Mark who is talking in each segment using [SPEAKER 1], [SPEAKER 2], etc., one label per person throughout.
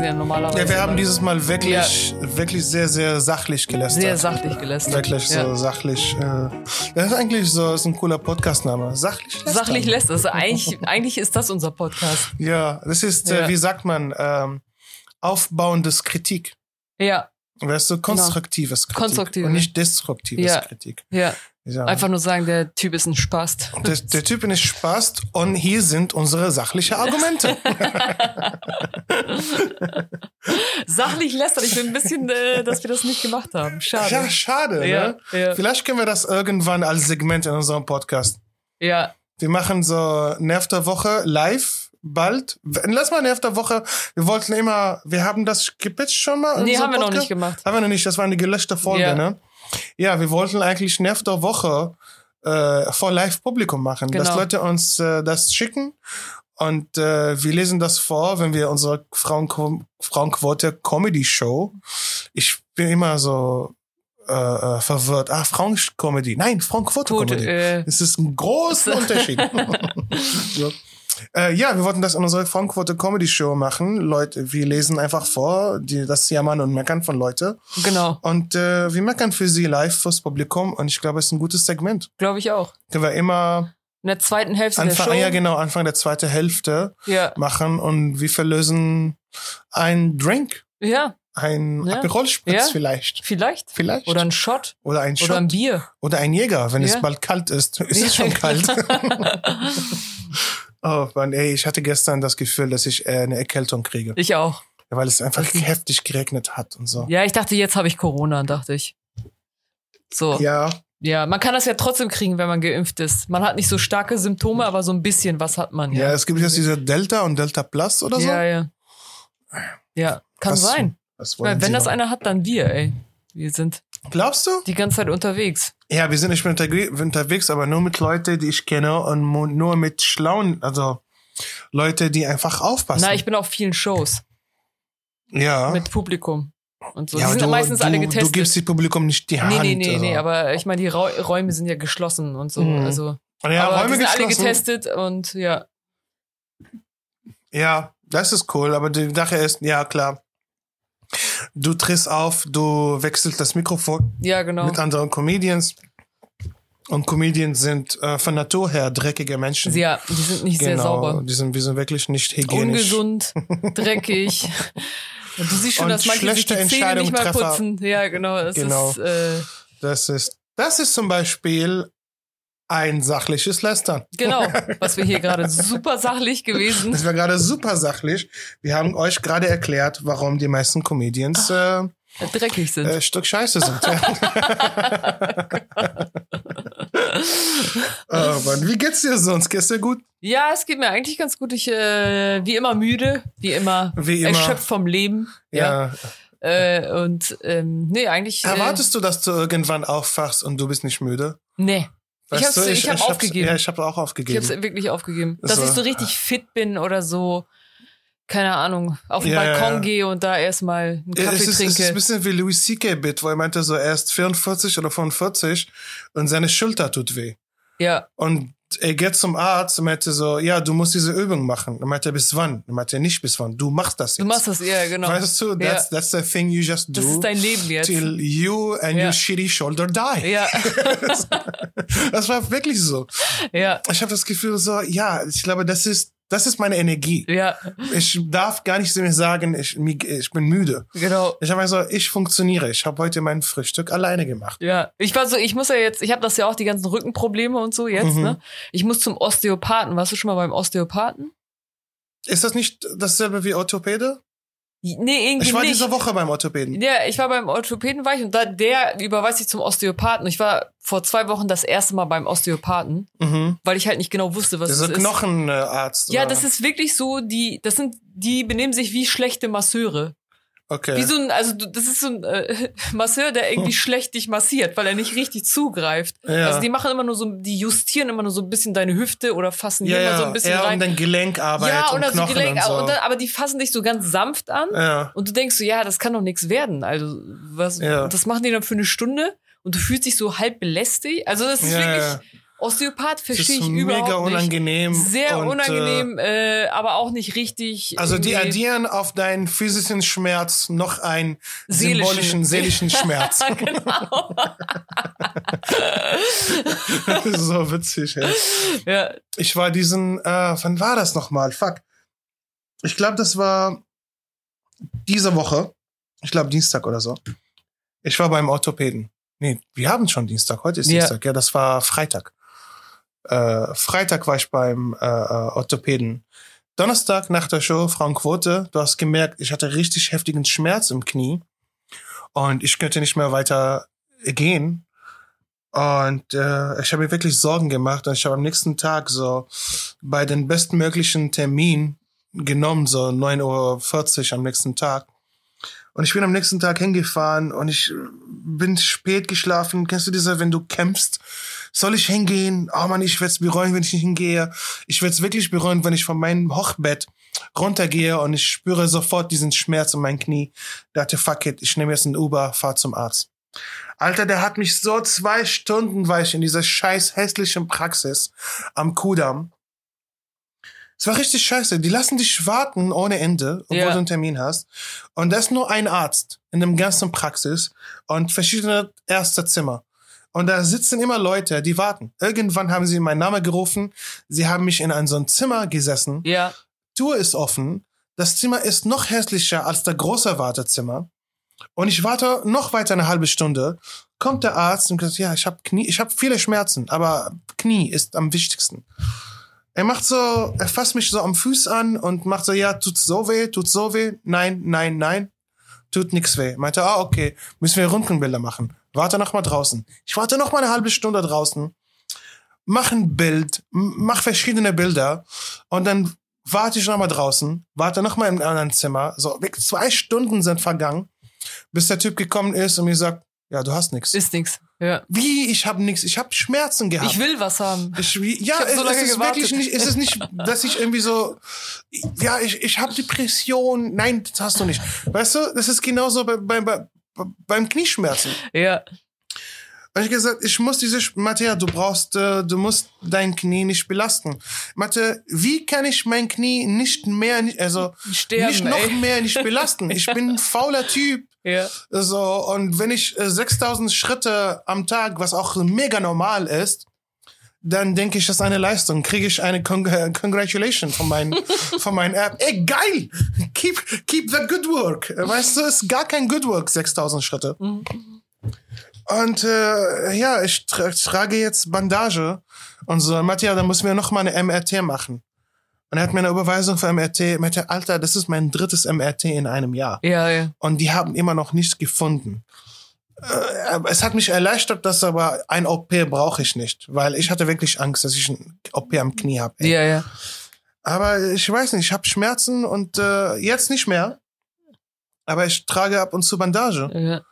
[SPEAKER 1] Ja, wir haben dieses Mal wirklich, wirklich sehr, sehr sachlich gelästert.
[SPEAKER 2] Sehr sachlich gelästert.
[SPEAKER 1] Wirklich
[SPEAKER 2] Ja.
[SPEAKER 1] so sachlich. Äh, das ist eigentlich so ist ein cooler Podcastname. Sachlich lästern.
[SPEAKER 2] Sachlich lässt es. Eigentlich, eigentlich ist das unser Podcast.
[SPEAKER 1] Ja, das ist,
[SPEAKER 2] Ja.
[SPEAKER 1] Äh, wie sagt man, ähm, aufbauendes Kritik.
[SPEAKER 2] Ja,
[SPEAKER 1] Weißt du, konstruktives Kritik.
[SPEAKER 2] Konstruktive.
[SPEAKER 1] Und nicht destruktives
[SPEAKER 2] Ja.
[SPEAKER 1] Kritik.
[SPEAKER 2] ja.
[SPEAKER 1] Ja.
[SPEAKER 2] Einfach nur sagen, der Typ ist ein Spast.
[SPEAKER 1] der, der Typ ist Spaß und hier sind unsere sachlichen Argumente.
[SPEAKER 2] Sachlich lästern. Ich bin ein bisschen, äh, dass wir das nicht gemacht haben.
[SPEAKER 1] ja,
[SPEAKER 2] Schade.
[SPEAKER 1] schade.
[SPEAKER 2] Ja,
[SPEAKER 1] ne?
[SPEAKER 2] ja,
[SPEAKER 1] Vielleicht können wir das irgendwann als Segment in unserem Podcast.
[SPEAKER 2] ja.
[SPEAKER 1] Wir machen so Nerv der Woche live bald. Lass mal Nerv der Woche. Wir wollten immer, wir haben das gepitcht schon mal. in
[SPEAKER 2] Nee,
[SPEAKER 1] unserem
[SPEAKER 2] haben wir noch
[SPEAKER 1] Podcast?
[SPEAKER 2] nicht gemacht.
[SPEAKER 1] Haben wir noch nicht, das war eine gelöschte Folge,
[SPEAKER 2] Ja.
[SPEAKER 1] ne? Ja, wir wollten eigentlich Nerv der Woche äh, vor Live-Publikum machen, dass
[SPEAKER 2] Genau.
[SPEAKER 1] Leute uns äh, das schicken und äh, wir lesen das vor, wenn wir unsere Frauenqu Frauenquote Comedy Show. Ich bin immer so äh, äh, verwirrt. Ah, Frauenkomödie. Nein, Frauenquote
[SPEAKER 2] Gut,
[SPEAKER 1] Comedy.
[SPEAKER 2] äh,
[SPEAKER 1] Es ist ein großer Unterschied. ja. Äh, ja, wir wollten das in unserer Frauenquote Comedy Show machen. Leute, wir lesen einfach vor, die, das Jammern und Meckern von Leute.
[SPEAKER 2] genau.
[SPEAKER 1] Und äh, wir meckern für sie live fürs Publikum und ich glaube, es ist ein gutes Segment.
[SPEAKER 2] Glaube ich auch.
[SPEAKER 1] Können wir immer
[SPEAKER 2] In der zweiten Hälfte der Show.
[SPEAKER 1] Anfang, ja genau, Anfang der zweiten Hälfte
[SPEAKER 2] ja.
[SPEAKER 1] machen und wir verlösen einen Drink,
[SPEAKER 2] ja,
[SPEAKER 1] einen
[SPEAKER 2] Ja.
[SPEAKER 1] Aperol Spritz
[SPEAKER 2] Ja.
[SPEAKER 1] vielleicht.
[SPEAKER 2] vielleicht.
[SPEAKER 1] Vielleicht.
[SPEAKER 2] Oder ein Shot.
[SPEAKER 1] oder ein Shot.
[SPEAKER 2] Oder ein
[SPEAKER 1] Oder,
[SPEAKER 2] Bier.
[SPEAKER 1] ein Jäger, wenn
[SPEAKER 2] Ja.
[SPEAKER 1] es bald kalt ist. Es ist
[SPEAKER 2] Ja.
[SPEAKER 1] schon kalt. Oh Mann, ey, ich hatte gestern das Gefühl, dass ich äh, eine Erkältung kriege,
[SPEAKER 2] ich auch.
[SPEAKER 1] weil es einfach heftig geregnet hat und so.
[SPEAKER 2] Ja, ich dachte, jetzt habe ich Corona, dachte ich. So.
[SPEAKER 1] Ja,
[SPEAKER 2] Ja, man kann das ja trotzdem kriegen, wenn man geimpft ist. Man hat nicht so starke Symptome, aber so ein bisschen was hat man.
[SPEAKER 1] ja,
[SPEAKER 2] Ja,
[SPEAKER 1] es gibt jetzt diese Delta und Delta Plus oder so.
[SPEAKER 2] ja. Ja, ja kann
[SPEAKER 1] Was-
[SPEAKER 2] sein.
[SPEAKER 1] Was wollen
[SPEAKER 2] Weil, wenn
[SPEAKER 1] Sie
[SPEAKER 2] das
[SPEAKER 1] noch?
[SPEAKER 2] einer hat, dann wir, ey. Wir sind
[SPEAKER 1] Glaubst du?
[SPEAKER 2] die ganze Zeit unterwegs.
[SPEAKER 1] Ja, wir sind nicht mehr unterge- unterwegs, aber nur mit Leuten, die ich kenne und mo- nur mit schlauen, also Leute, die einfach aufpassen.
[SPEAKER 2] Na, ich bin auf vielen Shows
[SPEAKER 1] ja.
[SPEAKER 2] mit Publikum und so. die
[SPEAKER 1] ja, aber
[SPEAKER 2] sind
[SPEAKER 1] du,
[SPEAKER 2] meistens
[SPEAKER 1] du,
[SPEAKER 2] alle
[SPEAKER 1] Du gibst
[SPEAKER 2] getestet.
[SPEAKER 1] dem Publikum nicht die Hand.
[SPEAKER 2] Nee, nee, nee,
[SPEAKER 1] also.
[SPEAKER 2] nee, aber ich meine, die Rau- Räume sind ja geschlossen und so.
[SPEAKER 1] Mhm.
[SPEAKER 2] Also,
[SPEAKER 1] ja,
[SPEAKER 2] aber
[SPEAKER 1] Räume
[SPEAKER 2] die sind alle
[SPEAKER 1] geschlossen.
[SPEAKER 2] getestet und ja,
[SPEAKER 1] Ja, das ist cool, aber die Sache ist, ja klar. Du trittst auf, du wechselst das Mikrofon
[SPEAKER 2] ja, genau.
[SPEAKER 1] mit anderen Comedians. Und Comedians sind äh, von Natur her dreckige Menschen. Genau,
[SPEAKER 2] Ja, die sind nicht sehr sauber.
[SPEAKER 1] Die sind, wir sind wirklich nicht hygienisch.
[SPEAKER 2] Ungesund, dreckig. Und du siehst schon,
[SPEAKER 1] Und
[SPEAKER 2] dass manche sich
[SPEAKER 1] schlechte
[SPEAKER 2] die Zähne nicht mal
[SPEAKER 1] Entscheidungstreffer.
[SPEAKER 2] putzen. Ja, genau. Es
[SPEAKER 1] Genau.
[SPEAKER 2] ist äh,
[SPEAKER 1] Das ist, das ist zum Beispiel ein sachliches Lästern.
[SPEAKER 2] genau, was wir hier gerade super sachlich gewesen.
[SPEAKER 1] Das war gerade super sachlich. Wir haben euch gerade erklärt, warum die meisten Comedians
[SPEAKER 2] Ah.
[SPEAKER 1] äh,
[SPEAKER 2] dreckig sind.
[SPEAKER 1] äh, Stück Scheiße sind. oh Mann, wie geht's dir sonst? Geht's dir gut?
[SPEAKER 2] Ja, es geht mir eigentlich ganz gut. Ich äh, wie immer müde, wie immer,
[SPEAKER 1] Wie immer.
[SPEAKER 2] erschöpft vom Leben. Ja. Ähm.
[SPEAKER 1] Ja.
[SPEAKER 2] Äh, und ähm, nee, eigentlich.
[SPEAKER 1] Erwartest du, dass du irgendwann aufwachst und du bist nicht müde?
[SPEAKER 2] Äh, nee, Ich hab's- ich hab
[SPEAKER 1] hab's-
[SPEAKER 2] aufgegeben.
[SPEAKER 1] Ja, ich habe auch
[SPEAKER 2] ich
[SPEAKER 1] aufgegeben.
[SPEAKER 2] hab's wirklich aufgegeben. Dass
[SPEAKER 1] So.
[SPEAKER 2] ich so richtig fit bin oder so, keine Ahnung, auf den
[SPEAKER 1] Ja, ja,
[SPEAKER 2] Balkon
[SPEAKER 1] ja.
[SPEAKER 2] gehe und da erstmal einen Kaffee
[SPEAKER 1] es ist, es ist ein
[SPEAKER 2] trinke.
[SPEAKER 1] bisschen wie Louis C.K. Bit, wo er meinte so, er ist 44 oder 45 und seine Schulter tut weh.
[SPEAKER 2] ja,
[SPEAKER 1] Und er geht zum Arzt und meinte so, ja, du musst diese Übung machen. Dann meinte er, bis wann? Dann meinte er, nicht bis wann. Du machst das jetzt.
[SPEAKER 2] du machst das, ja, genau.
[SPEAKER 1] Weißt du, that's, that's the thing you just do.
[SPEAKER 2] das ist dein Leben jetzt.
[SPEAKER 1] Till you and
[SPEAKER 2] Ja.
[SPEAKER 1] your shitty shoulder die.
[SPEAKER 2] Ja,
[SPEAKER 1] Das war wirklich so.
[SPEAKER 2] ja,
[SPEAKER 1] Ich habe das Gefühl so, ja, ich glaube, das ist, das ist meine Energie.
[SPEAKER 2] ja,
[SPEAKER 1] Ich darf gar nicht mehr sagen, ich, mir- ich bin müde.
[SPEAKER 2] genau.
[SPEAKER 1] Ich habe so, ich funktioniere. Ich habe heute mein Frühstück alleine gemacht.
[SPEAKER 2] Ja, ich war so, ich muss ja jetzt, ich habe das ja auch die ganzen Rückenprobleme und so jetzt,
[SPEAKER 1] Mhm.
[SPEAKER 2] ne? Ich muss zum Osteopathen. Warst du schon mal beim Osteopathen?
[SPEAKER 1] Ist das nicht dasselbe wie Orthopäde?
[SPEAKER 2] Nee, irgendwie
[SPEAKER 1] Ich war
[SPEAKER 2] nicht.
[SPEAKER 1] diese Woche beim Orthopäden.
[SPEAKER 2] Ja, ich war beim Orthopäden war ich und da der überweist dich zum Osteopathen. Ich war vor zwei Wochen das erste Mal beim Osteopathen,
[SPEAKER 1] Mhm.
[SPEAKER 2] weil ich halt nicht genau wusste, was
[SPEAKER 1] Dieser
[SPEAKER 2] das ist.
[SPEAKER 1] Knochenarzt.
[SPEAKER 2] Ja,
[SPEAKER 1] oder?
[SPEAKER 2] das ist wirklich so, die, das sind, die benehmen sich wie schlechte Masseure.
[SPEAKER 1] Okay.
[SPEAKER 2] Wie so ein, also du- das ist so ein äh, Masseur, der irgendwie schlecht dich massiert, weil er nicht richtig zugreift.
[SPEAKER 1] Oh. Äh, Ja.
[SPEAKER 2] Also die machen immer nur so, die justieren immer nur so ein bisschen deine Hüfte oder fassen
[SPEAKER 1] ja,
[SPEAKER 2] hier
[SPEAKER 1] ja.
[SPEAKER 2] immer so ein bisschen
[SPEAKER 1] ja,
[SPEAKER 2] rein.
[SPEAKER 1] und dann Gelenkarbeit
[SPEAKER 2] ja,
[SPEAKER 1] und,
[SPEAKER 2] oder so
[SPEAKER 1] Knochen
[SPEAKER 2] Gelenk,
[SPEAKER 1] und so. Äh.
[SPEAKER 2] und dann, aber die fassen dich so ganz sanft an.
[SPEAKER 1] ja.
[SPEAKER 2] Und du denkst so, ja, das kann doch nichts werden. Also, was,
[SPEAKER 1] Ja.
[SPEAKER 2] das machen die dann für eine Stunde und du fühlst dich so halb belästigt. Also, das ist
[SPEAKER 1] Ja,
[SPEAKER 2] wirklich,
[SPEAKER 1] ja.
[SPEAKER 2] Osteopath
[SPEAKER 1] Es
[SPEAKER 2] verstehe
[SPEAKER 1] ist
[SPEAKER 2] ich überhaupt
[SPEAKER 1] mega
[SPEAKER 2] nicht.
[SPEAKER 1] unangenehm.
[SPEAKER 2] Sehr
[SPEAKER 1] und,
[SPEAKER 2] unangenehm, äh, aber auch nicht richtig.
[SPEAKER 1] Äh, also die
[SPEAKER 2] irgendwie-
[SPEAKER 1] addieren auf deinen physischen Schmerz noch einen
[SPEAKER 2] Seelischen.
[SPEAKER 1] symbolischen, seelischen Schmerz.
[SPEAKER 2] genau.
[SPEAKER 1] Das ist so witzig, ey.
[SPEAKER 2] ja,
[SPEAKER 1] Ich war diesen, äh, wann war das nochmal? Fuck. Ich glaube, das war diese Woche. Ich glaube, Dienstag oder so. Ich war beim Orthopäden. Nee, wir haben schon Dienstag. Heute ist
[SPEAKER 2] Ja.
[SPEAKER 1] Dienstag. Ja, das war Freitag. Äh, Freitag war ich beim äh, äh, Orthopäden. Donnerstag nach der Show, Frauenquote, du hast gemerkt, ich hatte richtig heftigen Schmerz im Knie und ich könnte nicht mehr weiter gehen. Und äh, ich habe mir wirklich Sorgen gemacht und ich habe am nächsten Tag so bei den bestmöglichen Termin genommen, so 9.40 Uhr am nächsten Tag. Und ich bin am nächsten Tag hingefahren und ich bin spät geschlafen. Kennst du diese, wenn du kämpfst? Soll ich hingehen? Oh Mann, ich werde es bereuen, wenn ich nicht hingehe. Ich werde es wirklich bereuen, wenn ich von meinem Hochbett runtergehe und ich spüre sofort diesen Schmerz in meinem Knie. Dachte, fuck it, ich nehme jetzt einen Uber, fahr zum Arzt. Alter, der hat mich so zwei Stunden war ich in dieser scheiß hässlichen Praxis am Kudamm. Es war richtig scheiße. Die lassen dich warten ohne Ende, obwohl
[SPEAKER 2] Ja.
[SPEAKER 1] du einen Termin hast. Und da ist nur ein Arzt in dem ganzen Praxis und verschiedene erste Zimmer. Und da sitzen immer Leute, die warten. Irgendwann haben sie meinen Namen gerufen. Sie haben mich in ein so ein Zimmer gesessen.
[SPEAKER 2] ja,
[SPEAKER 1] Tür ist offen. Das Zimmer ist noch hässlicher als der große Wartezimmer. Und ich warte noch weiter eine halbe Stunde. Kommt der Arzt und sagt, ja, ich habe Knie, ich habe viele Schmerzen, aber Knie ist am wichtigsten. Er macht so, er fasst mich so am Fuß an und macht so, ja, tut so weh, tut so weh, nein, nein, nein, tut nix weh. Meinte, ah, okay, müssen wir Röntgenbilder machen. Warte noch mal draußen. Ich warte noch mal eine halbe Stunde draußen. Mach ein Bild, m- mach verschiedene Bilder und dann warte ich noch mal draußen, warte noch mal im anderen Zimmer. So, wirklich zwei Stunden sind vergangen, bis der Typ gekommen ist und mir sagt, ja, du hast nichts.
[SPEAKER 2] ist nix. Ja.
[SPEAKER 1] Wie? Ich habe nichts. Ich habe Schmerzen gehabt.
[SPEAKER 2] Ich will was haben.
[SPEAKER 1] Ich, wie- ja,
[SPEAKER 2] Ich hab
[SPEAKER 1] es,
[SPEAKER 2] so lange
[SPEAKER 1] es ist
[SPEAKER 2] gewartet.
[SPEAKER 1] wirklich nicht, es ist nicht, dass ich irgendwie so, ja, ich, ich habe Depression. Nein, das hast du nicht. Weißt du, das ist genauso bei, bei, bei, beim Knieschmerzen.
[SPEAKER 2] Ja,
[SPEAKER 1] Und ich gesagt, ich muss diese, Sch- Matthäa, du brauchst, äh, du musst dein Knie nicht belasten. Mathe, wie kann ich mein Knie nicht mehr, ni- also,
[SPEAKER 2] Sterben,
[SPEAKER 1] nicht noch
[SPEAKER 2] ey.
[SPEAKER 1] mehr nicht belasten? Ich bin ein fauler Typ.
[SPEAKER 2] ja,
[SPEAKER 1] So, und wenn ich äh, 6000 Schritte am Tag, was auch mega normal ist, dann denke ich, das ist eine Leistung. Kriege ich eine Cong äh, Congratulation von meinen, von meinen App. Ey, geil! Keep, keep that good work. Weißt du, ist gar kein good work, 6000 Schritte. Und äh, ja, ich tra trage jetzt Bandage und so. Matthias, da müssen wir noch mal eine MRT machen. Und er hat mir eine Überweisung für MRT. Meinte, Alter, das ist mein drittes MRT in einem Jahr
[SPEAKER 2] ja, ja.
[SPEAKER 1] und die haben immer noch nichts gefunden. Äh, es hat mich erleichtert, dass aber ein OP brauche ich nicht, weil ich hatte wirklich Angst, dass ich ein OP am Knie habe. ey.
[SPEAKER 2] Ja, ja.
[SPEAKER 1] Aber ich weiß nicht, ich habe Schmerzen und äh, jetzt nicht mehr. Aber ich trage ab und zu Bandage,
[SPEAKER 2] ja.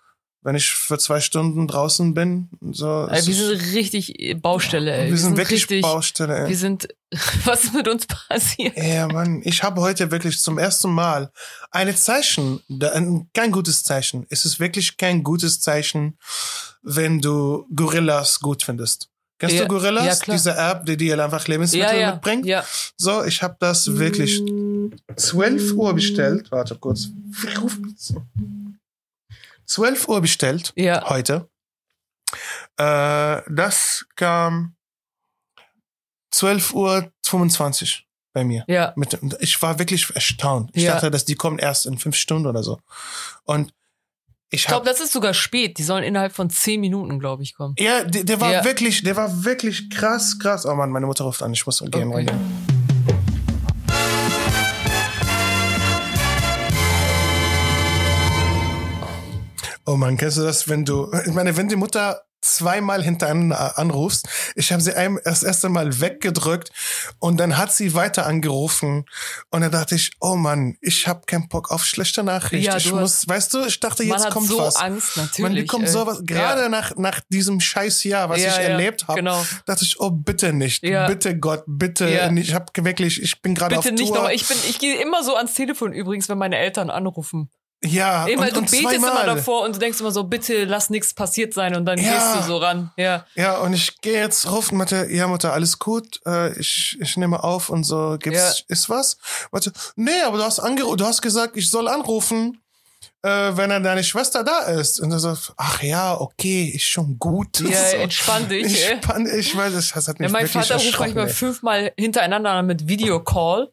[SPEAKER 1] wenn ich für zwei Stunden draußen bin. So,
[SPEAKER 2] Ey,
[SPEAKER 1] es
[SPEAKER 2] wir
[SPEAKER 1] ist-
[SPEAKER 2] sind richtig äh, Baustelle, ey.
[SPEAKER 1] wir sind wirklich
[SPEAKER 2] richtig.
[SPEAKER 1] Baustelle. Ey.
[SPEAKER 2] Wir sind. Was ist mit uns passiert?
[SPEAKER 1] Ja, Mann, ich habe heute wirklich zum ersten Mal eine Zeichen, da- ein- kein gutes Zeichen. Es ist wirklich kein gutes Zeichen, wenn du Gorillas gut findest. Kennst
[SPEAKER 2] Ja,
[SPEAKER 1] du Gorillas?
[SPEAKER 2] ja, klar.
[SPEAKER 1] Diese App, die dir einfach
[SPEAKER 2] Ja,
[SPEAKER 1] Lebensmittel
[SPEAKER 2] ja.
[SPEAKER 1] mitbringt?
[SPEAKER 2] Ja.
[SPEAKER 1] So, ich habe das wirklich 12 Uhr bestellt. Warte kurz. Wer ruft mich so? 12 Uhr bestellt
[SPEAKER 2] Ja.
[SPEAKER 1] heute. Äh, das kam 12.25 Uhr bei mir.
[SPEAKER 2] Ja.
[SPEAKER 1] Mit, ich war wirklich erstaunt. Ich
[SPEAKER 2] Ja.
[SPEAKER 1] dachte, dass die kommen erst in fünf Stunden oder so. Und ich
[SPEAKER 2] Ich glaube,
[SPEAKER 1] habe
[SPEAKER 2] das ist sogar spät. Die sollen innerhalb von zehn Minuten, glaube ich, kommen.
[SPEAKER 1] ja, der, der war
[SPEAKER 2] Ja.
[SPEAKER 1] wirklich, der war wirklich krass, krass. Oh Mann, meine Mutter ruft an. Ich muss gehen.
[SPEAKER 2] Okay.
[SPEAKER 1] reingehen. Oh Mann, kennst du das, wenn du, ich meine, wenn die Mutter zweimal hintereinander anrufst, ich habe sie einem das erste Mal weggedrückt und dann hat sie weiter angerufen und dann dachte ich, oh Mann, ich habe keinen Bock auf schlechte Nachrichten.
[SPEAKER 2] Ja,
[SPEAKER 1] ich
[SPEAKER 2] du
[SPEAKER 1] muss, weißt du, ich dachte,
[SPEAKER 2] Man
[SPEAKER 1] jetzt
[SPEAKER 2] hat
[SPEAKER 1] kommt
[SPEAKER 2] so
[SPEAKER 1] was.
[SPEAKER 2] Angst, natürlich.
[SPEAKER 1] Man bekommt
[SPEAKER 2] ey.
[SPEAKER 1] sowas, gerade nach, nach diesem scheiß Jahr, was
[SPEAKER 2] Ja,
[SPEAKER 1] ich
[SPEAKER 2] ja,
[SPEAKER 1] erlebt habe,
[SPEAKER 2] genau.
[SPEAKER 1] dachte ich, oh, bitte nicht,
[SPEAKER 2] Ja.
[SPEAKER 1] bitte Gott, bitte,
[SPEAKER 2] Ja.
[SPEAKER 1] nicht. ich habe wirklich, ich bin gerade auf
[SPEAKER 2] Bitte nicht
[SPEAKER 1] Tour.
[SPEAKER 2] nochmal. Ich bin, ich gehe immer so ans Telefon übrigens, wenn meine Eltern anrufen.
[SPEAKER 1] Ja,
[SPEAKER 2] Eben, weil
[SPEAKER 1] und,
[SPEAKER 2] du
[SPEAKER 1] und
[SPEAKER 2] betest
[SPEAKER 1] zweimal.
[SPEAKER 2] immer davor und du denkst immer so, bitte lass nichts passiert sein und dann
[SPEAKER 1] Ja.
[SPEAKER 2] gehst du so ran. Ja.
[SPEAKER 1] Ja, und ich gehe jetzt rufen, Mutter, ja, Mutter, alles gut, äh, ich, ich nehme auf und so, gibt's, ist was? Mutter, nee, aber du hast angerufen, du hast gesagt, ich soll anrufen, äh, wenn dann deine Schwester da ist. Und er sagt, ach ja, okay, ist schon gut.
[SPEAKER 2] Ja,
[SPEAKER 1] so.
[SPEAKER 2] entspann dich,
[SPEAKER 1] Ich,
[SPEAKER 2] ey.
[SPEAKER 1] spann, ich weiß, es das hat mich
[SPEAKER 2] Ja, mein
[SPEAKER 1] wirklich
[SPEAKER 2] Vater ruft
[SPEAKER 1] erschrocken,
[SPEAKER 2] manchmal
[SPEAKER 1] ey.
[SPEAKER 2] fünfmal hintereinander an mit Videocall.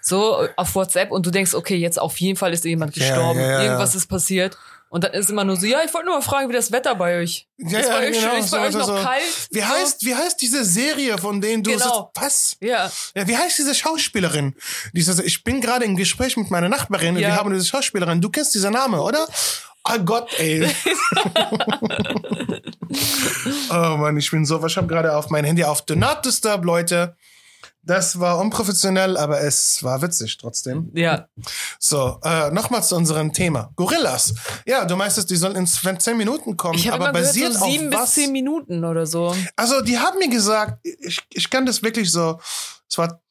[SPEAKER 2] So auf WhatsApp und du denkst, okay, jetzt auf jeden Fall ist jemand
[SPEAKER 1] Ja,
[SPEAKER 2] gestorben,
[SPEAKER 1] ja, ja,
[SPEAKER 2] irgendwas ist passiert. Und dann ist immer nur so, ja, ich wollte nur mal fragen, wie das Wetter bei euch.
[SPEAKER 1] Ja,
[SPEAKER 2] ist bei
[SPEAKER 1] ja,
[SPEAKER 2] euch,
[SPEAKER 1] genau,
[SPEAKER 2] ist bei
[SPEAKER 1] so,
[SPEAKER 2] euch
[SPEAKER 1] so,
[SPEAKER 2] noch
[SPEAKER 1] so.
[SPEAKER 2] kalt?
[SPEAKER 1] Wie
[SPEAKER 2] So.
[SPEAKER 1] heißt, wie heißt diese Serie, von denen du
[SPEAKER 2] Genau.
[SPEAKER 1] sagst, was?
[SPEAKER 2] Ja.
[SPEAKER 1] Ja, wie heißt diese Schauspielerin? Diese, ich bin gerade im Gespräch mit meiner Nachbarin und
[SPEAKER 2] Ja.
[SPEAKER 1] wir haben diese Schauspielerin. Du kennst diesen Namen, oder? Ah Gott, ey. oh Mann, ich bin so, ich habe gerade auf mein Handy auf Do Not Disturb, Leute. Das war unprofessionell, aber es war witzig trotzdem.
[SPEAKER 2] Ja.
[SPEAKER 1] So, äh, nochmal zu unserem Thema. Gorillas. Ja, du meinst, dass die sollen in 10 Minuten kommen,
[SPEAKER 2] Ich habe
[SPEAKER 1] aber
[SPEAKER 2] immer gehört,
[SPEAKER 1] basiert
[SPEAKER 2] so sieben
[SPEAKER 1] auf
[SPEAKER 2] bis
[SPEAKER 1] was?
[SPEAKER 2] zehn Minuten oder so.
[SPEAKER 1] Also, die haben mir gesagt, ich, ich kann das wirklich so, es war,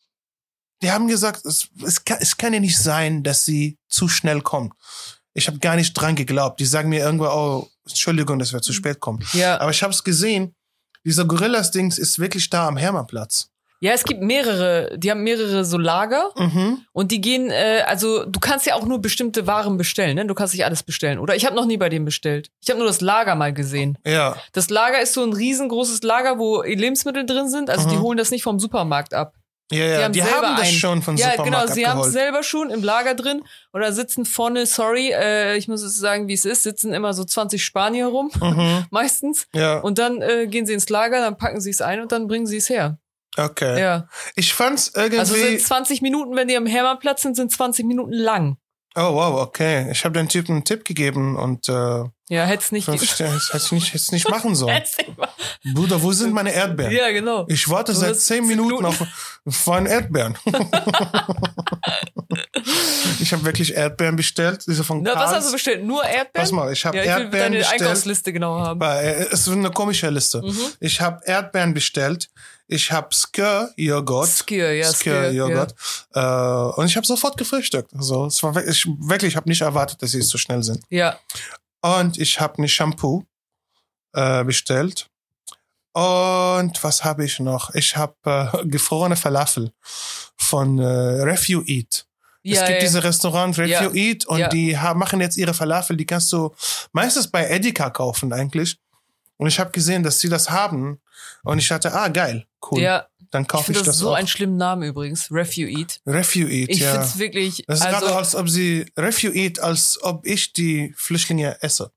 [SPEAKER 1] die haben gesagt, es, es, kann, es kann ja nicht sein, dass sie zu schnell kommen. Ich habe gar nicht dran geglaubt. Die sagen mir irgendwo, oh, Entschuldigung, dass wir
[SPEAKER 2] Mhm.
[SPEAKER 1] zu spät kommen.
[SPEAKER 2] Ja.
[SPEAKER 1] Aber ich habe es gesehen, dieser Gorillas-Dings ist wirklich da am Hermannplatz.
[SPEAKER 2] Ja, es gibt mehrere, die haben mehrere so Lager
[SPEAKER 1] Mhm.
[SPEAKER 2] und die gehen, äh, also du kannst ja auch nur bestimmte Waren bestellen, ne? Du kannst nicht alles bestellen. Oder ich habe noch nie bei denen bestellt. Ich habe nur das Lager mal gesehen.
[SPEAKER 1] Ja.
[SPEAKER 2] Das Lager ist so ein riesengroßes Lager, wo Lebensmittel drin sind. Also die
[SPEAKER 1] Mhm.
[SPEAKER 2] holen das nicht vom Supermarkt ab.
[SPEAKER 1] Ja, ja, die haben,
[SPEAKER 2] selber
[SPEAKER 1] das
[SPEAKER 2] einen.
[SPEAKER 1] schon von
[SPEAKER 2] Ja,
[SPEAKER 1] Supermarkt
[SPEAKER 2] genau. Sie haben es
[SPEAKER 1] abgeholt.
[SPEAKER 2] selber schon im Lager drin. Oder sitzen vorne, sorry, äh, ich muss es sagen, wie es ist, sitzen immer so 20 Spanier rum,
[SPEAKER 1] Mhm.
[SPEAKER 2] meistens.
[SPEAKER 1] Ja,
[SPEAKER 2] Und dann äh, gehen sie ins Lager, dann packen sie es ein und dann bringen sie es her.
[SPEAKER 1] okay.
[SPEAKER 2] Ja.
[SPEAKER 1] Ich fand's irgendwie.
[SPEAKER 2] Also sind 20 Minuten, wenn die am Hermannplatz sind, sind 20 Minuten lang.
[SPEAKER 1] oh wow, okay. Ich habe den Typen einen Tipp gegeben und äh,
[SPEAKER 2] Ja, hätt's nicht.
[SPEAKER 1] fünf Sterne, das hätte ich nicht, hätt's nicht machen sollen.
[SPEAKER 2] Hätt's nicht mal-
[SPEAKER 1] Bruder, wo sind meine Erdbeeren?
[SPEAKER 2] ja, genau.
[SPEAKER 1] Ich warte
[SPEAKER 2] Du
[SPEAKER 1] seit
[SPEAKER 2] hast
[SPEAKER 1] zehn
[SPEAKER 2] zehn
[SPEAKER 1] Minuten
[SPEAKER 2] Minuten.
[SPEAKER 1] auf meine Erdbeeren. ich habe wirklich Erdbeeren bestellt. Diese von
[SPEAKER 2] Na, was
[SPEAKER 1] Karls.
[SPEAKER 2] hast du bestellt? Nur Erdbeeren?
[SPEAKER 1] Pass mal, ich habe
[SPEAKER 2] ja, ich will
[SPEAKER 1] Erdbeeren
[SPEAKER 2] deine
[SPEAKER 1] bestellt.
[SPEAKER 2] Einkaufsliste Mhm. genau haben.
[SPEAKER 1] Aber, äh, Es ist eine komische Liste. Ich habe Erdbeeren bestellt. Ich habe Skir-Joghurt.
[SPEAKER 2] Skir, ja, Skir,
[SPEAKER 1] Skir-Joghurt. Äh, und ich habe sofort gefrühstückt. Also, es war wirklich, ich, wirklich, ich habe nicht erwartet, dass sie so schnell sind.
[SPEAKER 2] Ja.
[SPEAKER 1] Und ich habe ein Shampoo äh, bestellt. Und was habe ich noch? Ich habe äh, gefrorene Falafel von äh, Refugee Eat.
[SPEAKER 2] Ja,
[SPEAKER 1] es gibt
[SPEAKER 2] ja.
[SPEAKER 1] diese Restaurant Refugee
[SPEAKER 2] Ja.
[SPEAKER 1] Eat und
[SPEAKER 2] Ja.
[SPEAKER 1] die ha- machen jetzt ihre Falafel. Die kannst du meistens bei Edeka kaufen eigentlich. Und ich habe gesehen, dass sie das haben. Und ich dachte, ah, geil, cool.
[SPEAKER 2] Ja,
[SPEAKER 1] Dann
[SPEAKER 2] ich
[SPEAKER 1] kaufe ich,
[SPEAKER 2] finde das,
[SPEAKER 1] das
[SPEAKER 2] so
[SPEAKER 1] auch.
[SPEAKER 2] einen schlimmen Namen übrigens. Refugee Eat.
[SPEAKER 1] Refugee Eat,
[SPEAKER 2] Ich
[SPEAKER 1] ja.
[SPEAKER 2] finde es wirklich.
[SPEAKER 1] Das ist gerade,
[SPEAKER 2] also,
[SPEAKER 1] als ob sie Refugee Eat, als ob ich die Flüchtlinge esse.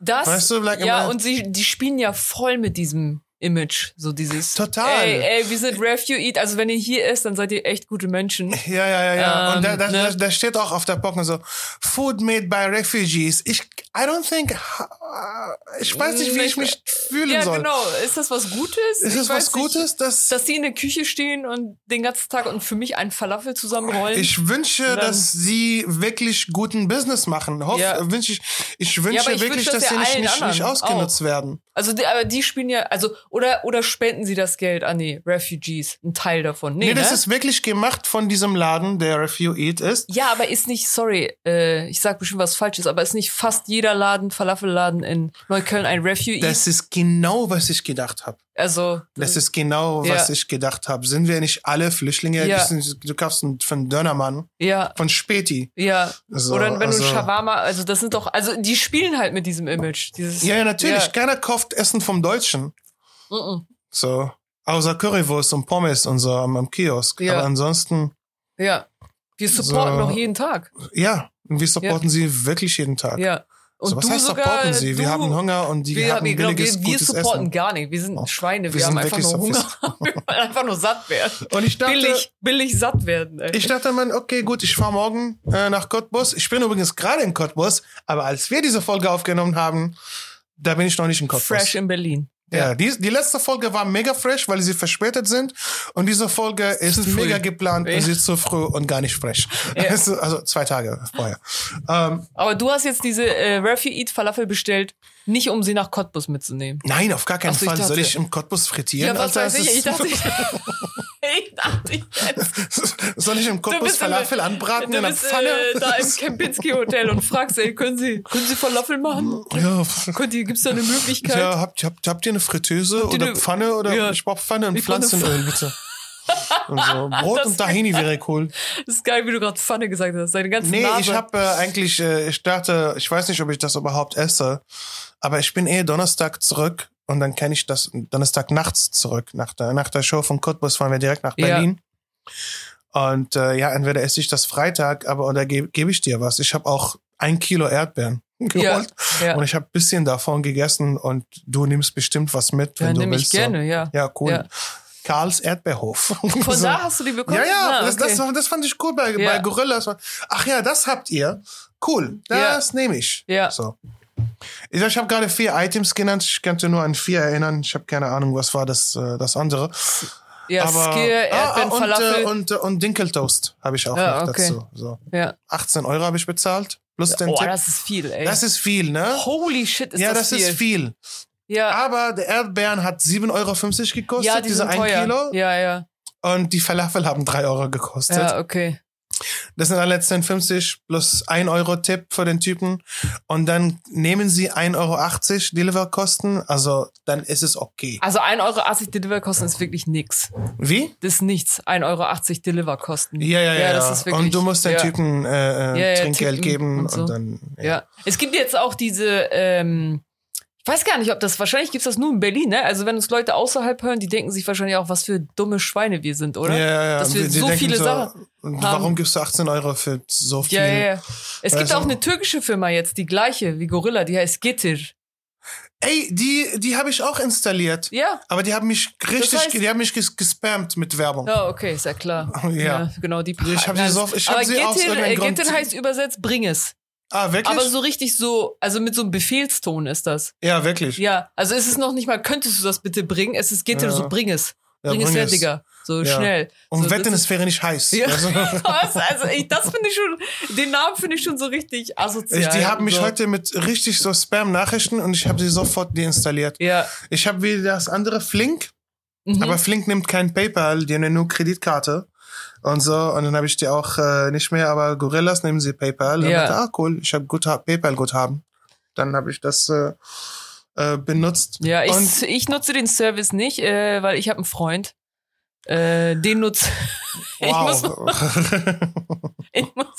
[SPEAKER 2] das.
[SPEAKER 1] Weißt du, like
[SPEAKER 2] ja,
[SPEAKER 1] immer-
[SPEAKER 2] und sie, die spielen ja voll mit diesem Image. So dieses.
[SPEAKER 1] Total.
[SPEAKER 2] Ey, ey, wir sind Refugee Eat. Also, wenn ihr hier ist, dann seid ihr echt gute Menschen.
[SPEAKER 1] Ja, ja, ja, ja. und da,
[SPEAKER 2] Ähm,
[SPEAKER 1] da,
[SPEAKER 2] ne?
[SPEAKER 1] da, da steht auch auf der Packung so, Food made by refugees. Ich, I don't think, äh, ich weiß nicht, wie ich mich fühlen
[SPEAKER 2] Hm, Ja,
[SPEAKER 1] soll.
[SPEAKER 2] genau. Ist das was Gutes?
[SPEAKER 1] Ist
[SPEAKER 2] Ich
[SPEAKER 1] es
[SPEAKER 2] weiß
[SPEAKER 1] was Gutes, dass,
[SPEAKER 2] Nicht, dass sie in der Küche stehen und den ganzen Tag und für mich einen Falafel zusammenrollen.
[SPEAKER 1] ich wünsche,
[SPEAKER 2] Dann-
[SPEAKER 1] dass sie wirklich guten Business machen. Hoff,
[SPEAKER 2] Ja.
[SPEAKER 1] wünsche ich, ich
[SPEAKER 2] Ja,
[SPEAKER 1] wünsche
[SPEAKER 2] aber ich
[SPEAKER 1] wirklich,
[SPEAKER 2] wünsche das
[SPEAKER 1] dass sie
[SPEAKER 2] ja
[SPEAKER 1] nicht,
[SPEAKER 2] allen
[SPEAKER 1] nicht, nicht
[SPEAKER 2] anderen
[SPEAKER 1] ausgenutzt werden.
[SPEAKER 2] also, die, aber die spielen ja, also, oder, oder spenden sie das Geld an die Refugees? Ein Teil davon. Nee,
[SPEAKER 1] Nee,
[SPEAKER 2] ne?
[SPEAKER 1] das ist wirklich gemacht von diesem Laden, der Refugee Eat ist.
[SPEAKER 2] Ja, aber ist nicht, sorry, äh, ich sag bestimmt was Falsches, aber ist nicht fast jeder Laden, Falafelladen in Neukölln ein Refugee?
[SPEAKER 1] Das ist genau, was ich gedacht habe.
[SPEAKER 2] also,
[SPEAKER 1] Das ist genau, was
[SPEAKER 2] Ja.
[SPEAKER 1] ich gedacht habe. Sind wir nicht alle Flüchtlinge?
[SPEAKER 2] Ja.
[SPEAKER 1] Du kaufst einen- von Dönermann,
[SPEAKER 2] ja,
[SPEAKER 1] von Späti.
[SPEAKER 2] ja.
[SPEAKER 1] So,
[SPEAKER 2] Oder wenn
[SPEAKER 1] also-
[SPEAKER 2] du ein Shawarma, also das sind doch, also die spielen halt mit diesem Image. Dieses, mm,
[SPEAKER 1] Ja, ja, natürlich.
[SPEAKER 2] Ja.
[SPEAKER 1] Keiner kauft Essen vom Deutschen.
[SPEAKER 2] Mm-mm.
[SPEAKER 1] So. Außer Currywurst und Pommes und so am, am Kiosk.
[SPEAKER 2] Ja.
[SPEAKER 1] Aber ansonsten,
[SPEAKER 2] ja. Wir supporten
[SPEAKER 1] So.
[SPEAKER 2] doch jeden Tag.
[SPEAKER 1] ja. Und wir supporten sie wirklich jeden Tag.
[SPEAKER 2] Ja. Und
[SPEAKER 1] so, Also, was
[SPEAKER 2] du
[SPEAKER 1] heißt
[SPEAKER 2] sogar,
[SPEAKER 1] supporten sie? Wir
[SPEAKER 2] du-
[SPEAKER 1] haben Hunger und die
[SPEAKER 2] wir,
[SPEAKER 1] haben
[SPEAKER 2] wir, genau,
[SPEAKER 1] billiges,
[SPEAKER 2] wir, wir
[SPEAKER 1] gutes
[SPEAKER 2] supporten
[SPEAKER 1] Essen.
[SPEAKER 2] gar nicht. Wir sind
[SPEAKER 1] Oh,
[SPEAKER 2] Schweine. Wir,
[SPEAKER 1] wir
[SPEAKER 2] haben
[SPEAKER 1] sind
[SPEAKER 2] einfach
[SPEAKER 1] wirklich
[SPEAKER 2] nur Hunger.
[SPEAKER 1] sophisticated.
[SPEAKER 2] wir wollen einfach nur satt werden.
[SPEAKER 1] Und ich dachte,
[SPEAKER 2] Billig, billig satt werden. Ey.
[SPEAKER 1] ich dachte man, okay, gut, ich fahre morgen äh, nach Cottbus. Ich bin übrigens gerade in Cottbus, aber als wir diese Folge aufgenommen haben, da bin ich noch nicht in Cottbus.
[SPEAKER 2] Fresh in Berlin.
[SPEAKER 1] Ja, die, die letzte Folge war mega fresh, weil sie verspätet sind. Und diese Folge ist
[SPEAKER 2] Zu früh.
[SPEAKER 1] mega geplant
[SPEAKER 2] Ja.
[SPEAKER 1] und sie ist zu früh und gar nicht fresh.
[SPEAKER 2] Ja.
[SPEAKER 1] Also, also zwei Tage vorher. Ähm,
[SPEAKER 2] Aber du hast jetzt diese äh, Refu Eat Falafel bestellt Nicht um sie nach Cottbus mitzunehmen.
[SPEAKER 1] Nein, auf gar keinen
[SPEAKER 2] Ach so, ich
[SPEAKER 1] Fall. Soll
[SPEAKER 2] dachte-
[SPEAKER 1] ich im Cottbus frittieren?
[SPEAKER 2] ja, was
[SPEAKER 1] Alter?
[SPEAKER 2] weiß
[SPEAKER 1] Es
[SPEAKER 2] ich?
[SPEAKER 1] ist-
[SPEAKER 2] Ich dachte, ich, ich dachte jetzt,
[SPEAKER 1] Soll ich im Cottbus
[SPEAKER 2] bist im-
[SPEAKER 1] Falafel anbraten
[SPEAKER 2] du
[SPEAKER 1] in einer
[SPEAKER 2] bist
[SPEAKER 1] Pfanne?
[SPEAKER 2] äh, da im Kempinski Hotel und fragst, ey, können Sie, können Sie Falafel machen?
[SPEAKER 1] ja,
[SPEAKER 2] Könnt ihr, gibt's da eine Möglichkeit?
[SPEAKER 1] ja habt, habt, habt ihr eine Fritteuse
[SPEAKER 2] ihr
[SPEAKER 1] oder
[SPEAKER 2] eine-
[SPEAKER 1] Pfanne? Oder
[SPEAKER 2] Ja.
[SPEAKER 1] ich brauch Pfanne und
[SPEAKER 2] Ich brauch eine
[SPEAKER 1] Pflanzenöl, bitte. Und so. Brot
[SPEAKER 2] Das
[SPEAKER 1] und Tahini wäre cool.
[SPEAKER 2] Das ist geil, wie du gerade Pfanne gesagt hast. Deine ganze
[SPEAKER 1] Nee,
[SPEAKER 2] Nase.
[SPEAKER 1] ich habe äh, eigentlich, äh, ich dachte, ich weiß nicht, ob ich das überhaupt esse, aber ich bin eh Donnerstag zurück und dann kann ich das Donnerstag nachts zurück. Nach der, nach der Show von Cottbus fahren wir direkt nach
[SPEAKER 2] Ja.
[SPEAKER 1] Berlin. Und äh, ja, entweder esse ich das Freitag, aber oder gebe geb ich dir was. Ich habe auch ein Kilo Erdbeeren
[SPEAKER 2] ja,
[SPEAKER 1] geholt
[SPEAKER 2] ja.
[SPEAKER 1] und ich habe ein bisschen davon gegessen und du nimmst bestimmt was mit, wenn
[SPEAKER 2] ja
[SPEAKER 1] du
[SPEAKER 2] nehme
[SPEAKER 1] willst.
[SPEAKER 2] ich gerne, ja.
[SPEAKER 1] So. Ja, cool.
[SPEAKER 2] Ja.
[SPEAKER 1] Karls Erdbeerhof.
[SPEAKER 2] Von
[SPEAKER 1] So.
[SPEAKER 2] da hast du die bekommen?
[SPEAKER 1] Ja, ja,
[SPEAKER 2] Ah,
[SPEAKER 1] das, das,
[SPEAKER 2] okay.
[SPEAKER 1] war- das fand ich cool bei,
[SPEAKER 2] Ja.
[SPEAKER 1] bei Gorillas. Ach ja, das habt ihr. Cool,
[SPEAKER 2] Ja.
[SPEAKER 1] das nehme ich.
[SPEAKER 2] Ja.
[SPEAKER 1] So. Ich, ich habe gerade vier Items genannt. Ich könnte nur an vier erinnern. Ich habe keine Ahnung, was war das, äh, das andere.
[SPEAKER 2] ja
[SPEAKER 1] Aber,
[SPEAKER 2] Skier, Erdbeeren,
[SPEAKER 1] ah, und,
[SPEAKER 2] Falafel.
[SPEAKER 1] äh, und, äh, und Dinkeltoast habe ich auch
[SPEAKER 2] Ja,
[SPEAKER 1] noch
[SPEAKER 2] okay.
[SPEAKER 1] dazu. So.
[SPEAKER 2] ja.
[SPEAKER 1] 18 Euro habe ich bezahlt. Plus den
[SPEAKER 2] Oh,
[SPEAKER 1] Tipp. Das,
[SPEAKER 2] das ist viel, ey.
[SPEAKER 1] ist viel, ne?
[SPEAKER 2] Holy shit, ist
[SPEAKER 1] ja,
[SPEAKER 2] das,
[SPEAKER 1] das,
[SPEAKER 2] viel.
[SPEAKER 1] ist viel. Ah,
[SPEAKER 2] Ja,
[SPEAKER 1] Aber der Erdbeeren hat 7,50 Euro gekostet,
[SPEAKER 2] ja die
[SPEAKER 1] diese
[SPEAKER 2] sind
[SPEAKER 1] 1
[SPEAKER 2] teuer.
[SPEAKER 1] Kilo.
[SPEAKER 2] Ja, ja.
[SPEAKER 1] Und die Falafel haben 3 Euro gekostet.
[SPEAKER 2] Ja, okay.
[SPEAKER 1] Das sind alle 10,50 plus 1 Euro Tipp für den Typen. Und dann nehmen sie 1,80 Euro Deliverkosten. Also dann ist es okay.
[SPEAKER 2] Also 1,80 Euro Deliver-Kosten ist wirklich nix.
[SPEAKER 1] Wie?
[SPEAKER 2] Das ist nichts. 1,80 Euro Deliver-Kosten.
[SPEAKER 1] Ja, ja, ja.
[SPEAKER 2] Ja, das
[SPEAKER 1] ja.
[SPEAKER 2] ist wirklich-
[SPEAKER 1] und du musst den
[SPEAKER 2] ja.
[SPEAKER 1] Typen äh, äh,
[SPEAKER 2] Ja, ja, Tippen
[SPEAKER 1] Trinkgeld geben
[SPEAKER 2] und
[SPEAKER 1] und,
[SPEAKER 2] so.
[SPEAKER 1] dann.
[SPEAKER 2] Ja. Es gibt jetzt auch diese, ähm, ich weiß gar nicht, ob das, wahrscheinlich gibt's das nur in Berlin, ne? Also wenn uns Leute außerhalb hören, die denken sich wahrscheinlich auch, was für dumme Schweine wir sind, oder?
[SPEAKER 1] Ja, ja, ja.
[SPEAKER 2] Dass
[SPEAKER 1] Und
[SPEAKER 2] wir
[SPEAKER 1] die- die
[SPEAKER 2] so
[SPEAKER 1] denken
[SPEAKER 2] viele
[SPEAKER 1] so,
[SPEAKER 2] Sachen haben.
[SPEAKER 1] und Warum gibst du 18 Euro für so viel?
[SPEAKER 2] Ja, ja, ja. Es
[SPEAKER 1] Weißt
[SPEAKER 2] gibt
[SPEAKER 1] du-
[SPEAKER 2] auch eine türkische Firma jetzt, die gleiche wie Gorilla, die heißt Getir.
[SPEAKER 1] Ey, die, die habe ich auch installiert.
[SPEAKER 2] Ja.
[SPEAKER 1] Aber die haben mich richtig,
[SPEAKER 2] heißt-
[SPEAKER 1] die haben mich ges gespammt mit Werbung.
[SPEAKER 2] Ja, okay, ist ja klar.
[SPEAKER 1] Oh, Ja.
[SPEAKER 2] genau, die
[SPEAKER 1] Ich hab sie so- ich hab
[SPEAKER 2] Aber
[SPEAKER 1] sie aus
[SPEAKER 2] Getir,
[SPEAKER 1] irgendeinem
[SPEAKER 2] äh,
[SPEAKER 1] Grund-
[SPEAKER 2] Getir heißt übersetzt, bring es.
[SPEAKER 1] Ah, wirklich?
[SPEAKER 2] Aber so richtig so, also mit so einem Befehlston ist das.
[SPEAKER 1] ja, wirklich.
[SPEAKER 2] Ja, also ist es ist noch nicht mal, könntest du das bitte bringen? Es ist Getir,
[SPEAKER 1] Ja.
[SPEAKER 2] so bring es.
[SPEAKER 1] Ja,
[SPEAKER 2] Bring es
[SPEAKER 1] bring
[SPEAKER 2] her,
[SPEAKER 1] es.
[SPEAKER 2] Digga. So
[SPEAKER 1] Ja.
[SPEAKER 2] schnell.
[SPEAKER 1] Und
[SPEAKER 2] so,
[SPEAKER 1] wetten,
[SPEAKER 2] das
[SPEAKER 1] es wäre nicht heiß.
[SPEAKER 2] Ja.
[SPEAKER 1] Also-
[SPEAKER 2] Was? Also ich, das finde ich schon, den Namen finde ich schon so richtig asozial.
[SPEAKER 1] Ich, die haben mich
[SPEAKER 2] so.
[SPEAKER 1] heute mit richtig so Spam-Nachrichten und ich habe sie sofort deinstalliert.
[SPEAKER 2] Ja.
[SPEAKER 1] Ich habe wie das andere Flink,
[SPEAKER 2] Mhm.
[SPEAKER 1] aber Flink nimmt kein PayPal, die nehmen nur Kreditkarte und so. Und dann habe ich die auch äh, nicht mehr, aber Gorillas nehmen sie PayPal. Und
[SPEAKER 2] Ja.
[SPEAKER 1] dachte, ah, cool, ich habe Gutha PayPal-Guthaben. Dann habe ich das äh, äh, benutzt.
[SPEAKER 2] ja, ich,
[SPEAKER 1] und-
[SPEAKER 2] ich nutze den Service nicht, äh, weil ich habe einen Freund. Äh, den nutze ich. Muss, ich muss,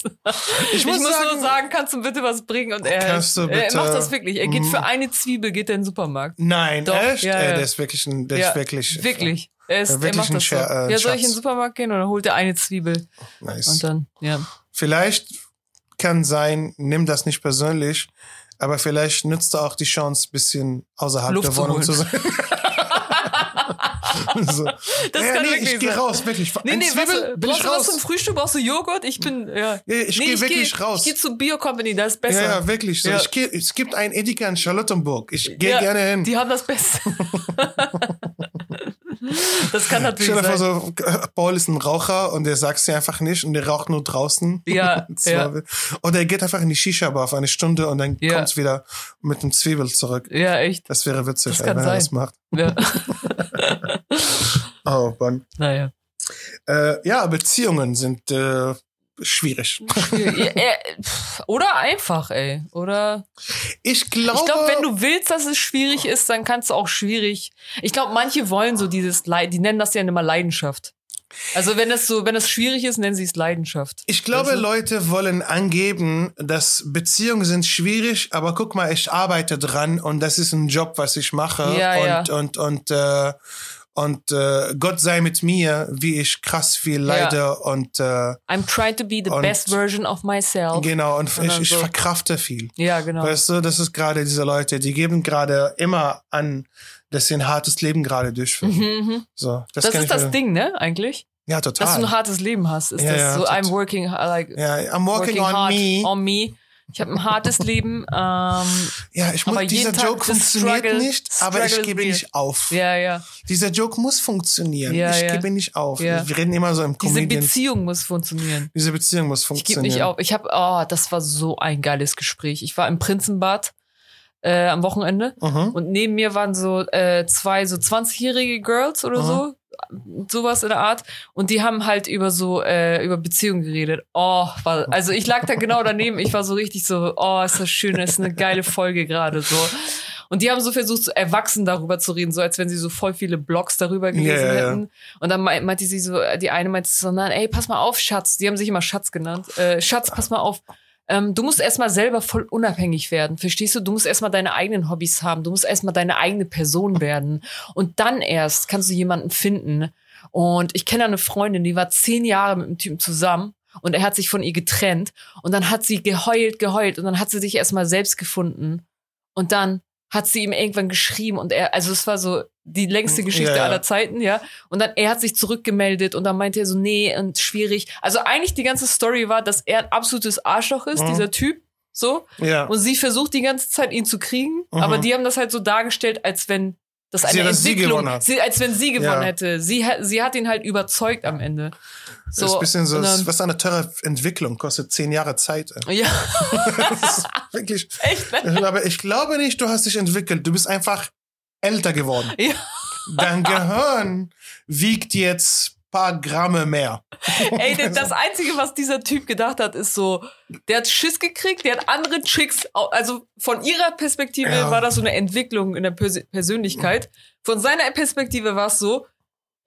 [SPEAKER 2] ich
[SPEAKER 1] muss
[SPEAKER 2] muss
[SPEAKER 1] sagen-
[SPEAKER 2] nur sagen, kannst du bitte was bringen? Und er,
[SPEAKER 1] Kannst
[SPEAKER 2] er
[SPEAKER 1] du bitte-
[SPEAKER 2] macht das wirklich. Er geht
[SPEAKER 1] Mm.
[SPEAKER 2] für eine Zwiebel, geht er in den Supermarkt.
[SPEAKER 1] Nein,
[SPEAKER 2] Doch,
[SPEAKER 1] echt?
[SPEAKER 2] ja,
[SPEAKER 1] Ey,
[SPEAKER 2] ja.
[SPEAKER 1] der ist wirklich ein, der
[SPEAKER 2] Ja,
[SPEAKER 1] ist wirklich. äh,
[SPEAKER 2] Wirklich. Er, ist,
[SPEAKER 1] Wirklich
[SPEAKER 2] er macht
[SPEAKER 1] ein
[SPEAKER 2] das so.
[SPEAKER 1] Scher- äh,
[SPEAKER 2] ja, soll ich in
[SPEAKER 1] Schatz.
[SPEAKER 2] den Supermarkt gehen oder holt er eine Zwiebel?
[SPEAKER 1] Nice.
[SPEAKER 2] Und dann, ja.
[SPEAKER 1] Vielleicht kann sein, nimm das nicht persönlich, aber vielleicht nützt er auch die Chance, bisschen außerhalb
[SPEAKER 2] Luft
[SPEAKER 1] der
[SPEAKER 2] zu
[SPEAKER 1] Wohnung
[SPEAKER 2] holen.
[SPEAKER 1] zu sein. so.
[SPEAKER 2] Das
[SPEAKER 1] ja,
[SPEAKER 2] kann
[SPEAKER 1] nee,
[SPEAKER 2] wirklich
[SPEAKER 1] ich gehe
[SPEAKER 2] sein.
[SPEAKER 1] raus, wirklich. Nee,
[SPEAKER 2] Nee,
[SPEAKER 1] Ein
[SPEAKER 2] nee,
[SPEAKER 1] Zwiebel,
[SPEAKER 2] was,
[SPEAKER 1] bin
[SPEAKER 2] brauchst
[SPEAKER 1] ich
[SPEAKER 2] du was zum
[SPEAKER 1] raus.
[SPEAKER 2] Frühstück? Brauchst du Joghurt? Ich bin, ja.
[SPEAKER 1] Ja, ich gehe wirklich
[SPEAKER 2] geh,
[SPEAKER 1] raus.
[SPEAKER 2] Ich gehe zu Bio Company, da ist besser.
[SPEAKER 1] Ja, ja, wirklich. So.
[SPEAKER 2] Ja.
[SPEAKER 1] Ich geh, es gibt einen Edeka in Charlottenburg. Ich gehe
[SPEAKER 2] Ja,
[SPEAKER 1] gerne hin.
[SPEAKER 2] Die haben das Beste. das kann natürlich
[SPEAKER 1] Stell dir vor,
[SPEAKER 2] sein.
[SPEAKER 1] so, äh, Paul ist ein Raucher und der sagt sie einfach nicht und der raucht nur draußen.
[SPEAKER 2] Ja,
[SPEAKER 1] So.
[SPEAKER 2] ja.
[SPEAKER 1] Oder er geht einfach in die Shisha-Bar für eine Stunde und dann
[SPEAKER 2] Ja.
[SPEAKER 1] kommt's wieder mit einem Zwiebel zurück.
[SPEAKER 2] Ja, echt.
[SPEAKER 1] Das wäre witzig,
[SPEAKER 2] Das
[SPEAKER 1] ey,
[SPEAKER 2] kann
[SPEAKER 1] wenn er
[SPEAKER 2] sein.
[SPEAKER 1] das macht.
[SPEAKER 2] Ja.
[SPEAKER 1] Oh, Mann.
[SPEAKER 2] Naja.
[SPEAKER 1] Äh, ja, Beziehungen sind äh, schwierig.
[SPEAKER 2] Ja, äh, pff, Oder einfach, ey. Oder.
[SPEAKER 1] Ich glaube,
[SPEAKER 2] Ich glaube, wenn du willst, dass es schwierig ist, dann kannst du auch schwierig. Ich glaube, manche wollen so dieses Leid, die nennen das ja immer Leidenschaft. Also wenn es so, wenn es schwierig ist, nennen sie es Leidenschaft.
[SPEAKER 1] ich glaube,
[SPEAKER 2] Weißt du?
[SPEAKER 1] Leute wollen angeben, dass Beziehungen sind schwierig, aber guck mal, ich arbeite dran und das ist ein Job, was ich mache
[SPEAKER 2] Ja, ja.
[SPEAKER 1] und und und äh, und äh, Gott sei mit mir, wie ich krass viel leide und äh,
[SPEAKER 2] I'm trying to be the
[SPEAKER 1] Und-
[SPEAKER 2] best version of myself.
[SPEAKER 1] genau und ich,
[SPEAKER 2] dann
[SPEAKER 1] ich
[SPEAKER 2] so.
[SPEAKER 1] verkrafte viel.
[SPEAKER 2] ja, genau.
[SPEAKER 1] Weißt du, das ist gerade diese Leute, die geben gerade immer an, dass sie ein hartes Leben gerade durchführen.
[SPEAKER 2] Mhm.
[SPEAKER 1] So, das,
[SPEAKER 2] Das,
[SPEAKER 1] kann
[SPEAKER 2] ist
[SPEAKER 1] ich
[SPEAKER 2] das
[SPEAKER 1] mir-
[SPEAKER 2] Ding, ne, eigentlich?
[SPEAKER 1] Ja, total.
[SPEAKER 2] Dass du ein hartes Leben hast, ist
[SPEAKER 1] Ja,
[SPEAKER 2] das
[SPEAKER 1] ja,
[SPEAKER 2] so,
[SPEAKER 1] tot-
[SPEAKER 2] I'm working, uh, like,
[SPEAKER 1] Ja, I'm working,
[SPEAKER 2] working
[SPEAKER 1] on
[SPEAKER 2] hard
[SPEAKER 1] me.
[SPEAKER 2] on me. Ich habe ein hartes Leben. Ähm,
[SPEAKER 1] ja, ich muss,
[SPEAKER 2] aber
[SPEAKER 1] dieser
[SPEAKER 2] jeden Tag
[SPEAKER 1] Joke
[SPEAKER 2] das
[SPEAKER 1] funktioniert
[SPEAKER 2] Struggle-
[SPEAKER 1] nicht, aber ich
[SPEAKER 2] Struggle
[SPEAKER 1] gebe
[SPEAKER 2] real.
[SPEAKER 1] nicht auf.
[SPEAKER 2] ja, ja.
[SPEAKER 1] Dieser Joke muss funktionieren.
[SPEAKER 2] Ja,
[SPEAKER 1] ich
[SPEAKER 2] ja.
[SPEAKER 1] gebe nicht auf.
[SPEAKER 2] Ja.
[SPEAKER 1] Wir reden immer so im
[SPEAKER 2] Diese
[SPEAKER 1] Comedian.
[SPEAKER 2] Beziehung muss funktionieren.
[SPEAKER 1] Diese Beziehung muss
[SPEAKER 2] Ich gebe
[SPEAKER 1] funktionieren.
[SPEAKER 2] nicht auf. Ich habe, oh, das war so ein geiles Gespräch. Ich war im Prinzenbad. äh, am Wochenende.
[SPEAKER 1] Mhm.
[SPEAKER 2] Und neben mir waren so äh, zwei so 20-jährige Girls oder
[SPEAKER 1] Mhm.
[SPEAKER 2] so. Sowas in der Art. Und die haben halt über so, äh, über Beziehungen geredet. Oh, war, also ich lag da genau daneben. Ich war so richtig so, oh, ist das schön, ist eine geile Folge gerade so. Und die haben so versucht, so erwachsen darüber zu reden, so als wenn sie so voll viele Blogs darüber gelesen
[SPEAKER 1] Ja, ja, ja.
[SPEAKER 2] hätten. Und dann mei- meinte sie so, die eine meinte so, nein, ey, pass mal auf, Schatz. Die haben sich immer Schatz genannt. Äh, Schatz, pass mal auf. Ähm, du musst erstmal selber voll unabhängig werden. Verstehst du? Du musst erstmal deine eigenen Hobbys haben. Du musst erstmal deine eigene Person werden. Und dann erst kannst du jemanden finden. Und ich kenne eine Freundin, die war zehn Jahre mit einem Typen zusammen. Und er hat sich von ihr getrennt. Und dann hat sie geheult, geheult. Und dann hat sie sich erstmal selbst gefunden. Und dann hat sie ihm irgendwann geschrieben. Und er, also es war so die längste
[SPEAKER 1] Ja,
[SPEAKER 2] Geschichte
[SPEAKER 1] Hm, ja.
[SPEAKER 2] aller Zeiten, ja. Und dann, er hat sich zurückgemeldet. Und dann meinte er so, nee, und schwierig. Also eigentlich die ganze Story war, dass er ein absolutes Arschloch ist,
[SPEAKER 1] Mhm.
[SPEAKER 2] dieser Typ. So.
[SPEAKER 1] Ja.
[SPEAKER 2] Und sie versucht die ganze Zeit, ihn zu kriegen,
[SPEAKER 1] Mhm.
[SPEAKER 2] aber die haben das halt so dargestellt, als wenn das
[SPEAKER 1] Sie
[SPEAKER 2] eine
[SPEAKER 1] hat- dass sie
[SPEAKER 2] Entwicklung,
[SPEAKER 1] gewonnen hat.
[SPEAKER 2] Sie, als wenn sie gewonnen
[SPEAKER 1] Ja.
[SPEAKER 2] hätte. Sie, ha- sie hat ihn halt überzeugt am Ende. So,
[SPEAKER 1] das ist ein bisschen so,
[SPEAKER 2] und
[SPEAKER 1] das-
[SPEAKER 2] dann-
[SPEAKER 1] was eine teure Entwicklung kostet zehn Jahre Zeit. ey.
[SPEAKER 2] ja,
[SPEAKER 1] Das ist wirklich.
[SPEAKER 2] echt, ne?
[SPEAKER 1] Aber ich glaube nicht, du hast dich entwickelt. Du bist einfach älter geworden.
[SPEAKER 2] Ja.
[SPEAKER 1] Dein Gehirn wiegt jetzt paar Gramme mehr.
[SPEAKER 2] Ey, das- das Einzige, was dieser Typ gedacht hat, ist so, der hat Schiss gekriegt, der hat andere Tricks. au- Also von ihrer Perspektive
[SPEAKER 1] Ja.
[SPEAKER 2] war das so eine Entwicklung in der Pers Persönlichkeit. Von seiner Perspektive war es so,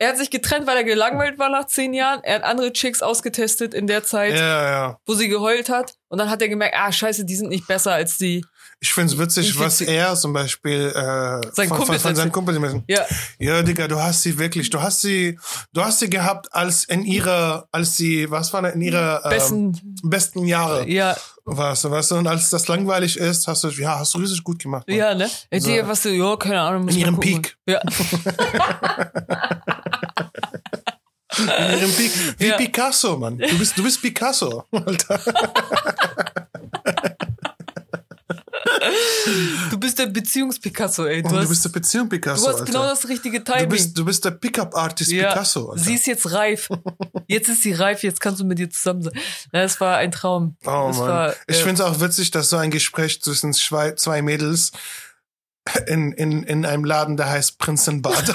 [SPEAKER 2] er hat sich getrennt, weil er gelangweilt war nach zehn Jahren. Er hat andere Chicks ausgetestet in der Zeit.
[SPEAKER 1] Ja, ja.
[SPEAKER 2] wo sie geheult hat. Und dann hat er gemerkt, ah, scheiße, die sind nicht besser als die.
[SPEAKER 1] Ich find's witzig,
[SPEAKER 2] Ich
[SPEAKER 1] was
[SPEAKER 2] witzig.
[SPEAKER 1] er zum Beispiel äh,
[SPEAKER 2] Sein
[SPEAKER 1] von, von,
[SPEAKER 2] Kumpel
[SPEAKER 1] von seinem
[SPEAKER 2] erzählt.
[SPEAKER 1] Kumpel gemessen.
[SPEAKER 2] Ja,
[SPEAKER 1] Ja, Digga, du hast sie wirklich, du hast sie, du hast sie gehabt als in ihrer, als sie, was war denn, in ihrer ähm,
[SPEAKER 2] besten.
[SPEAKER 1] besten Jahre
[SPEAKER 2] Ja,
[SPEAKER 1] warst du, weißt du, und als das langweilig ist, hast du, ja, hast du riesig gut gemacht. Mann.
[SPEAKER 2] ja, ne? Ich
[SPEAKER 1] So.
[SPEAKER 2] so. was so, ja, keine Ahnung. muss
[SPEAKER 1] In
[SPEAKER 2] mal
[SPEAKER 1] ihrem
[SPEAKER 2] gucken.
[SPEAKER 1] Peak.
[SPEAKER 2] Ja.
[SPEAKER 1] In ihrem Peak, wie
[SPEAKER 2] Ja.
[SPEAKER 1] Picasso, Mann. Du bist, du bist Picasso, Alter.
[SPEAKER 2] Du bist der Beziehungs-Picasso, ey. Du,
[SPEAKER 1] Und
[SPEAKER 2] hast,
[SPEAKER 1] du bist der Beziehung Picasso,
[SPEAKER 2] du hast
[SPEAKER 1] Alter.
[SPEAKER 2] genau das richtige Timing.
[SPEAKER 1] du bist, du bist der Pickup-Artist
[SPEAKER 2] ja.
[SPEAKER 1] Picasso, Alter.
[SPEAKER 2] Sie ist jetzt reif. Jetzt ist sie reif, jetzt kannst du mit ihr zusammen sein. Na, das war ein Traum.
[SPEAKER 1] Oh
[SPEAKER 2] das
[SPEAKER 1] Mann.
[SPEAKER 2] War,
[SPEAKER 1] ich
[SPEAKER 2] äh,
[SPEAKER 1] find's auch witzig, dass so ein Gespräch zwischen zwei, zwei Mädels in, in, in einem Laden, der heißt Prinzenbad.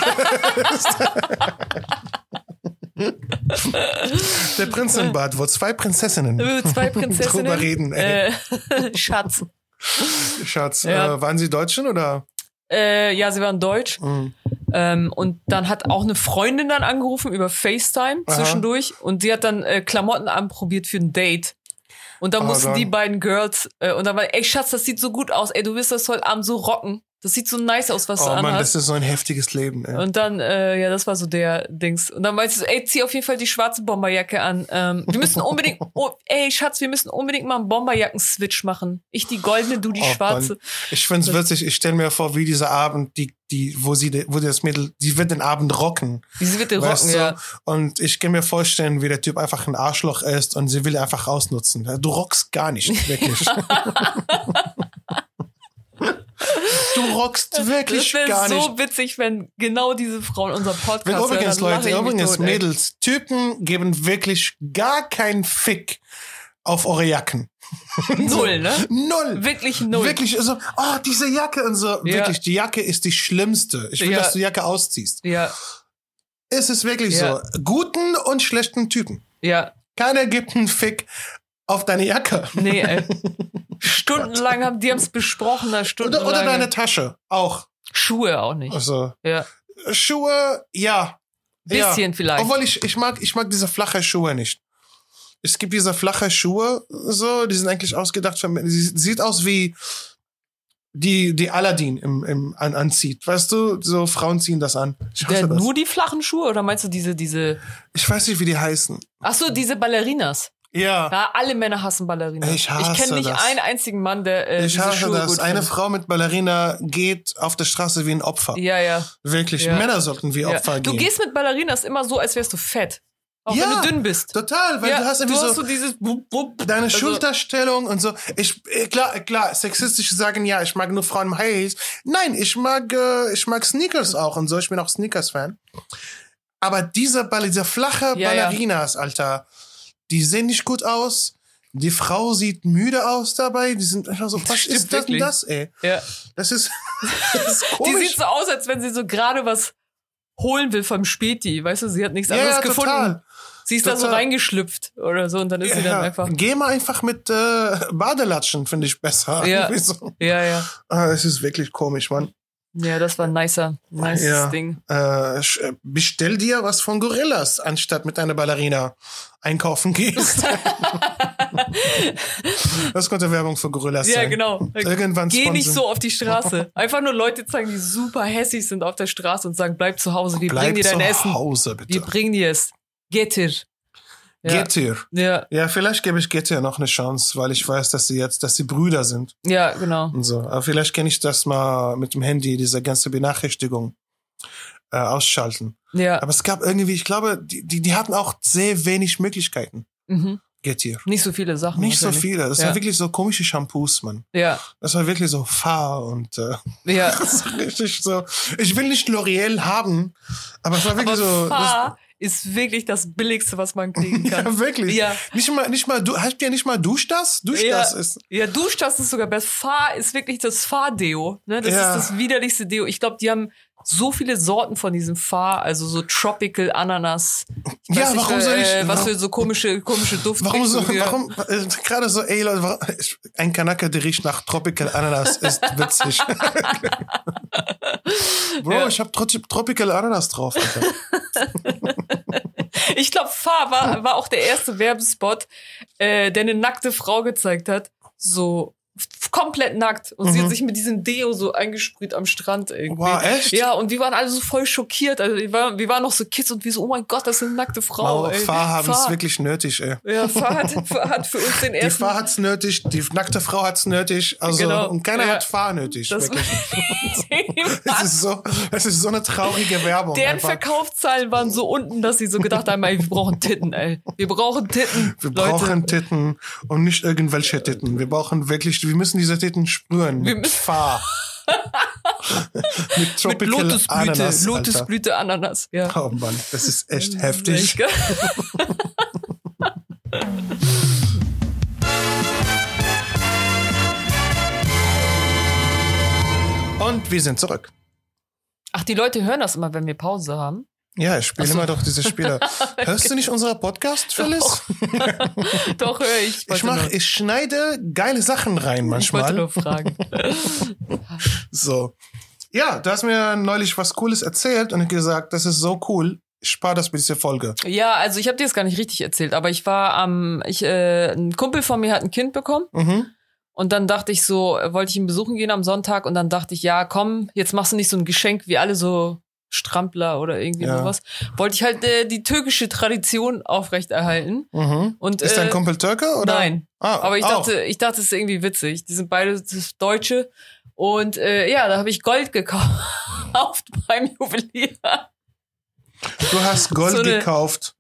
[SPEAKER 1] der Prinzenbad, wo zwei Prinzessinnen
[SPEAKER 2] äh, zwei Prinzessinnen.
[SPEAKER 1] drüber reden. Ey,
[SPEAKER 2] äh, Schatz.
[SPEAKER 1] Schatz,
[SPEAKER 2] ja.
[SPEAKER 1] äh, waren sie Deutschen oder?
[SPEAKER 2] Äh, ja, sie waren deutsch.
[SPEAKER 1] Mhm.
[SPEAKER 2] Ähm, und dann hat auch eine Freundin dann angerufen über FaceTime
[SPEAKER 1] Aha.
[SPEAKER 2] zwischendurch und die hat dann äh, Klamotten anprobiert für ein Date. Und dann
[SPEAKER 1] Ah,
[SPEAKER 2] mussten
[SPEAKER 1] dann.
[SPEAKER 2] die beiden Girls, äh, und dann war, ey Schatz, das sieht so gut aus, ey, du wirst das heute Abend so rocken. Das sieht so nice aus, was
[SPEAKER 1] Oh
[SPEAKER 2] du
[SPEAKER 1] Mann,
[SPEAKER 2] anhast.
[SPEAKER 1] das ist so ein heftiges Leben. Ey.
[SPEAKER 2] Und dann, äh, ja, das war so der Dings. Und dann meinte sie, so, ey, zieh auf jeden Fall die schwarze Bomberjacke an. Ähm, wir müssen unbedingt, oh, ey, Schatz, wir müssen unbedingt mal einen Bomberjacken-Switch machen. Ich die goldene, du die
[SPEAKER 1] Oh,
[SPEAKER 2] schwarze.
[SPEAKER 1] Mann. Ich find's witzig, ich stell mir vor, wie dieser Abend, die, die, wo sie, de- wo das Mädel, die wird den Abend rocken.
[SPEAKER 2] Diese wird dir rocken,
[SPEAKER 1] Weißt du?
[SPEAKER 2] ja.
[SPEAKER 1] Und ich kann mir vorstellen, wie der Typ einfach ein Arschloch ist und sie will einfach ausnutzen. Du rockst gar nicht, wirklich. du rockst wirklich
[SPEAKER 2] das wäre
[SPEAKER 1] gar
[SPEAKER 2] so
[SPEAKER 1] nicht.
[SPEAKER 2] witzig, wenn genau diese Frauen unser Podcast
[SPEAKER 1] Wenn
[SPEAKER 2] hören.
[SPEAKER 1] übrigens,
[SPEAKER 2] dann lache
[SPEAKER 1] Leute,
[SPEAKER 2] ich mich
[SPEAKER 1] übrigens,
[SPEAKER 2] tot, ey.
[SPEAKER 1] Mädels, Typen geben wirklich gar keinen Fick auf eure Jacken.
[SPEAKER 2] Null, ne?
[SPEAKER 1] Null.
[SPEAKER 2] Wirklich null.
[SPEAKER 1] Wirklich so, oh, diese Jacke und so. Wirklich, die Jacke ist die schlimmste. Ich will,
[SPEAKER 2] Ja.
[SPEAKER 1] dass du die Jacke ausziehst.
[SPEAKER 2] Ja,
[SPEAKER 1] Es ist wirklich
[SPEAKER 2] Ja.
[SPEAKER 1] so. Guten und schlechten Typen.
[SPEAKER 2] ja,
[SPEAKER 1] Keiner gibt einen Fick auf deine Jacke.
[SPEAKER 2] nee, ey. Stundenlang haben die haben's besprochen, da
[SPEAKER 1] Oder,
[SPEAKER 2] stundenlang.
[SPEAKER 1] oder deine Tasche. Auch.
[SPEAKER 2] Schuhe auch nicht.
[SPEAKER 1] Also,
[SPEAKER 2] Ja,
[SPEAKER 1] Schuhe, ja.
[SPEAKER 2] bisschen
[SPEAKER 1] Ja.
[SPEAKER 2] vielleicht.
[SPEAKER 1] Obwohl ich, ich mag, ich mag diese flache Schuhe nicht. Es gibt diese flache Schuhe, so, die sind eigentlich ausgedacht für, sie sieht aus wie die, die Aladdin im, im, an, anzieht. Weißt du, so Frauen ziehen das an. Ich
[SPEAKER 2] Der,
[SPEAKER 1] hasse das.
[SPEAKER 2] Äh, nur die flachen Schuhe oder meinst du diese diese?
[SPEAKER 1] Ich weiß nicht, wie die heißen.
[SPEAKER 2] Ach so, diese Ballerinas.
[SPEAKER 1] Ja.
[SPEAKER 2] Ja, alle Männer hassen Ballerinas.
[SPEAKER 1] Ich hasse
[SPEAKER 2] kenne nicht
[SPEAKER 1] das.
[SPEAKER 2] einen einzigen Mann, der äh,
[SPEAKER 1] Ich
[SPEAKER 2] diese
[SPEAKER 1] hasse
[SPEAKER 2] Schuhe
[SPEAKER 1] das.
[SPEAKER 2] gut
[SPEAKER 1] Eine
[SPEAKER 2] findet.
[SPEAKER 1] Frau mit Ballerina geht auf der Straße wie ein Opfer.
[SPEAKER 2] Ja, ja.
[SPEAKER 1] Wirklich,
[SPEAKER 2] Ja.
[SPEAKER 1] Männer sollten wie
[SPEAKER 2] ja.
[SPEAKER 1] Opfer gehen.
[SPEAKER 2] Du gehst mit Ballerinas immer so, als wärst du fett, auch
[SPEAKER 1] Ja.
[SPEAKER 2] wenn du dünn bist.
[SPEAKER 1] Total, weil
[SPEAKER 2] ja,
[SPEAKER 1] du hast irgendwie so,
[SPEAKER 2] dieses Wupp, Wupp.
[SPEAKER 1] deine
[SPEAKER 2] Also-
[SPEAKER 1] Schulterstellung und so. Ich äh, klar, klar, sexistisch sagen, ja, ich mag nur Frauen im High Heels. Nein, ich mag äh, ich mag Sneakers auch und so, ich bin auch Sneakers Fan. Aber diese Ball, diese flache
[SPEAKER 2] Ja, ja.
[SPEAKER 1] Ballerinas, Alter, die sehen nicht gut aus. Die Frau sieht müde aus dabei. Die sind einfach so, was
[SPEAKER 2] Stimmt
[SPEAKER 1] ist das denn
[SPEAKER 2] wirklich.
[SPEAKER 1] das, ey?
[SPEAKER 2] Ja.
[SPEAKER 1] Das ist, das ist
[SPEAKER 2] Die
[SPEAKER 1] komisch.
[SPEAKER 2] sieht so aus, als wenn sie so gerade was holen will vom Späti. Weißt du, sie hat nichts
[SPEAKER 1] ja,
[SPEAKER 2] anderes
[SPEAKER 1] ja,
[SPEAKER 2] gefunden.
[SPEAKER 1] total.
[SPEAKER 2] Sie ist da so
[SPEAKER 1] Total.
[SPEAKER 2] reingeschlüpft oder so und dann ist sie dann
[SPEAKER 1] Ja,
[SPEAKER 2] einfach.
[SPEAKER 1] Geh mal einfach mit äh, Badelatschen, finde ich besser.
[SPEAKER 2] Ja.
[SPEAKER 1] Irgendwie so.
[SPEAKER 2] Ja, ja.
[SPEAKER 1] Ah, es ist wirklich komisch, Mann.
[SPEAKER 2] Ja, das war ein nicer, nices
[SPEAKER 1] Ja.
[SPEAKER 2] Ding.
[SPEAKER 1] Äh, sch- äh, bestell dir was von Gorillas, anstatt mit einer Ballerina einkaufen gehst. das könnte Werbung für Gorillas
[SPEAKER 2] Ja,
[SPEAKER 1] sein.
[SPEAKER 2] genau.
[SPEAKER 1] Irgendwann
[SPEAKER 2] Geh nicht
[SPEAKER 1] sponsern.
[SPEAKER 2] so auf die Straße. Einfach nur Leute zeigen, die super hässig sind auf der Straße und sagen, bleib zu Hause, wir bringen
[SPEAKER 1] Bleib
[SPEAKER 2] dir dein
[SPEAKER 1] zu
[SPEAKER 2] Essen.
[SPEAKER 1] Hause,
[SPEAKER 2] Wir
[SPEAKER 1] bitte.
[SPEAKER 2] bringen dir es. Get it. Ja,
[SPEAKER 1] Getir.
[SPEAKER 2] ja,
[SPEAKER 1] Ja, vielleicht gebe ich Getty ja noch eine Chance, weil ich weiß, dass sie jetzt, dass sie Brüder sind
[SPEAKER 2] ja, genau.
[SPEAKER 1] und so. Aber vielleicht kann ich das mal mit dem Handy, diese ganze Benachrichtigung äh, ausschalten.
[SPEAKER 2] Ja,
[SPEAKER 1] Aber es gab irgendwie, ich glaube, die, die, die hatten auch sehr wenig Möglichkeiten.
[SPEAKER 2] mhm.
[SPEAKER 1] Getty.
[SPEAKER 2] nicht so viele Sachen.
[SPEAKER 1] Nicht so
[SPEAKER 2] wahrscheinlich.
[SPEAKER 1] viele. Das
[SPEAKER 2] Ja.
[SPEAKER 1] waren wirklich so komische Shampoos, Mann.
[SPEAKER 2] Ja,
[SPEAKER 1] Das war wirklich so Fahr und äh,
[SPEAKER 2] ja.
[SPEAKER 1] das war richtig so. Ich will nicht L'Oreal haben, aber es war
[SPEAKER 2] Aber
[SPEAKER 1] wirklich so. Das,
[SPEAKER 2] Fahr ist wirklich das Billigste, was man kriegen kann.
[SPEAKER 1] ja, wirklich.
[SPEAKER 2] Ja.
[SPEAKER 1] Nicht mal, nicht mal, du, habt ihr nicht mal Dusch das? Dusch
[SPEAKER 2] Ja.
[SPEAKER 1] das ist.
[SPEAKER 2] Ja, Duschtasse ist sogar besser. Fahr ist wirklich das Fahrdeo. Ne? Das
[SPEAKER 1] Ja.
[SPEAKER 2] ist das widerlichste Deo. Ich glaube, die haben so viele Sorten von diesem Fahr, also so Tropical Ananas. Ich
[SPEAKER 1] Ja, warum soll ich-
[SPEAKER 2] Äh, was
[SPEAKER 1] warum-
[SPEAKER 2] für so komische, komische Duft.
[SPEAKER 1] Warum so,
[SPEAKER 2] Richtungen.
[SPEAKER 1] warum, äh, gerade so, ey Leute, warum, ich- ein Kanake, der riecht nach Tropical Ananas, ist witzig. Bro,
[SPEAKER 2] Ja.
[SPEAKER 1] ich hab trotzdem Tropical Ananas drauf. Alter.
[SPEAKER 2] Ich glaube, Fahr
[SPEAKER 1] Ah.
[SPEAKER 2] war, war auch der erste Werbespot, äh, der eine nackte Frau gezeigt hat. So f- komplett nackt. Und sie
[SPEAKER 1] Mhm.
[SPEAKER 2] hat sich mit diesem Deo so eingesprüht am Strand irgendwie.
[SPEAKER 1] Wow, echt?
[SPEAKER 2] Ja, und wir waren alle so voll schockiert. Also wir waren, wir waren noch so Kids und wir so, oh mein Gott, das ist eine nackte Frau.
[SPEAKER 1] Wow,
[SPEAKER 2] ey.
[SPEAKER 1] Fahr haben es
[SPEAKER 2] Fahr.
[SPEAKER 1] wirklich nötig, ey.
[SPEAKER 2] Ja, Fahr hat, Fahr hat für uns den
[SPEAKER 1] Die
[SPEAKER 2] ersten.
[SPEAKER 1] Fahr hat's nötig, die nackte Frau hat's nötig, also,
[SPEAKER 2] Genau.
[SPEAKER 1] und keiner
[SPEAKER 2] Ja.
[SPEAKER 1] hat Fahr nötig.
[SPEAKER 2] das
[SPEAKER 1] wirklich. Es ist so, es ist so eine traurige Werbung.
[SPEAKER 2] Deren
[SPEAKER 1] einfach.
[SPEAKER 2] Verkaufszahlen waren so unten, dass sie so gedacht haben, ey, wir brauchen Titten, ey. Wir brauchen Titten.
[SPEAKER 1] Wir
[SPEAKER 2] Leute.
[SPEAKER 1] brauchen Titten und nicht irgendwelche Titten. Wir brauchen wirklich, wir müssen diese Titten spüren.
[SPEAKER 2] Wir
[SPEAKER 1] mit
[SPEAKER 2] müssen-
[SPEAKER 1] Fahr. mit
[SPEAKER 2] mit
[SPEAKER 1] Tropical
[SPEAKER 2] Lotusblüte,
[SPEAKER 1] Ananas, Alter.
[SPEAKER 2] Lotusblüte Ananas. Ja.
[SPEAKER 1] Oh Mann, das ist echt heftig.
[SPEAKER 2] Echt,
[SPEAKER 1] Und wir sind zurück.
[SPEAKER 2] Ach, die Leute hören das immer, wenn wir Pause haben.
[SPEAKER 1] Ja, ich spiele
[SPEAKER 2] Ach so.
[SPEAKER 1] immer doch diese Spiele. Hörst du nicht unsere Podcast, Phyllis?
[SPEAKER 2] Doch, höre ich. eh
[SPEAKER 1] Ich
[SPEAKER 2] wollte
[SPEAKER 1] mach,
[SPEAKER 2] nur-
[SPEAKER 1] ich schneide geile Sachen rein
[SPEAKER 2] ich wollte
[SPEAKER 1] manchmal.
[SPEAKER 2] nur fragen.
[SPEAKER 1] So. Ja, du hast mir neulich was Cooles erzählt und gesagt, das ist so cool. Ich spare das für diese Folge.
[SPEAKER 2] Ja, also ich habe dir das gar nicht richtig erzählt, aber ich war am, ich, äh, ein Kumpel von mir hat ein Kind bekommen
[SPEAKER 1] Mhm.
[SPEAKER 2] und dann dachte ich so, äh, wollte ich ihn besuchen gehen am Sonntag und dann dachte ich, ja, komm, jetzt machst du nicht so ein Geschenk wie alle so Strampler oder irgendwie
[SPEAKER 1] Ja.
[SPEAKER 2] sowas. Wollte ich halt äh, die türkische Tradition aufrechterhalten
[SPEAKER 1] Mhm.
[SPEAKER 2] und
[SPEAKER 1] Ist
[SPEAKER 2] äh,
[SPEAKER 1] dein Kumpel Türke oder?
[SPEAKER 2] Nein,
[SPEAKER 1] Ah,
[SPEAKER 2] aber ich
[SPEAKER 1] auch.
[SPEAKER 2] dachte, ich dachte, es ist irgendwie witzig. Die sind beide das Deutsche. Und äh, ja, da habe ich Gold gekauft beim Juwelier.
[SPEAKER 1] du hast Gold
[SPEAKER 2] so eine-
[SPEAKER 1] gekauft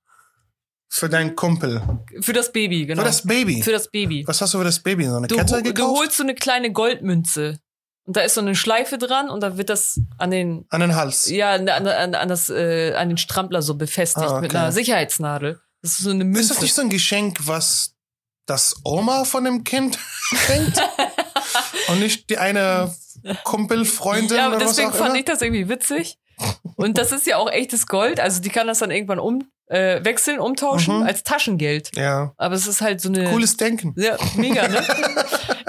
[SPEAKER 1] für deinen Kumpel,
[SPEAKER 2] Für das Baby, genau.
[SPEAKER 1] für das Baby.
[SPEAKER 2] Für das Baby.
[SPEAKER 1] was hast du für das Baby? So eine
[SPEAKER 2] Du,
[SPEAKER 1] Kette
[SPEAKER 2] hol-
[SPEAKER 1] gekauft?
[SPEAKER 2] du holst so eine kleine Goldmünze. Und da ist so eine Schleife dran und da wird das an den,
[SPEAKER 1] An den Hals.
[SPEAKER 2] ja, an, an, an, das, äh, an den Strampler so befestigt
[SPEAKER 1] Ah,
[SPEAKER 2] mit
[SPEAKER 1] okay.
[SPEAKER 2] einer Sicherheitsnadel. Das ist so eine
[SPEAKER 1] Ist
[SPEAKER 2] Münze.
[SPEAKER 1] das nicht so ein Geschenk, was das Oma von dem Kind schenkt? Und nicht die eine Kumpel, Freundin
[SPEAKER 2] ja, aber
[SPEAKER 1] oder
[SPEAKER 2] deswegen
[SPEAKER 1] was auch
[SPEAKER 2] fand
[SPEAKER 1] immer?
[SPEAKER 2] ich das irgendwie witzig. Und das ist ja auch echtes Gold. Also die kann das dann irgendwann um, äh, wechseln, umtauschen
[SPEAKER 1] Mhm.
[SPEAKER 2] als Taschengeld.
[SPEAKER 1] ja,
[SPEAKER 2] Aber es ist halt so eine.
[SPEAKER 1] cooles Denken.
[SPEAKER 2] Ja, mega, ne?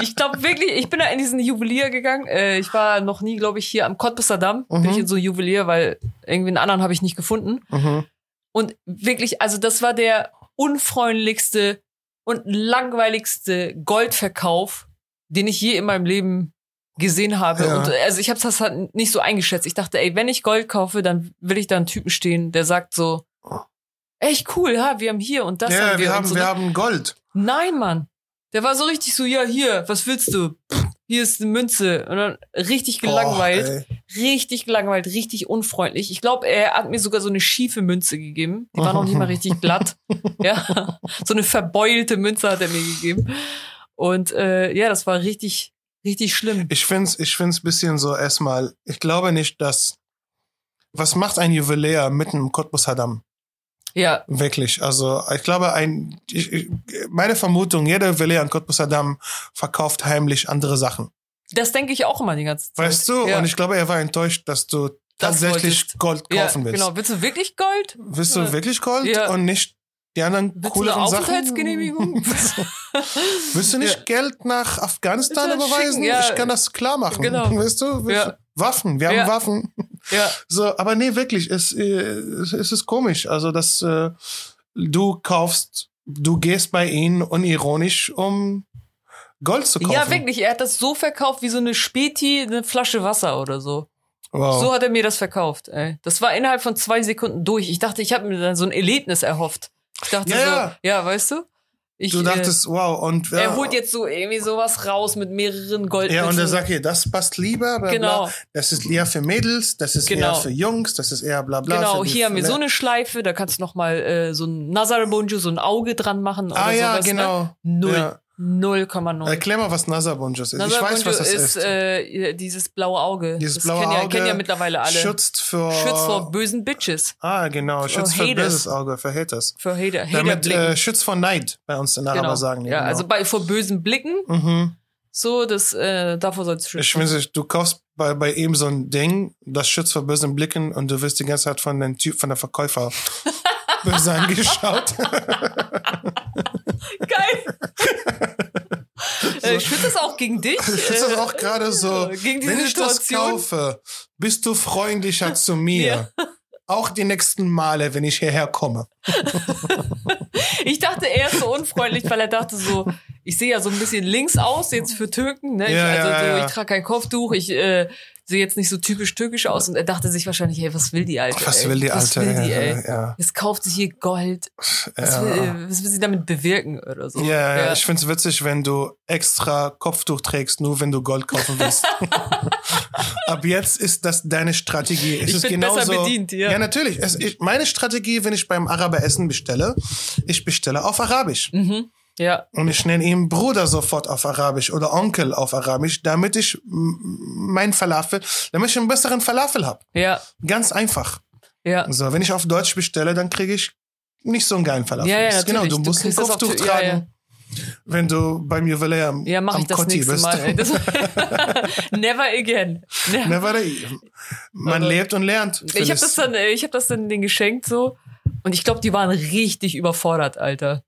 [SPEAKER 2] ich glaube wirklich, ich bin da in diesen Juwelier gegangen. Äh, ich war noch nie, glaube ich, hier am Cottbusser Damm.
[SPEAKER 1] Mhm.
[SPEAKER 2] Bin ich in so einem Juwelier, weil irgendwie einen anderen habe ich nicht gefunden.
[SPEAKER 1] Mhm.
[SPEAKER 2] Und wirklich, also das war der unfreundlichste und langweiligste Goldverkauf, den ich je in meinem Leben gesehen habe.
[SPEAKER 1] Ja.
[SPEAKER 2] Und äh, also ich habe das halt nicht so eingeschätzt. Ich dachte, ey, wenn ich Gold kaufe, dann will ich da einen Typen stehen, der sagt so, echt cool, ha, wir haben hier und das
[SPEAKER 1] Oh. ja,
[SPEAKER 2] haben wir.
[SPEAKER 1] wir,
[SPEAKER 2] und
[SPEAKER 1] haben,
[SPEAKER 2] so, ne?"
[SPEAKER 1] wir haben Gold.
[SPEAKER 2] Nein, Mann. Der war so richtig so, ja, hier, was willst du? Pff, Hier ist eine Münze. Und dann richtig gelangweilt.
[SPEAKER 1] Oh, ey.
[SPEAKER 2] richtig gelangweilt, richtig unfreundlich. Ich glaube, er hat mir sogar so eine schiefe Münze gegeben. Die war noch nicht mal richtig glatt. ja. So eine verbeulte Münze hat er mir gegeben. Und äh, ja, das war richtig, richtig schlimm.
[SPEAKER 1] ich finde es ich find's ein bisschen so erstmal, ich glaube nicht, dass. Was macht ein Juwelier mitten im Cottbus Haddam?
[SPEAKER 2] Ja,
[SPEAKER 1] Wirklich. Also ich glaube, ein, ich, ich, meine Vermutung, jeder Wille an Cottbus Adam verkauft heimlich andere Sachen.
[SPEAKER 2] das denke ich auch immer die ganze Zeit.
[SPEAKER 1] Weißt du?
[SPEAKER 2] Ja.
[SPEAKER 1] Und ich glaube, er war enttäuscht, dass du
[SPEAKER 2] Das
[SPEAKER 1] tatsächlich
[SPEAKER 2] wolltest.
[SPEAKER 1] Gold
[SPEAKER 2] ja,
[SPEAKER 1] kaufen willst.
[SPEAKER 2] Genau, willst du wirklich Gold?
[SPEAKER 1] Willst du wirklich Gold
[SPEAKER 2] Ja.
[SPEAKER 1] und nicht die anderen
[SPEAKER 2] Willst du eine
[SPEAKER 1] cooleren Sachen?
[SPEAKER 2] Aufenthaltsgenehmigung?
[SPEAKER 1] Willst du nicht
[SPEAKER 2] Ja.
[SPEAKER 1] Geld nach Afghanistan
[SPEAKER 2] Willst du das
[SPEAKER 1] überweisen?
[SPEAKER 2] schicken? Ja.
[SPEAKER 1] Ich kann das klar machen.
[SPEAKER 2] Genau.
[SPEAKER 1] Weißt du? Willst
[SPEAKER 2] Ja.
[SPEAKER 1] du- Waffen, wir haben
[SPEAKER 2] Ja.
[SPEAKER 1] Waffen.
[SPEAKER 2] ja,
[SPEAKER 1] So, aber nee, wirklich, es, äh, es es ist komisch. Also, dass äh, du kaufst, du gehst bei ihnen unironisch, um Gold zu kaufen.
[SPEAKER 2] ja, wirklich. Er hat das so verkauft wie so eine Späti, eine Flasche Wasser oder so.
[SPEAKER 1] Wow.
[SPEAKER 2] So hat er mir das verkauft. Ey. Das war innerhalb von zwei Sekunden durch. Ich dachte, ich habe mir dann so ein Erlebnis erhofft. Ich dachte
[SPEAKER 1] Ja,
[SPEAKER 2] so,
[SPEAKER 1] ja.
[SPEAKER 2] ja. weißt du? Ich,
[SPEAKER 1] du dachtest, wow, und
[SPEAKER 2] äh, er holt jetzt so irgendwie sowas raus mit mehreren Goldmünzen.
[SPEAKER 1] Ja, und er sagt, hier, das passt lieber, bla,
[SPEAKER 2] Genau.
[SPEAKER 1] bla. Das ist eher für Mädels, das ist
[SPEAKER 2] Genau.
[SPEAKER 1] eher für Jungs, das ist eher bla bla.
[SPEAKER 2] Genau,
[SPEAKER 1] für die- ne?
[SPEAKER 2] hier haben wir
[SPEAKER 1] für-
[SPEAKER 2] so eine Schleife, da kannst du nochmal äh, so ein Nazarbonju, so ein Auge dran machen oder
[SPEAKER 1] Ah ja,
[SPEAKER 2] sowas. Ne?
[SPEAKER 1] genau.
[SPEAKER 2] Null.
[SPEAKER 1] Ja.
[SPEAKER 2] 0,0.
[SPEAKER 1] Erklär mal, was Nasabunjus ist. ich weiß,
[SPEAKER 2] Nazarbonju
[SPEAKER 1] was das
[SPEAKER 2] Genau. ist,
[SPEAKER 1] ist.
[SPEAKER 2] äh, dieses blaue Auge.
[SPEAKER 1] Dieses
[SPEAKER 2] das
[SPEAKER 1] blaue
[SPEAKER 2] kennen, Ja,
[SPEAKER 1] Auge
[SPEAKER 2] kennen ja mittlerweile alle.
[SPEAKER 1] Schützt vor.
[SPEAKER 2] Schutz
[SPEAKER 1] Oh.
[SPEAKER 2] vor bösen Bitches.
[SPEAKER 1] Ah, genau. Schützt für
[SPEAKER 2] Haters.
[SPEAKER 1] böses Auge, für Haters.
[SPEAKER 2] Für Hater,
[SPEAKER 1] Damit
[SPEAKER 2] Haterblicken.
[SPEAKER 1] äh, schützt vor Neid, bei uns in Araber
[SPEAKER 2] genau.
[SPEAKER 1] sagen die.
[SPEAKER 2] ja,
[SPEAKER 1] genau.
[SPEAKER 2] also bei, vor bösen Blicken,
[SPEAKER 1] mhm.
[SPEAKER 2] so, das, äh, davor sollst du
[SPEAKER 1] Ich meine, du kaufst bei, bei ihm so ein Ding, das schützt vor bösen Blicken und du wirst die ganze Zeit von dem Typ, von der Verkäufer böse angeschaut.
[SPEAKER 2] Geil! äh, schützt das auch gegen dich? Äh,
[SPEAKER 1] Schützt das auch gerade so.
[SPEAKER 2] Gegen diese
[SPEAKER 1] Wenn ich das
[SPEAKER 2] Situation?
[SPEAKER 1] kaufe, bist du freundlicher zu mir. Auch die nächsten Male, wenn ich hierher komme.
[SPEAKER 2] Ich dachte, er ist so unfreundlich, weil er dachte so, ich sehe ja so ein bisschen links aus jetzt für Türken. Ne? Ich,
[SPEAKER 1] Ja,
[SPEAKER 2] also
[SPEAKER 1] ja,
[SPEAKER 2] so,
[SPEAKER 1] ja.
[SPEAKER 2] ich trage kein Kopftuch, ich äh, sehe jetzt nicht so typisch türkisch aus. Und er dachte sich wahrscheinlich, hey, was will die Alte?
[SPEAKER 1] Was
[SPEAKER 2] ey?
[SPEAKER 1] will die
[SPEAKER 2] was
[SPEAKER 1] Alte?
[SPEAKER 2] Will die,
[SPEAKER 1] Ja,
[SPEAKER 2] ey?
[SPEAKER 1] ja.
[SPEAKER 2] Jetzt kauft sich hier Gold. Was,
[SPEAKER 1] Ja.
[SPEAKER 2] will, äh, was will sie damit bewirken oder so?
[SPEAKER 1] Ja, ja, ich find's witzig, wenn du extra Kopftuch trägst, nur wenn du Gold kaufen willst. Ab jetzt ist das deine Strategie. Es
[SPEAKER 2] Ich
[SPEAKER 1] ist
[SPEAKER 2] bin
[SPEAKER 1] genauso,
[SPEAKER 2] besser bedient, ja.
[SPEAKER 1] Ja, natürlich. Es, ich, meine Strategie, wenn ich beim Araber Essen bestelle, ich bestelle auf Arabisch.
[SPEAKER 2] Mhm. Ja,
[SPEAKER 1] Und ich nenne ihn Bruder sofort auf Arabisch oder Onkel auf Arabisch, damit ich mm, mein Falafel, damit ich einen besseren Falafel hab.
[SPEAKER 2] ja,
[SPEAKER 1] Ganz einfach.
[SPEAKER 2] ja.
[SPEAKER 1] So, Also, wenn ich auf Deutsch bestelle, dann kriege ich nicht so einen geilen Falafel.
[SPEAKER 2] Ja, ja,
[SPEAKER 1] Ist genau,
[SPEAKER 2] natürlich.
[SPEAKER 1] du
[SPEAKER 2] Du
[SPEAKER 1] musst ein
[SPEAKER 2] kriegst das auf
[SPEAKER 1] Kopftuch
[SPEAKER 2] Tür- ja,
[SPEAKER 1] tragen. Wenn du beim Juwelier am,
[SPEAKER 2] Ja, mache
[SPEAKER 1] am
[SPEAKER 2] ich das
[SPEAKER 1] Kotti
[SPEAKER 2] nächste
[SPEAKER 1] bist.
[SPEAKER 2] Mal. ey. Das Never again. Ne-
[SPEAKER 1] Na, warte, man
[SPEAKER 2] Aber-
[SPEAKER 1] lebt und lernt.
[SPEAKER 2] Ich habe
[SPEAKER 1] Phyllis.
[SPEAKER 2] das dann, äh, ich habe das dann denen geschenkt so. Und ich glaube, die waren richtig überfordert, Alter.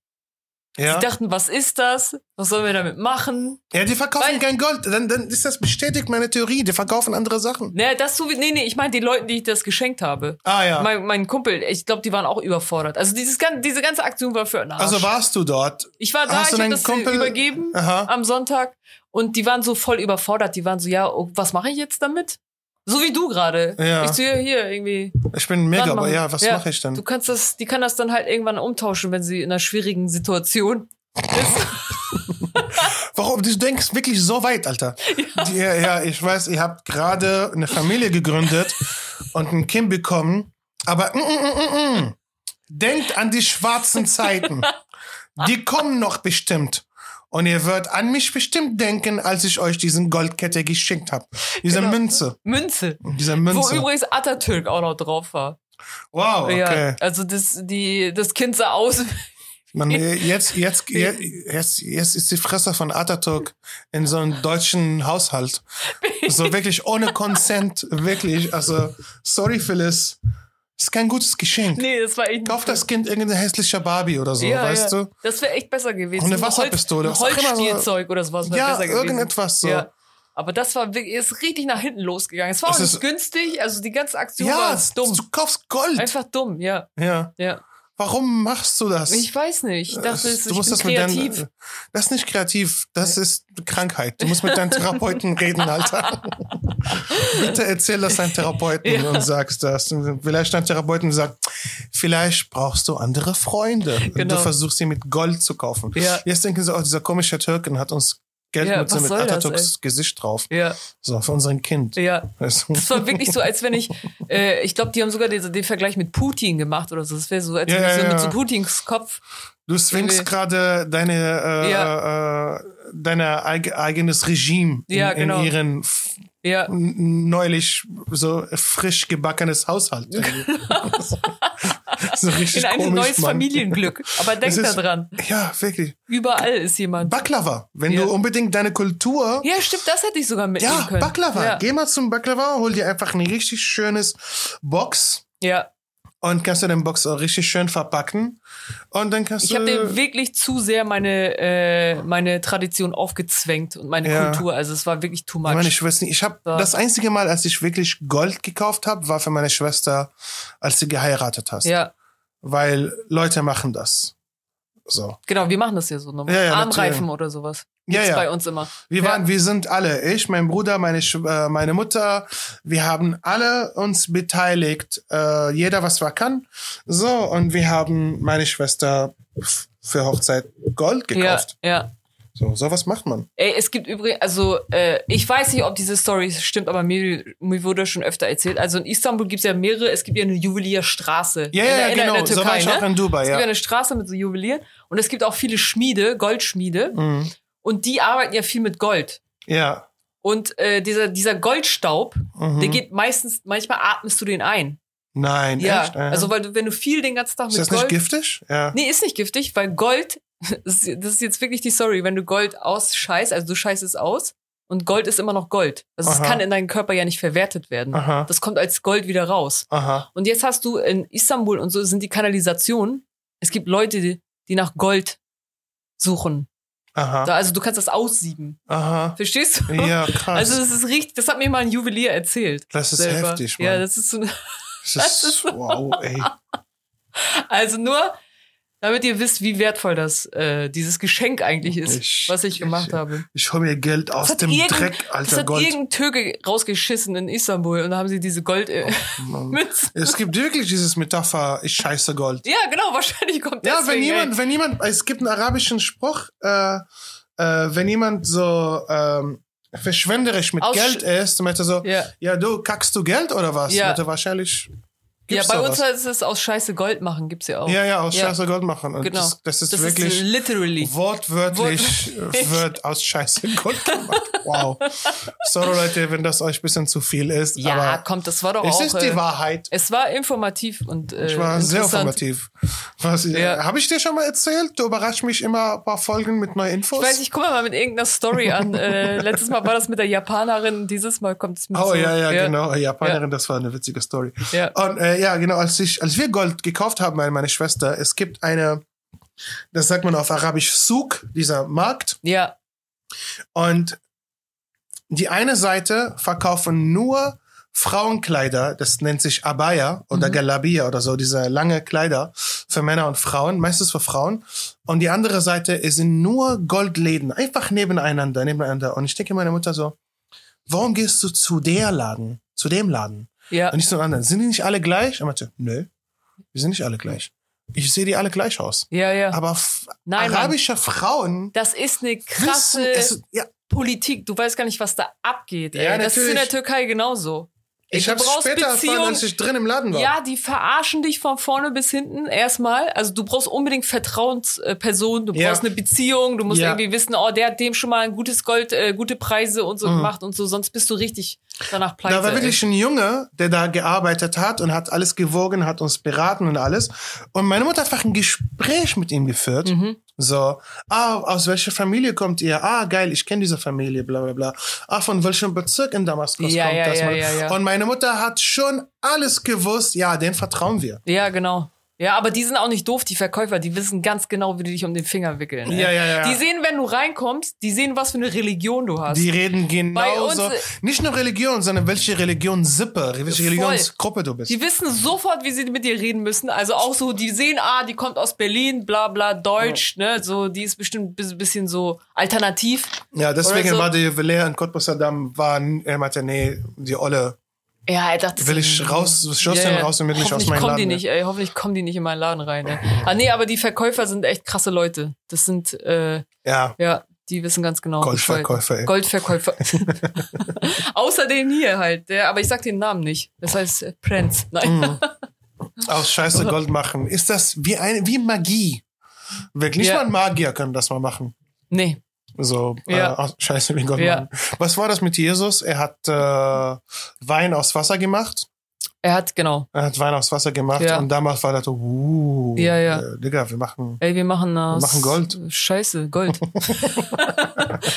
[SPEAKER 1] ja.
[SPEAKER 2] Die dachten, was ist das? Was sollen wir damit machen?
[SPEAKER 1] ja, die verkaufen
[SPEAKER 2] Weil-
[SPEAKER 1] kein Gold. Dann, dann ist das bestätigt meine Theorie. Die verkaufen andere Sachen.
[SPEAKER 2] Nee, das so wie, nee, nee, ich meine die Leuten, die ich das geschenkt habe.
[SPEAKER 1] Ah ja.
[SPEAKER 2] Mein, mein Kumpel, ich glaube, die waren auch überfordert. Also dieses, gan- diese ganze Aktion war für einen Arsch.
[SPEAKER 1] also warst du dort.
[SPEAKER 2] ich war da,
[SPEAKER 1] hast
[SPEAKER 2] ich
[SPEAKER 1] du
[SPEAKER 2] habe
[SPEAKER 1] deinen
[SPEAKER 2] das äh,
[SPEAKER 1] Kumpel-
[SPEAKER 2] übergeben
[SPEAKER 1] Aha.
[SPEAKER 2] am Sonntag und die waren so voll überfordert. Die waren so, ja, oh, was mache ich jetzt damit? So wie du gerade.
[SPEAKER 1] Ja.
[SPEAKER 2] Ich so, ja, hier irgendwie.
[SPEAKER 1] Ich bin mega,
[SPEAKER 2] Dran
[SPEAKER 1] aber
[SPEAKER 2] machen.
[SPEAKER 1] ja, was
[SPEAKER 2] Ja,
[SPEAKER 1] mache ich
[SPEAKER 2] Du
[SPEAKER 1] dann?
[SPEAKER 2] kannst das, die kann das dann halt irgendwann umtauschen, wenn sie in einer schwierigen Situation ist.
[SPEAKER 1] Warum? Du denkst wirklich so weit, Alter. Die, ja, ja, ich weiß, ihr habt gerade eine Familie gegründet und ein Kind bekommen. Aber mm, mm, mm, mm, mm. denkt an die schwarzen Zeiten. Die kommen noch bestimmt. Und ihr wird an mich bestimmt denken, als ich euch diesen Goldkette geschenkt habe. Diese
[SPEAKER 2] Genau.
[SPEAKER 1] Münze.
[SPEAKER 2] Münze.
[SPEAKER 1] Diese
[SPEAKER 2] Wo
[SPEAKER 1] Münze.
[SPEAKER 2] übrigens Atatürk auch noch drauf war.
[SPEAKER 1] Wow, okay.
[SPEAKER 2] Ja, also das, die, das Kind sah aus.
[SPEAKER 1] Man, äh, jetzt, jetzt, je- jetzt, jetzt ist die Fresse von Atatürk in so einem deutschen Haushalt. So wirklich ohne Consent, wirklich. Also, sorry, Phyllis. Ist kein gutes Geschenk.
[SPEAKER 2] Nee, das war echt.
[SPEAKER 1] Kauf das Kind irgendeine hässliche Barbie oder so,
[SPEAKER 2] ja,
[SPEAKER 1] weißt
[SPEAKER 2] ja.
[SPEAKER 1] du?
[SPEAKER 2] Das wäre echt besser gewesen.
[SPEAKER 1] Und eine
[SPEAKER 2] Ein
[SPEAKER 1] Wasserpistole,
[SPEAKER 2] Holz,
[SPEAKER 1] was auch
[SPEAKER 2] ein
[SPEAKER 1] immer so-
[SPEAKER 2] Holzspielzeug oder sowas wäre
[SPEAKER 1] Ja,
[SPEAKER 2] besser gewesen.
[SPEAKER 1] irgendetwas so.
[SPEAKER 2] Ja. Aber das war wirklich, ist richtig nach hinten losgegangen. Es war
[SPEAKER 1] Es
[SPEAKER 2] auch
[SPEAKER 1] ist-
[SPEAKER 2] nicht günstig, also die ganze Aktion
[SPEAKER 1] ja,
[SPEAKER 2] war dumm.
[SPEAKER 1] du kaufst Gold.
[SPEAKER 2] Einfach dumm, ja.
[SPEAKER 1] ja.
[SPEAKER 2] ja.
[SPEAKER 1] Warum machst du das?
[SPEAKER 2] Ich weiß nicht. Ich dachte, es-
[SPEAKER 1] du
[SPEAKER 2] ich
[SPEAKER 1] musst
[SPEAKER 2] bin
[SPEAKER 1] das mit
[SPEAKER 2] kreativ.
[SPEAKER 1] deinen, äh, das ist nicht kreativ, das ist Krankheit. Du musst mit deinen Therapeuten reden, Alter. Bitte erzähl das deinen Therapeuten
[SPEAKER 2] Ja.
[SPEAKER 1] und sagst das. Und Vielleicht dein Therapeuten sagt, vielleicht brauchst du andere Freunde. Und
[SPEAKER 2] Genau.
[SPEAKER 1] Du versuchst sie mit Gold zu kaufen.
[SPEAKER 2] Ja.
[SPEAKER 1] Jetzt denken sie, oh, dieser komische Türken hat uns Geld
[SPEAKER 2] Ja,
[SPEAKER 1] mit, so
[SPEAKER 2] was
[SPEAKER 1] mit
[SPEAKER 2] soll das,
[SPEAKER 1] Atatürks Gesicht drauf.
[SPEAKER 2] ja,
[SPEAKER 1] So, für unseren Kind.
[SPEAKER 2] ja.
[SPEAKER 1] Weißt du?
[SPEAKER 2] Das war wirklich so, als wenn ich, äh, ich glaube, die haben sogar den, den Vergleich mit Putin gemacht oder so. Das wäre so, als
[SPEAKER 1] Ja,
[SPEAKER 2] wenn ich so
[SPEAKER 1] ja,
[SPEAKER 2] mit
[SPEAKER 1] ja.
[SPEAKER 2] so Putins Kopf.
[SPEAKER 1] Du swingst
[SPEAKER 2] Irgendwie.
[SPEAKER 1] gerade deine, äh, äh, dein eig eigenes Regime in,
[SPEAKER 2] Ja, genau.
[SPEAKER 1] in ihren f-
[SPEAKER 2] Ja,
[SPEAKER 1] n- neulich so frisch gebackenes Haushalt. so richtig
[SPEAKER 2] in ein
[SPEAKER 1] komisch,
[SPEAKER 2] neues
[SPEAKER 1] Mann.
[SPEAKER 2] Familienglück. Aber denk
[SPEAKER 1] Es
[SPEAKER 2] da
[SPEAKER 1] ist-
[SPEAKER 2] dran.
[SPEAKER 1] Ja, wirklich.
[SPEAKER 2] Überall ist jemand.
[SPEAKER 1] Baklava. Wenn
[SPEAKER 2] Ja.
[SPEAKER 1] du unbedingt deine Kultur
[SPEAKER 2] ja, stimmt, das hätte ich sogar mitnehmen
[SPEAKER 1] Ja,
[SPEAKER 2] können.
[SPEAKER 1] Baklava.
[SPEAKER 2] Ja.
[SPEAKER 1] Geh mal zum Baklava, hol dir einfach ein richtig schönes Box
[SPEAKER 2] ja.
[SPEAKER 1] und kannst du den Box auch richtig schön verpacken. Und dann kannst
[SPEAKER 2] Ich
[SPEAKER 1] du.
[SPEAKER 2] habe dir wirklich zu sehr meine, äh, meine Tradition aufgezwängt und meine
[SPEAKER 1] Ja.
[SPEAKER 2] Kultur. Also es war wirklich too much.
[SPEAKER 1] ich meine Schwester, ich habe
[SPEAKER 2] Ja.
[SPEAKER 1] das einzige Mal, als ich wirklich Gold gekauft habe, war für meine Schwester, als sie geheiratet hast.
[SPEAKER 2] ja,
[SPEAKER 1] Weil Leute machen das. So.
[SPEAKER 2] genau, wir machen das ja so nochmal.
[SPEAKER 1] Ja, ja,
[SPEAKER 2] Armreifen oder sowas.
[SPEAKER 1] Ja,
[SPEAKER 2] Gibt's
[SPEAKER 1] ja.
[SPEAKER 2] bei uns immer.
[SPEAKER 1] Wir
[SPEAKER 2] Ja.
[SPEAKER 1] waren, wir sind alle, ich, mein Bruder, meine, Sch äh, meine Mutter, wir haben alle uns beteiligt, äh, jeder was war kann. So, und wir haben meine Schwester f- für Hochzeit Gold
[SPEAKER 2] Ja,
[SPEAKER 1] gekauft.
[SPEAKER 2] ja.
[SPEAKER 1] So, sowas macht man.
[SPEAKER 2] Ey, es gibt übrigens, also äh, ich weiß nicht, ob diese Story stimmt, aber mir, mir wurde schon öfter erzählt. Also in Istanbul gibt's ja mehrere, es gibt ja eine Juwelierstraße.
[SPEAKER 1] Ja,
[SPEAKER 2] in,
[SPEAKER 1] ja,
[SPEAKER 2] der- in, der-
[SPEAKER 1] genau.
[SPEAKER 2] In der
[SPEAKER 1] So war
[SPEAKER 2] Türkei,
[SPEAKER 1] ich auch
[SPEAKER 2] ne?
[SPEAKER 1] in Dubai,
[SPEAKER 2] Es gibt ja
[SPEAKER 1] ja.
[SPEAKER 2] eine Straße mit so Juwelieren und es gibt auch viele Schmiede, Goldschmiede
[SPEAKER 1] Mhm.
[SPEAKER 2] und die arbeiten ja viel mit Gold.
[SPEAKER 1] Ja.
[SPEAKER 2] Und äh, dieser, dieser Goldstaub,
[SPEAKER 1] Mhm.
[SPEAKER 2] der geht meistens, manchmal atmest du den ein.
[SPEAKER 1] Nein,
[SPEAKER 2] Ja,
[SPEAKER 1] echt? Ja.
[SPEAKER 2] also weil du, wenn du viel den ganzen Tag
[SPEAKER 1] ist
[SPEAKER 2] mit
[SPEAKER 1] das nicht
[SPEAKER 2] Gold...
[SPEAKER 1] giftig? Ja.
[SPEAKER 2] Nee, ist nicht giftig, weil Gold, das ist das ist jetzt wirklich die Story, wenn du Gold ausscheißt, also du scheißt es aus und Gold ist immer noch Gold. Also es
[SPEAKER 1] Aha.
[SPEAKER 2] kann in deinem Körper ja nicht verwertet werden.
[SPEAKER 1] Aha.
[SPEAKER 2] Das kommt als Gold wieder raus.
[SPEAKER 1] Aha.
[SPEAKER 2] Und jetzt hast du in Istanbul und so sind die Kanalisationen. Es gibt Leute, die, die nach Gold suchen.
[SPEAKER 1] Aha.
[SPEAKER 2] Da, also du kannst das aussieben.
[SPEAKER 1] Aha.
[SPEAKER 2] Verstehst du?
[SPEAKER 1] Ja, krass.
[SPEAKER 2] Also das ist richtig, das hat mir mal ein Juwelier erzählt.
[SPEAKER 1] das ist
[SPEAKER 2] selber.
[SPEAKER 1] heftig, Mann.
[SPEAKER 2] Ja, das ist so eine
[SPEAKER 1] das ist, wow, ey.
[SPEAKER 2] Also nur, damit ihr wisst, wie wertvoll das, äh, dieses Geschenk eigentlich ist,
[SPEAKER 1] Ich-
[SPEAKER 2] was ich gemacht
[SPEAKER 1] ich-
[SPEAKER 2] habe.
[SPEAKER 1] Ich hol mir Geld
[SPEAKER 2] Das
[SPEAKER 1] aus
[SPEAKER 2] hat
[SPEAKER 1] dem
[SPEAKER 2] irgend-
[SPEAKER 1] Dreck,
[SPEAKER 2] Das
[SPEAKER 1] alter
[SPEAKER 2] hat
[SPEAKER 1] Gold.
[SPEAKER 2] irgendein Türke rausgeschissen in Istanbul und da haben sie diese Gold äh,
[SPEAKER 1] Mann.
[SPEAKER 2] Münzen.
[SPEAKER 1] Es gibt wirklich dieses Metapher, ich scheiße Gold.
[SPEAKER 2] Ja, genau, wahrscheinlich kommt
[SPEAKER 1] Ja,
[SPEAKER 2] deswegen,
[SPEAKER 1] wenn
[SPEAKER 2] ey.
[SPEAKER 1] jemand, wenn jemand, es gibt einen arabischen Spruch, äh, äh, wenn jemand so ähm, verschwenderisch mit
[SPEAKER 2] Aus-
[SPEAKER 1] Geld ist, meinte so, ja.
[SPEAKER 2] Ja.
[SPEAKER 1] du, kackst du Geld oder was?
[SPEAKER 2] Ja.
[SPEAKER 1] Meinte wahrscheinlich.
[SPEAKER 2] ja,
[SPEAKER 1] gibt's
[SPEAKER 2] bei
[SPEAKER 1] da
[SPEAKER 2] uns
[SPEAKER 1] was.
[SPEAKER 2] ist es aus Scheiße Gold machen, gibt's ja auch.
[SPEAKER 1] Ja, ja, aus
[SPEAKER 2] Ja.
[SPEAKER 1] Scheiße Gold machen. Und
[SPEAKER 2] Genau.
[SPEAKER 1] das, das ist
[SPEAKER 2] das ist
[SPEAKER 1] wirklich
[SPEAKER 2] literally.
[SPEAKER 1] wortwörtlich äh,
[SPEAKER 2] Wortwörtlich.
[SPEAKER 1] wird aus Scheiße Gold gemacht. Wow. Sorry, Leute, wenn das euch ein bisschen zu viel ist.
[SPEAKER 2] Ja,
[SPEAKER 1] aber
[SPEAKER 2] komm, das war doch
[SPEAKER 1] es
[SPEAKER 2] auch.
[SPEAKER 1] ist die
[SPEAKER 2] äh,
[SPEAKER 1] Wahrheit.
[SPEAKER 2] es war informativ und äh,
[SPEAKER 1] Ich war sehr
[SPEAKER 2] interessant.
[SPEAKER 1] informativ. Was,
[SPEAKER 2] Ja.
[SPEAKER 1] äh, Habe ich dir schon mal erzählt? Du überraschst mich immer ein paar Folgen mit neuen Infos.
[SPEAKER 2] Ich weiß, ich gucke mal mit irgendeiner Story an. äh, letztes Mal war das mit der Japanerin, dieses Mal kommt es mit
[SPEAKER 1] Oh
[SPEAKER 2] so.
[SPEAKER 1] ja, ja, genau. Japanerin, das war eine witzige Story.
[SPEAKER 2] Ja.
[SPEAKER 1] Und äh, ja, genau, als ich, als wir Gold gekauft haben, meine, meine Schwester, es gibt eine, das sagt man auf Arabisch Souk, dieser Markt.
[SPEAKER 2] Ja,
[SPEAKER 1] Und die eine Seite verkaufen nur Frauenkleider, das nennt sich Abaya
[SPEAKER 2] Mhm.
[SPEAKER 1] oder Galabia oder so, diese lange Kleider für Männer und Frauen, meistens für Frauen. Und die andere Seite sind nur Goldläden, einfach nebeneinander, nebeneinander. Und ich denke meiner Mutter so, warum gehst du zu der Laden, zu dem Laden
[SPEAKER 2] ja.
[SPEAKER 1] und nicht zu einem anderen? Sind die nicht alle gleich? Und meinte, nö, wir sind nicht alle gleich. Ich sehe die alle gleich aus.
[SPEAKER 2] Ja, ja.
[SPEAKER 1] Aber f-
[SPEAKER 2] Nein, Mann.
[SPEAKER 1] arabische Frauen
[SPEAKER 2] Das ist eine
[SPEAKER 1] wissen,
[SPEAKER 2] krasse
[SPEAKER 1] es, ja,
[SPEAKER 2] Politik. Du weißt gar nicht, was da abgeht. Ey.
[SPEAKER 1] Ja,
[SPEAKER 2] das ist in der
[SPEAKER 1] natürlich.
[SPEAKER 2] Türkei genauso. Ey,
[SPEAKER 1] Ich
[SPEAKER 2] du
[SPEAKER 1] habe
[SPEAKER 2] brauchst
[SPEAKER 1] später erfahren,
[SPEAKER 2] Beziehungen-
[SPEAKER 1] als ich drin im Laden war.
[SPEAKER 2] Ja, die verarschen dich von vorne bis hinten erstmal. Also du brauchst unbedingt Vertrauenspersonen, du brauchst
[SPEAKER 1] Ja.
[SPEAKER 2] eine Beziehung, du musst
[SPEAKER 1] Ja.
[SPEAKER 2] irgendwie wissen, oh, der hat dem schon mal ein gutes Gold, äh, gute Preise und so gemacht und so, sonst bist du richtig danach pleite.
[SPEAKER 1] da war Mhm. wirklich ein Junge, der da gearbeitet hat und hat alles gewogen, hat uns beraten und alles. Und meine Mutter hat einfach ein Gespräch mit ihm geführt.
[SPEAKER 2] Mhm.
[SPEAKER 1] So, ah, aus welcher Familie kommt ihr? Ah, geil, ich kenne diese Familie, bla bla bla. Ah, von welchem Bezirk in Damaskus
[SPEAKER 2] Ja,
[SPEAKER 1] kommt
[SPEAKER 2] ja,
[SPEAKER 1] das?
[SPEAKER 2] ja,
[SPEAKER 1] mal?
[SPEAKER 2] ja, ja.
[SPEAKER 1] Und meine Mutter hat schon alles gewusst. Ja, den vertrauen wir.
[SPEAKER 2] ey. Ja, genau. Ja, aber die sind auch nicht doof, die Verkäufer, die wissen ganz genau, wie die dich um den Finger wickeln. ey.
[SPEAKER 1] Ja, ja, ja.
[SPEAKER 2] Die sehen, wenn du reinkommst, die sehen, was für eine Religion du hast.
[SPEAKER 1] Die reden
[SPEAKER 2] Bei uns,
[SPEAKER 1] genauso.
[SPEAKER 2] äh,
[SPEAKER 1] Nicht nur Religion, sondern welche Religionssippe, welche
[SPEAKER 2] Voll.
[SPEAKER 1] Religionsgruppe du bist.
[SPEAKER 2] Die wissen sofort, wie sie mit dir reden müssen. Also auch so, die sehen, ah, die kommt aus Berlin, bla bla, Deutsch, ne? So, die ist bestimmt ein bis- bisschen so alternativ.
[SPEAKER 1] Ja, deswegen
[SPEAKER 2] Oder so.
[SPEAKER 1] war die Juwelier in Cottbusser Damm, war, er meinte, nee, die Olle,
[SPEAKER 2] Ja, er dachte,
[SPEAKER 1] will ich raus, ich yeah, raus und mit nicht aus
[SPEAKER 2] Mhm. Hoffentlich
[SPEAKER 1] meinem
[SPEAKER 2] kommen
[SPEAKER 1] Laden.
[SPEAKER 2] die nicht, ey. Hoffentlich kommen die nicht in meinen Laden rein, ey. Ah, nee, aber die Verkäufer sind echt krasse Leute. Das sind, äh,
[SPEAKER 1] Ja,
[SPEAKER 2] ja, die wissen ganz genau.
[SPEAKER 1] Goldverkäufer,
[SPEAKER 2] Bescheid.
[SPEAKER 1] ey.
[SPEAKER 2] Goldverkäufer. Außer den hier halt, der, aber ich sag den Namen nicht. Das heißt äh, Prinz. Nein.
[SPEAKER 1] Mhm. aus Scheiße Gold machen. Ist das wie eine, wie Magie. Wirklich,
[SPEAKER 2] Ja.
[SPEAKER 1] nicht mal Magier können das mal machen.
[SPEAKER 2] Nee.
[SPEAKER 1] So,
[SPEAKER 2] Ja.
[SPEAKER 1] äh, aus Scheiße wie Gold
[SPEAKER 2] Ja.
[SPEAKER 1] machen. Was war das mit Jesus? Er hat äh, Wein aus Wasser gemacht.
[SPEAKER 2] Er hat, genau.
[SPEAKER 1] Er hat Wein aufs Wasser gemacht
[SPEAKER 2] Ja.
[SPEAKER 1] und damals war das so, uh,
[SPEAKER 2] Ja, ja.
[SPEAKER 1] Äh, Digga, wir machen.
[SPEAKER 2] Ey, wir machen das.
[SPEAKER 1] machen Gold.
[SPEAKER 2] Scheiße, Gold.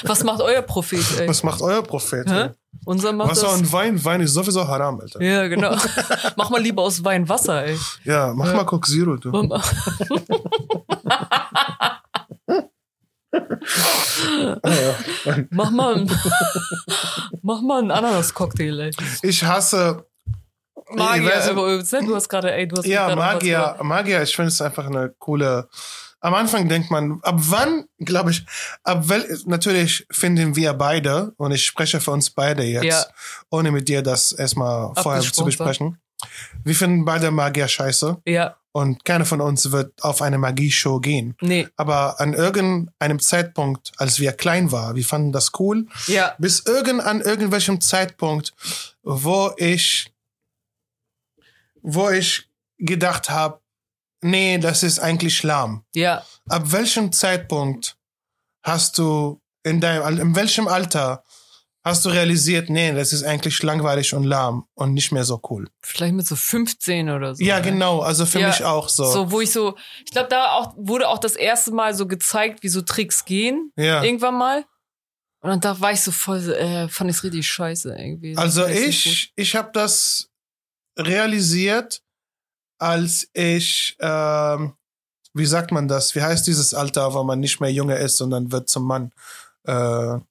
[SPEAKER 2] Was macht euer Prophet, ey?
[SPEAKER 1] Was macht euer Prophet?
[SPEAKER 2] Hä?
[SPEAKER 1] ey?
[SPEAKER 2] Unser macht
[SPEAKER 1] Wasser
[SPEAKER 2] das.
[SPEAKER 1] und Wein, Wein ist sowieso haram, Alter.
[SPEAKER 2] Ja, genau. Mach mal lieber aus Wein Wasser, ey.
[SPEAKER 1] Ja, mach
[SPEAKER 2] Ja.
[SPEAKER 1] mal Coke Zero, du.
[SPEAKER 2] Mach mal-
[SPEAKER 1] Ah, ja.
[SPEAKER 2] Mach mal einen, mach mal einen Ananas-Cocktail, ey.
[SPEAKER 1] Ich hasse. Ich weiß-
[SPEAKER 2] Magier, aber, ne, du hast gerade, ey, du hast
[SPEAKER 1] Ja,
[SPEAKER 2] gerade noch was
[SPEAKER 1] Magier,
[SPEAKER 2] gesagt.
[SPEAKER 1] Magier, ich finde es einfach eine coole. Am Anfang denkt man, ab wann, glaube ich, ab wel, natürlich finden wir beide, und ich spreche für uns beide jetzt,
[SPEAKER 2] Ja.
[SPEAKER 1] ohne mit dir das erstmal vorher zu
[SPEAKER 2] Abgesprochen.
[SPEAKER 1] besprechen. Wir finden beide Magier scheiße
[SPEAKER 2] Ja,
[SPEAKER 1] und keiner von uns wird auf eine Magieshow gehen.
[SPEAKER 2] nee,
[SPEAKER 1] Aber an irgendeinem Zeitpunkt, als wir klein waren, wir fanden das cool,
[SPEAKER 2] ja,
[SPEAKER 1] bis irgend an irgendwelchem Zeitpunkt, wo ich, wo ich gedacht habe, nee, das ist eigentlich lahm.
[SPEAKER 2] ja,
[SPEAKER 1] Ab welchem Zeitpunkt hast du in deinem, Al- in welchem Alter hast du realisiert, nee, das ist eigentlich langweilig und lahm und nicht mehr so cool?
[SPEAKER 2] vielleicht mit so 15 oder so.
[SPEAKER 1] Ja,
[SPEAKER 2] ey.
[SPEAKER 1] genau. Also für
[SPEAKER 2] Ja,
[SPEAKER 1] mich auch so.
[SPEAKER 2] So, wo ich so, ich glaube, da auch, wurde auch das erste Mal so gezeigt, wie so Tricks gehen,
[SPEAKER 1] ja.
[SPEAKER 2] irgendwann mal. Und dann da war ich so voll, so, äh, fand ich's richtig scheiße irgendwie.
[SPEAKER 1] Also
[SPEAKER 2] Weiß nicht gut.
[SPEAKER 1] ich, ich habe das realisiert, als ich, ähm, wie sagt man das? Wie heißt dieses Alter, wo man nicht mehr Junge ist, sondern wird zum Mann? Äh, wo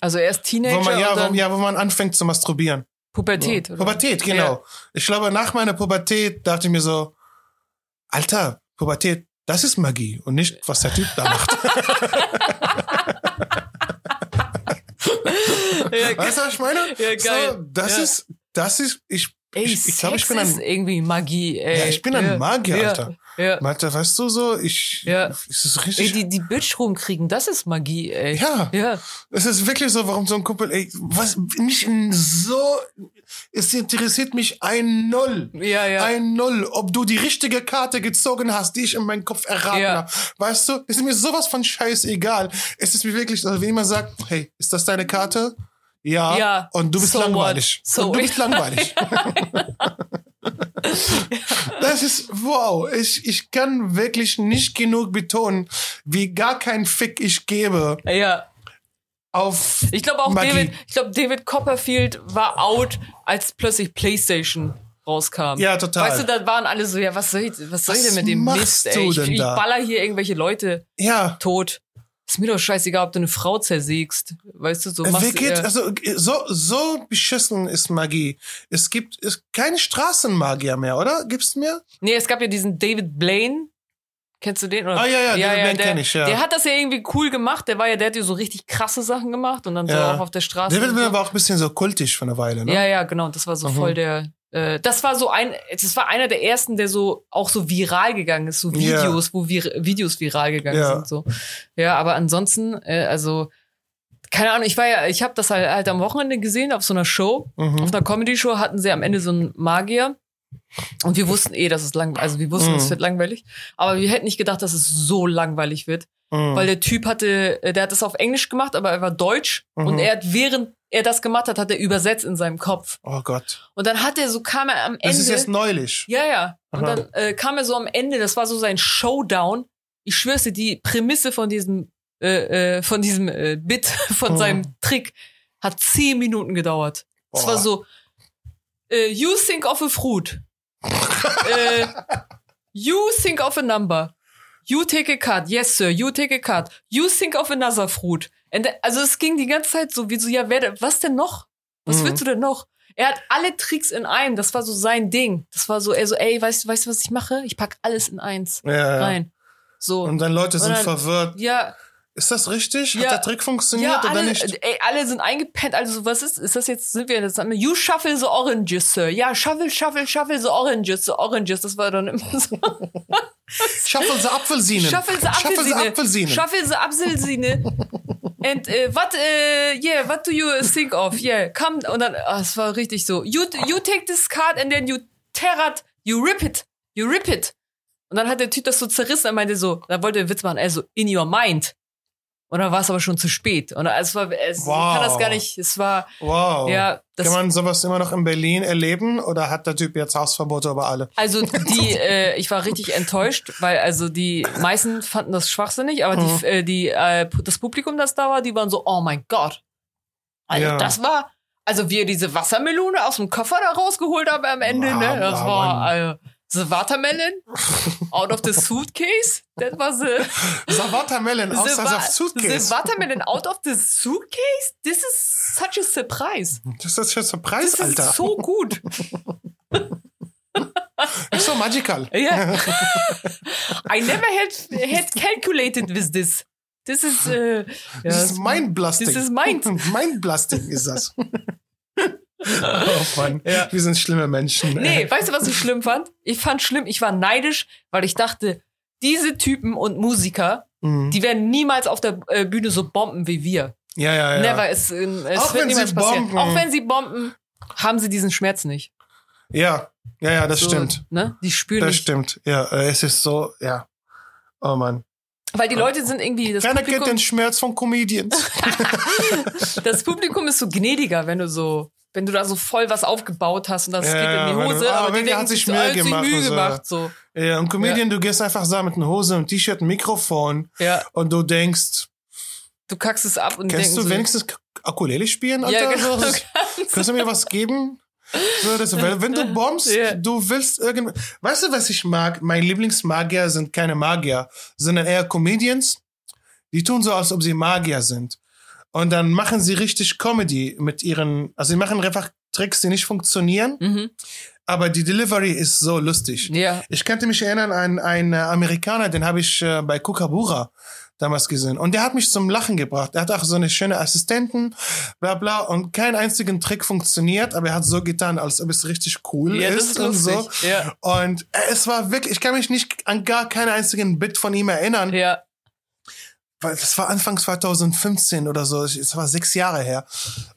[SPEAKER 2] Also erst Teenager
[SPEAKER 1] man, ja,
[SPEAKER 2] und dann
[SPEAKER 1] wo, ja, wo man anfängt zu masturbieren.
[SPEAKER 2] Pubertät. Oder?
[SPEAKER 1] Pubertät, genau. Ich glaube, nach meiner Pubertät dachte ich mir so, Alter, Pubertät, das ist Magie und nicht, was der Typ da macht.
[SPEAKER 2] Ja, ge-
[SPEAKER 1] weißt du, was ich meine?
[SPEAKER 2] Ja, geil.
[SPEAKER 1] So, das
[SPEAKER 2] Ja.
[SPEAKER 1] ist, das ist, ich,
[SPEAKER 2] ey,
[SPEAKER 1] ich, ich
[SPEAKER 2] Sex
[SPEAKER 1] glaube, ich bin
[SPEAKER 2] ist
[SPEAKER 1] ein,
[SPEAKER 2] irgendwie Magie, ey.
[SPEAKER 1] ja, ich bin ein Magier,
[SPEAKER 2] ja,
[SPEAKER 1] Alter.
[SPEAKER 2] Ja.
[SPEAKER 1] Meinte, weißt du so, ich,
[SPEAKER 2] Ja.
[SPEAKER 1] es ist
[SPEAKER 2] Ey,
[SPEAKER 1] richtig,
[SPEAKER 2] die, die Bitch rumkriegen, das ist Magie, ey.
[SPEAKER 1] ja,
[SPEAKER 2] Ja,
[SPEAKER 1] es ist wirklich so, warum so ein Kumpel, ey, was, nicht in so, es interessiert mich ein Null.
[SPEAKER 2] ja, ja.
[SPEAKER 1] Ein Null, ob du die richtige Karte gezogen hast, die ich in meinem Kopf erraten
[SPEAKER 2] Ja.
[SPEAKER 1] habe. Weißt du, ist mir sowas von scheißegal. Es ist mir wirklich, also wenn jemand sagt, hey, ist das deine Karte? Ja.
[SPEAKER 2] Ja.
[SPEAKER 1] Und du bist
[SPEAKER 2] So
[SPEAKER 1] langweilig.
[SPEAKER 2] what? So
[SPEAKER 1] und du bist langweilig. Das ist, wow, ich, ich kann wirklich nicht genug betonen, wie gar kein Fick ich gebe
[SPEAKER 2] ja.
[SPEAKER 1] auf
[SPEAKER 2] Ich glaube auch
[SPEAKER 1] Magie.
[SPEAKER 2] David, ich glaube David Copperfield war out, als plötzlich PlayStation rauskam.
[SPEAKER 1] Ja, total.
[SPEAKER 2] Weißt du, da waren alle so, ja, was soll ich, was soll ich
[SPEAKER 1] Was
[SPEAKER 2] denn mit dem
[SPEAKER 1] machst
[SPEAKER 2] Mist, ey?
[SPEAKER 1] du
[SPEAKER 2] Ich,
[SPEAKER 1] denn
[SPEAKER 2] ich
[SPEAKER 1] da?
[SPEAKER 2] baller hier irgendwelche Leute
[SPEAKER 1] Ja,
[SPEAKER 2] tot. Ist mir doch scheißegal, ob du eine Frau zersägst. Weißt du, so machst
[SPEAKER 1] Wicked,
[SPEAKER 2] ja.
[SPEAKER 1] also so, so beschissen ist Magie. Es gibt es, keine Straßenmagier mehr, oder? Gibt's mehr?
[SPEAKER 2] Nee, es gab ja diesen David Blaine. Kennst du den? Oder?
[SPEAKER 1] Ah, ja, ja, David Blaine
[SPEAKER 2] der,
[SPEAKER 1] kenn ich, ja.
[SPEAKER 2] Der hat das ja irgendwie cool gemacht. Der war ja, der hat ja so richtig krasse Sachen gemacht und dann
[SPEAKER 1] Ja.
[SPEAKER 2] so auch auf der Straße.
[SPEAKER 1] David
[SPEAKER 2] und so.
[SPEAKER 1] Blaine war auch ein bisschen so kultisch für eine Weile, ne?
[SPEAKER 2] Ja, ja, genau. Das war so
[SPEAKER 1] Mhm.
[SPEAKER 2] voll der. Äh, das war so ein, das war einer der ersten, der so auch so viral gegangen ist, so
[SPEAKER 1] Ja.
[SPEAKER 2] Videos, wo vir Videos viral gegangen
[SPEAKER 1] Ja.
[SPEAKER 2] sind. So. Ja, aber ansonsten, äh, also, keine Ahnung, ich war ja, ich habe das halt, halt am Wochenende gesehen auf so einer Show.
[SPEAKER 1] Mhm.
[SPEAKER 2] Auf einer Comedy-Show hatten sie am Ende so einen Magier. Und wir wussten eh, dass es langweilig, also wir wussten,
[SPEAKER 1] Mhm.
[SPEAKER 2] es wird langweilig. Aber wir hätten nicht gedacht, dass es so langweilig wird.
[SPEAKER 1] Mhm.
[SPEAKER 2] Weil der Typ hatte, äh, der hat das auf Englisch gemacht, aber er war deutsch.
[SPEAKER 1] Mhm.
[SPEAKER 2] Und er hat, während er das gemacht hat, hat er übersetzt in seinem Kopf.
[SPEAKER 1] oh Gott.
[SPEAKER 2] Und dann hat er so, kam er am Ende.
[SPEAKER 1] Das ist jetzt neulich.
[SPEAKER 2] ja, ja. Und
[SPEAKER 1] Aha.
[SPEAKER 2] dann äh, kam er so am Ende, das war so sein Showdown. Ich schwör's dir, die Prämisse von diesem, äh, äh, von diesem äh, Bit, von
[SPEAKER 1] Mhm.
[SPEAKER 2] seinem Trick, hat zehn Minuten gedauert. Es war
[SPEAKER 1] Boah.
[SPEAKER 2] so, äh, you think of a fruit. äh, you think of a number. You take a card. Yes, sir. You take a card. You think of another fruit. And, the- also es ging die ganze Zeit so, wie so, ja, wer, denn- was denn noch? Was
[SPEAKER 1] Mhm.
[SPEAKER 2] willst du denn noch? Er hat alle Tricks in einem. Das war so sein Ding. Das war so, er so, ey, weißt, du- weißt du, was ich mache? Ich pack alles in eins
[SPEAKER 1] Ja, ja.
[SPEAKER 2] rein. So.
[SPEAKER 1] Und dann Leute sind
[SPEAKER 2] Und dann-
[SPEAKER 1] verwirrt.
[SPEAKER 2] ja,
[SPEAKER 1] Ist das richtig?
[SPEAKER 2] Ja.
[SPEAKER 1] Hat der Trick funktioniert
[SPEAKER 2] ja,
[SPEAKER 1] oder
[SPEAKER 2] alle, äh,
[SPEAKER 1] nicht?
[SPEAKER 2] ey, alle sind eingepennt. Also, was ist, ist das jetzt, sind wir jetzt, you shuffle the oranges, sir. Ja, shuffle, shuffle, shuffle the oranges, the oranges. Das war dann immer so.
[SPEAKER 1] Shuffle the Apfelsinen.
[SPEAKER 2] Shuffle the
[SPEAKER 1] Shuffle the
[SPEAKER 2] Apfelsine.
[SPEAKER 1] Apfelsinen.
[SPEAKER 2] Shuffle the Apfelsine. And äh, what, äh, yeah, what do you think of? Yeah, come. Und dann, ah, es war richtig so. You, you take this card and then you tear it, you rip it, you rip it. Und dann hat der Typ das so zerrissen und meinte so, dann wollte er einen Witz machen, also in your mind. Und dann war es aber schon zu spät. Und es war, es,
[SPEAKER 1] Wow.
[SPEAKER 2] ich kann das gar nicht, es war,
[SPEAKER 1] Wow.
[SPEAKER 2] ja, das,
[SPEAKER 1] Kann man sowas immer noch in Berlin erleben oder hat der Typ jetzt Hausverbote über alle?
[SPEAKER 2] also die, äh, ich war richtig enttäuscht, weil also die meisten fanden das schwachsinnig, aber
[SPEAKER 1] Mhm.
[SPEAKER 2] die, äh, die, äh, das Publikum, das da war, die waren so, oh mein Gott. Also
[SPEAKER 1] Ja.
[SPEAKER 2] das war, also wir diese Wassermelone aus dem Koffer da rausgeholt haben am Ende,
[SPEAKER 1] Wow,
[SPEAKER 2] ne? Das
[SPEAKER 1] wow,
[SPEAKER 2] war,
[SPEAKER 1] Mann.
[SPEAKER 2] also, the watermelon out of the suitcase, das war the,
[SPEAKER 1] Savatermelon aus
[SPEAKER 2] wa-
[SPEAKER 1] das Suitcase.
[SPEAKER 2] The watermelon out of the suitcase? This is such a surprise.
[SPEAKER 1] Das ist jetzt ein
[SPEAKER 2] Das
[SPEAKER 1] Preis, Alter.
[SPEAKER 2] ist so gut.
[SPEAKER 1] ist so magical.
[SPEAKER 2] Yeah. I never had, had calculated with this. This is, äh, ja,
[SPEAKER 1] das ist mindblasting.
[SPEAKER 2] this is mind.
[SPEAKER 1] mindblasting ist das. oh Mann, wir sind schlimme Menschen.
[SPEAKER 2] Nee, weißt du, was ich schlimm fand? Ich fand schlimm, ich war neidisch, weil ich dachte, diese Typen und Musiker,
[SPEAKER 1] Mhm.
[SPEAKER 2] die werden niemals auf der äh, Bühne so bomben wie wir.
[SPEAKER 1] Ja, ja, ja.
[SPEAKER 2] Never. Es, äh, es wird
[SPEAKER 1] Auch wenn sie
[SPEAKER 2] niemals passieren.
[SPEAKER 1] bomben.
[SPEAKER 2] Auch wenn sie bomben, haben sie diesen Schmerz nicht.
[SPEAKER 1] Ja, ja, ja, das
[SPEAKER 2] So,
[SPEAKER 1] stimmt.
[SPEAKER 2] Ne? Die spüren
[SPEAKER 1] Das
[SPEAKER 2] nicht.
[SPEAKER 1] stimmt. Ja, äh, es ist so, ja. Oh Mann.
[SPEAKER 2] Weil die Leute sind irgendwie, das
[SPEAKER 1] Keiner kennt
[SPEAKER 2] Publikum,
[SPEAKER 1] den Schmerz von Comedians.
[SPEAKER 2] das Publikum ist so gnädiger, wenn du so, wenn du da so voll was aufgebaut hast und das
[SPEAKER 1] Ja,
[SPEAKER 2] geht in
[SPEAKER 1] wenn
[SPEAKER 2] die
[SPEAKER 1] du-
[SPEAKER 2] Hose,
[SPEAKER 1] ah,
[SPEAKER 2] aber
[SPEAKER 1] wenn
[SPEAKER 2] die
[SPEAKER 1] der
[SPEAKER 2] denken,
[SPEAKER 1] hat sich
[SPEAKER 2] so,
[SPEAKER 1] Mühe
[SPEAKER 2] ah, hat
[SPEAKER 1] gemacht
[SPEAKER 2] Mühe
[SPEAKER 1] und so.
[SPEAKER 2] gemacht, so.
[SPEAKER 1] ja, und Comedian, du gehst einfach da mit einer Hose, einem T-Shirt, einem Mikrofon
[SPEAKER 2] Ja,
[SPEAKER 1] und du denkst,
[SPEAKER 2] du kackst es ab und
[SPEAKER 1] kannst
[SPEAKER 2] denkst
[SPEAKER 1] du
[SPEAKER 2] so,
[SPEAKER 1] wenigstens K- Ukulele spielen, Alter?
[SPEAKER 2] ja, genau, du
[SPEAKER 1] So,
[SPEAKER 2] kannst.
[SPEAKER 1] Kannst du mir was geben? So, das, wenn, wenn du bombst,
[SPEAKER 2] Ja.
[SPEAKER 1] du willst irgend. Weißt du, was ich mag? Meine Lieblingsmagier sind keine Magier, sondern eher Comedians. Die tun so, als ob sie Magier sind. Und dann machen sie richtig Comedy mit ihren. Also, sie machen einfach Tricks, die nicht funktionieren,
[SPEAKER 2] Mhm.
[SPEAKER 1] aber die Delivery ist so lustig.
[SPEAKER 2] Ja,
[SPEAKER 1] Ich könnte mich erinnern an einen äh, Amerikaner, den habe ich äh, bei Kukabura damals gesehen. Und der hat mich zum Lachen gebracht. Er hat auch so eine schöne Assistenten, bla bla. Und keinen einzigen Trick funktioniert, aber er hat so getan, als ob es richtig cool
[SPEAKER 2] ja, das
[SPEAKER 1] ist,
[SPEAKER 2] ist
[SPEAKER 1] und
[SPEAKER 2] lustig.
[SPEAKER 1] so.
[SPEAKER 2] Ja,
[SPEAKER 1] Und äh, es war wirklich, ich kann mich nicht an gar keinen einzigen Bit von ihm erinnern,
[SPEAKER 2] ja,
[SPEAKER 1] weil das war Anfang 2015 oder so, Ich- es war sechs Jahre her.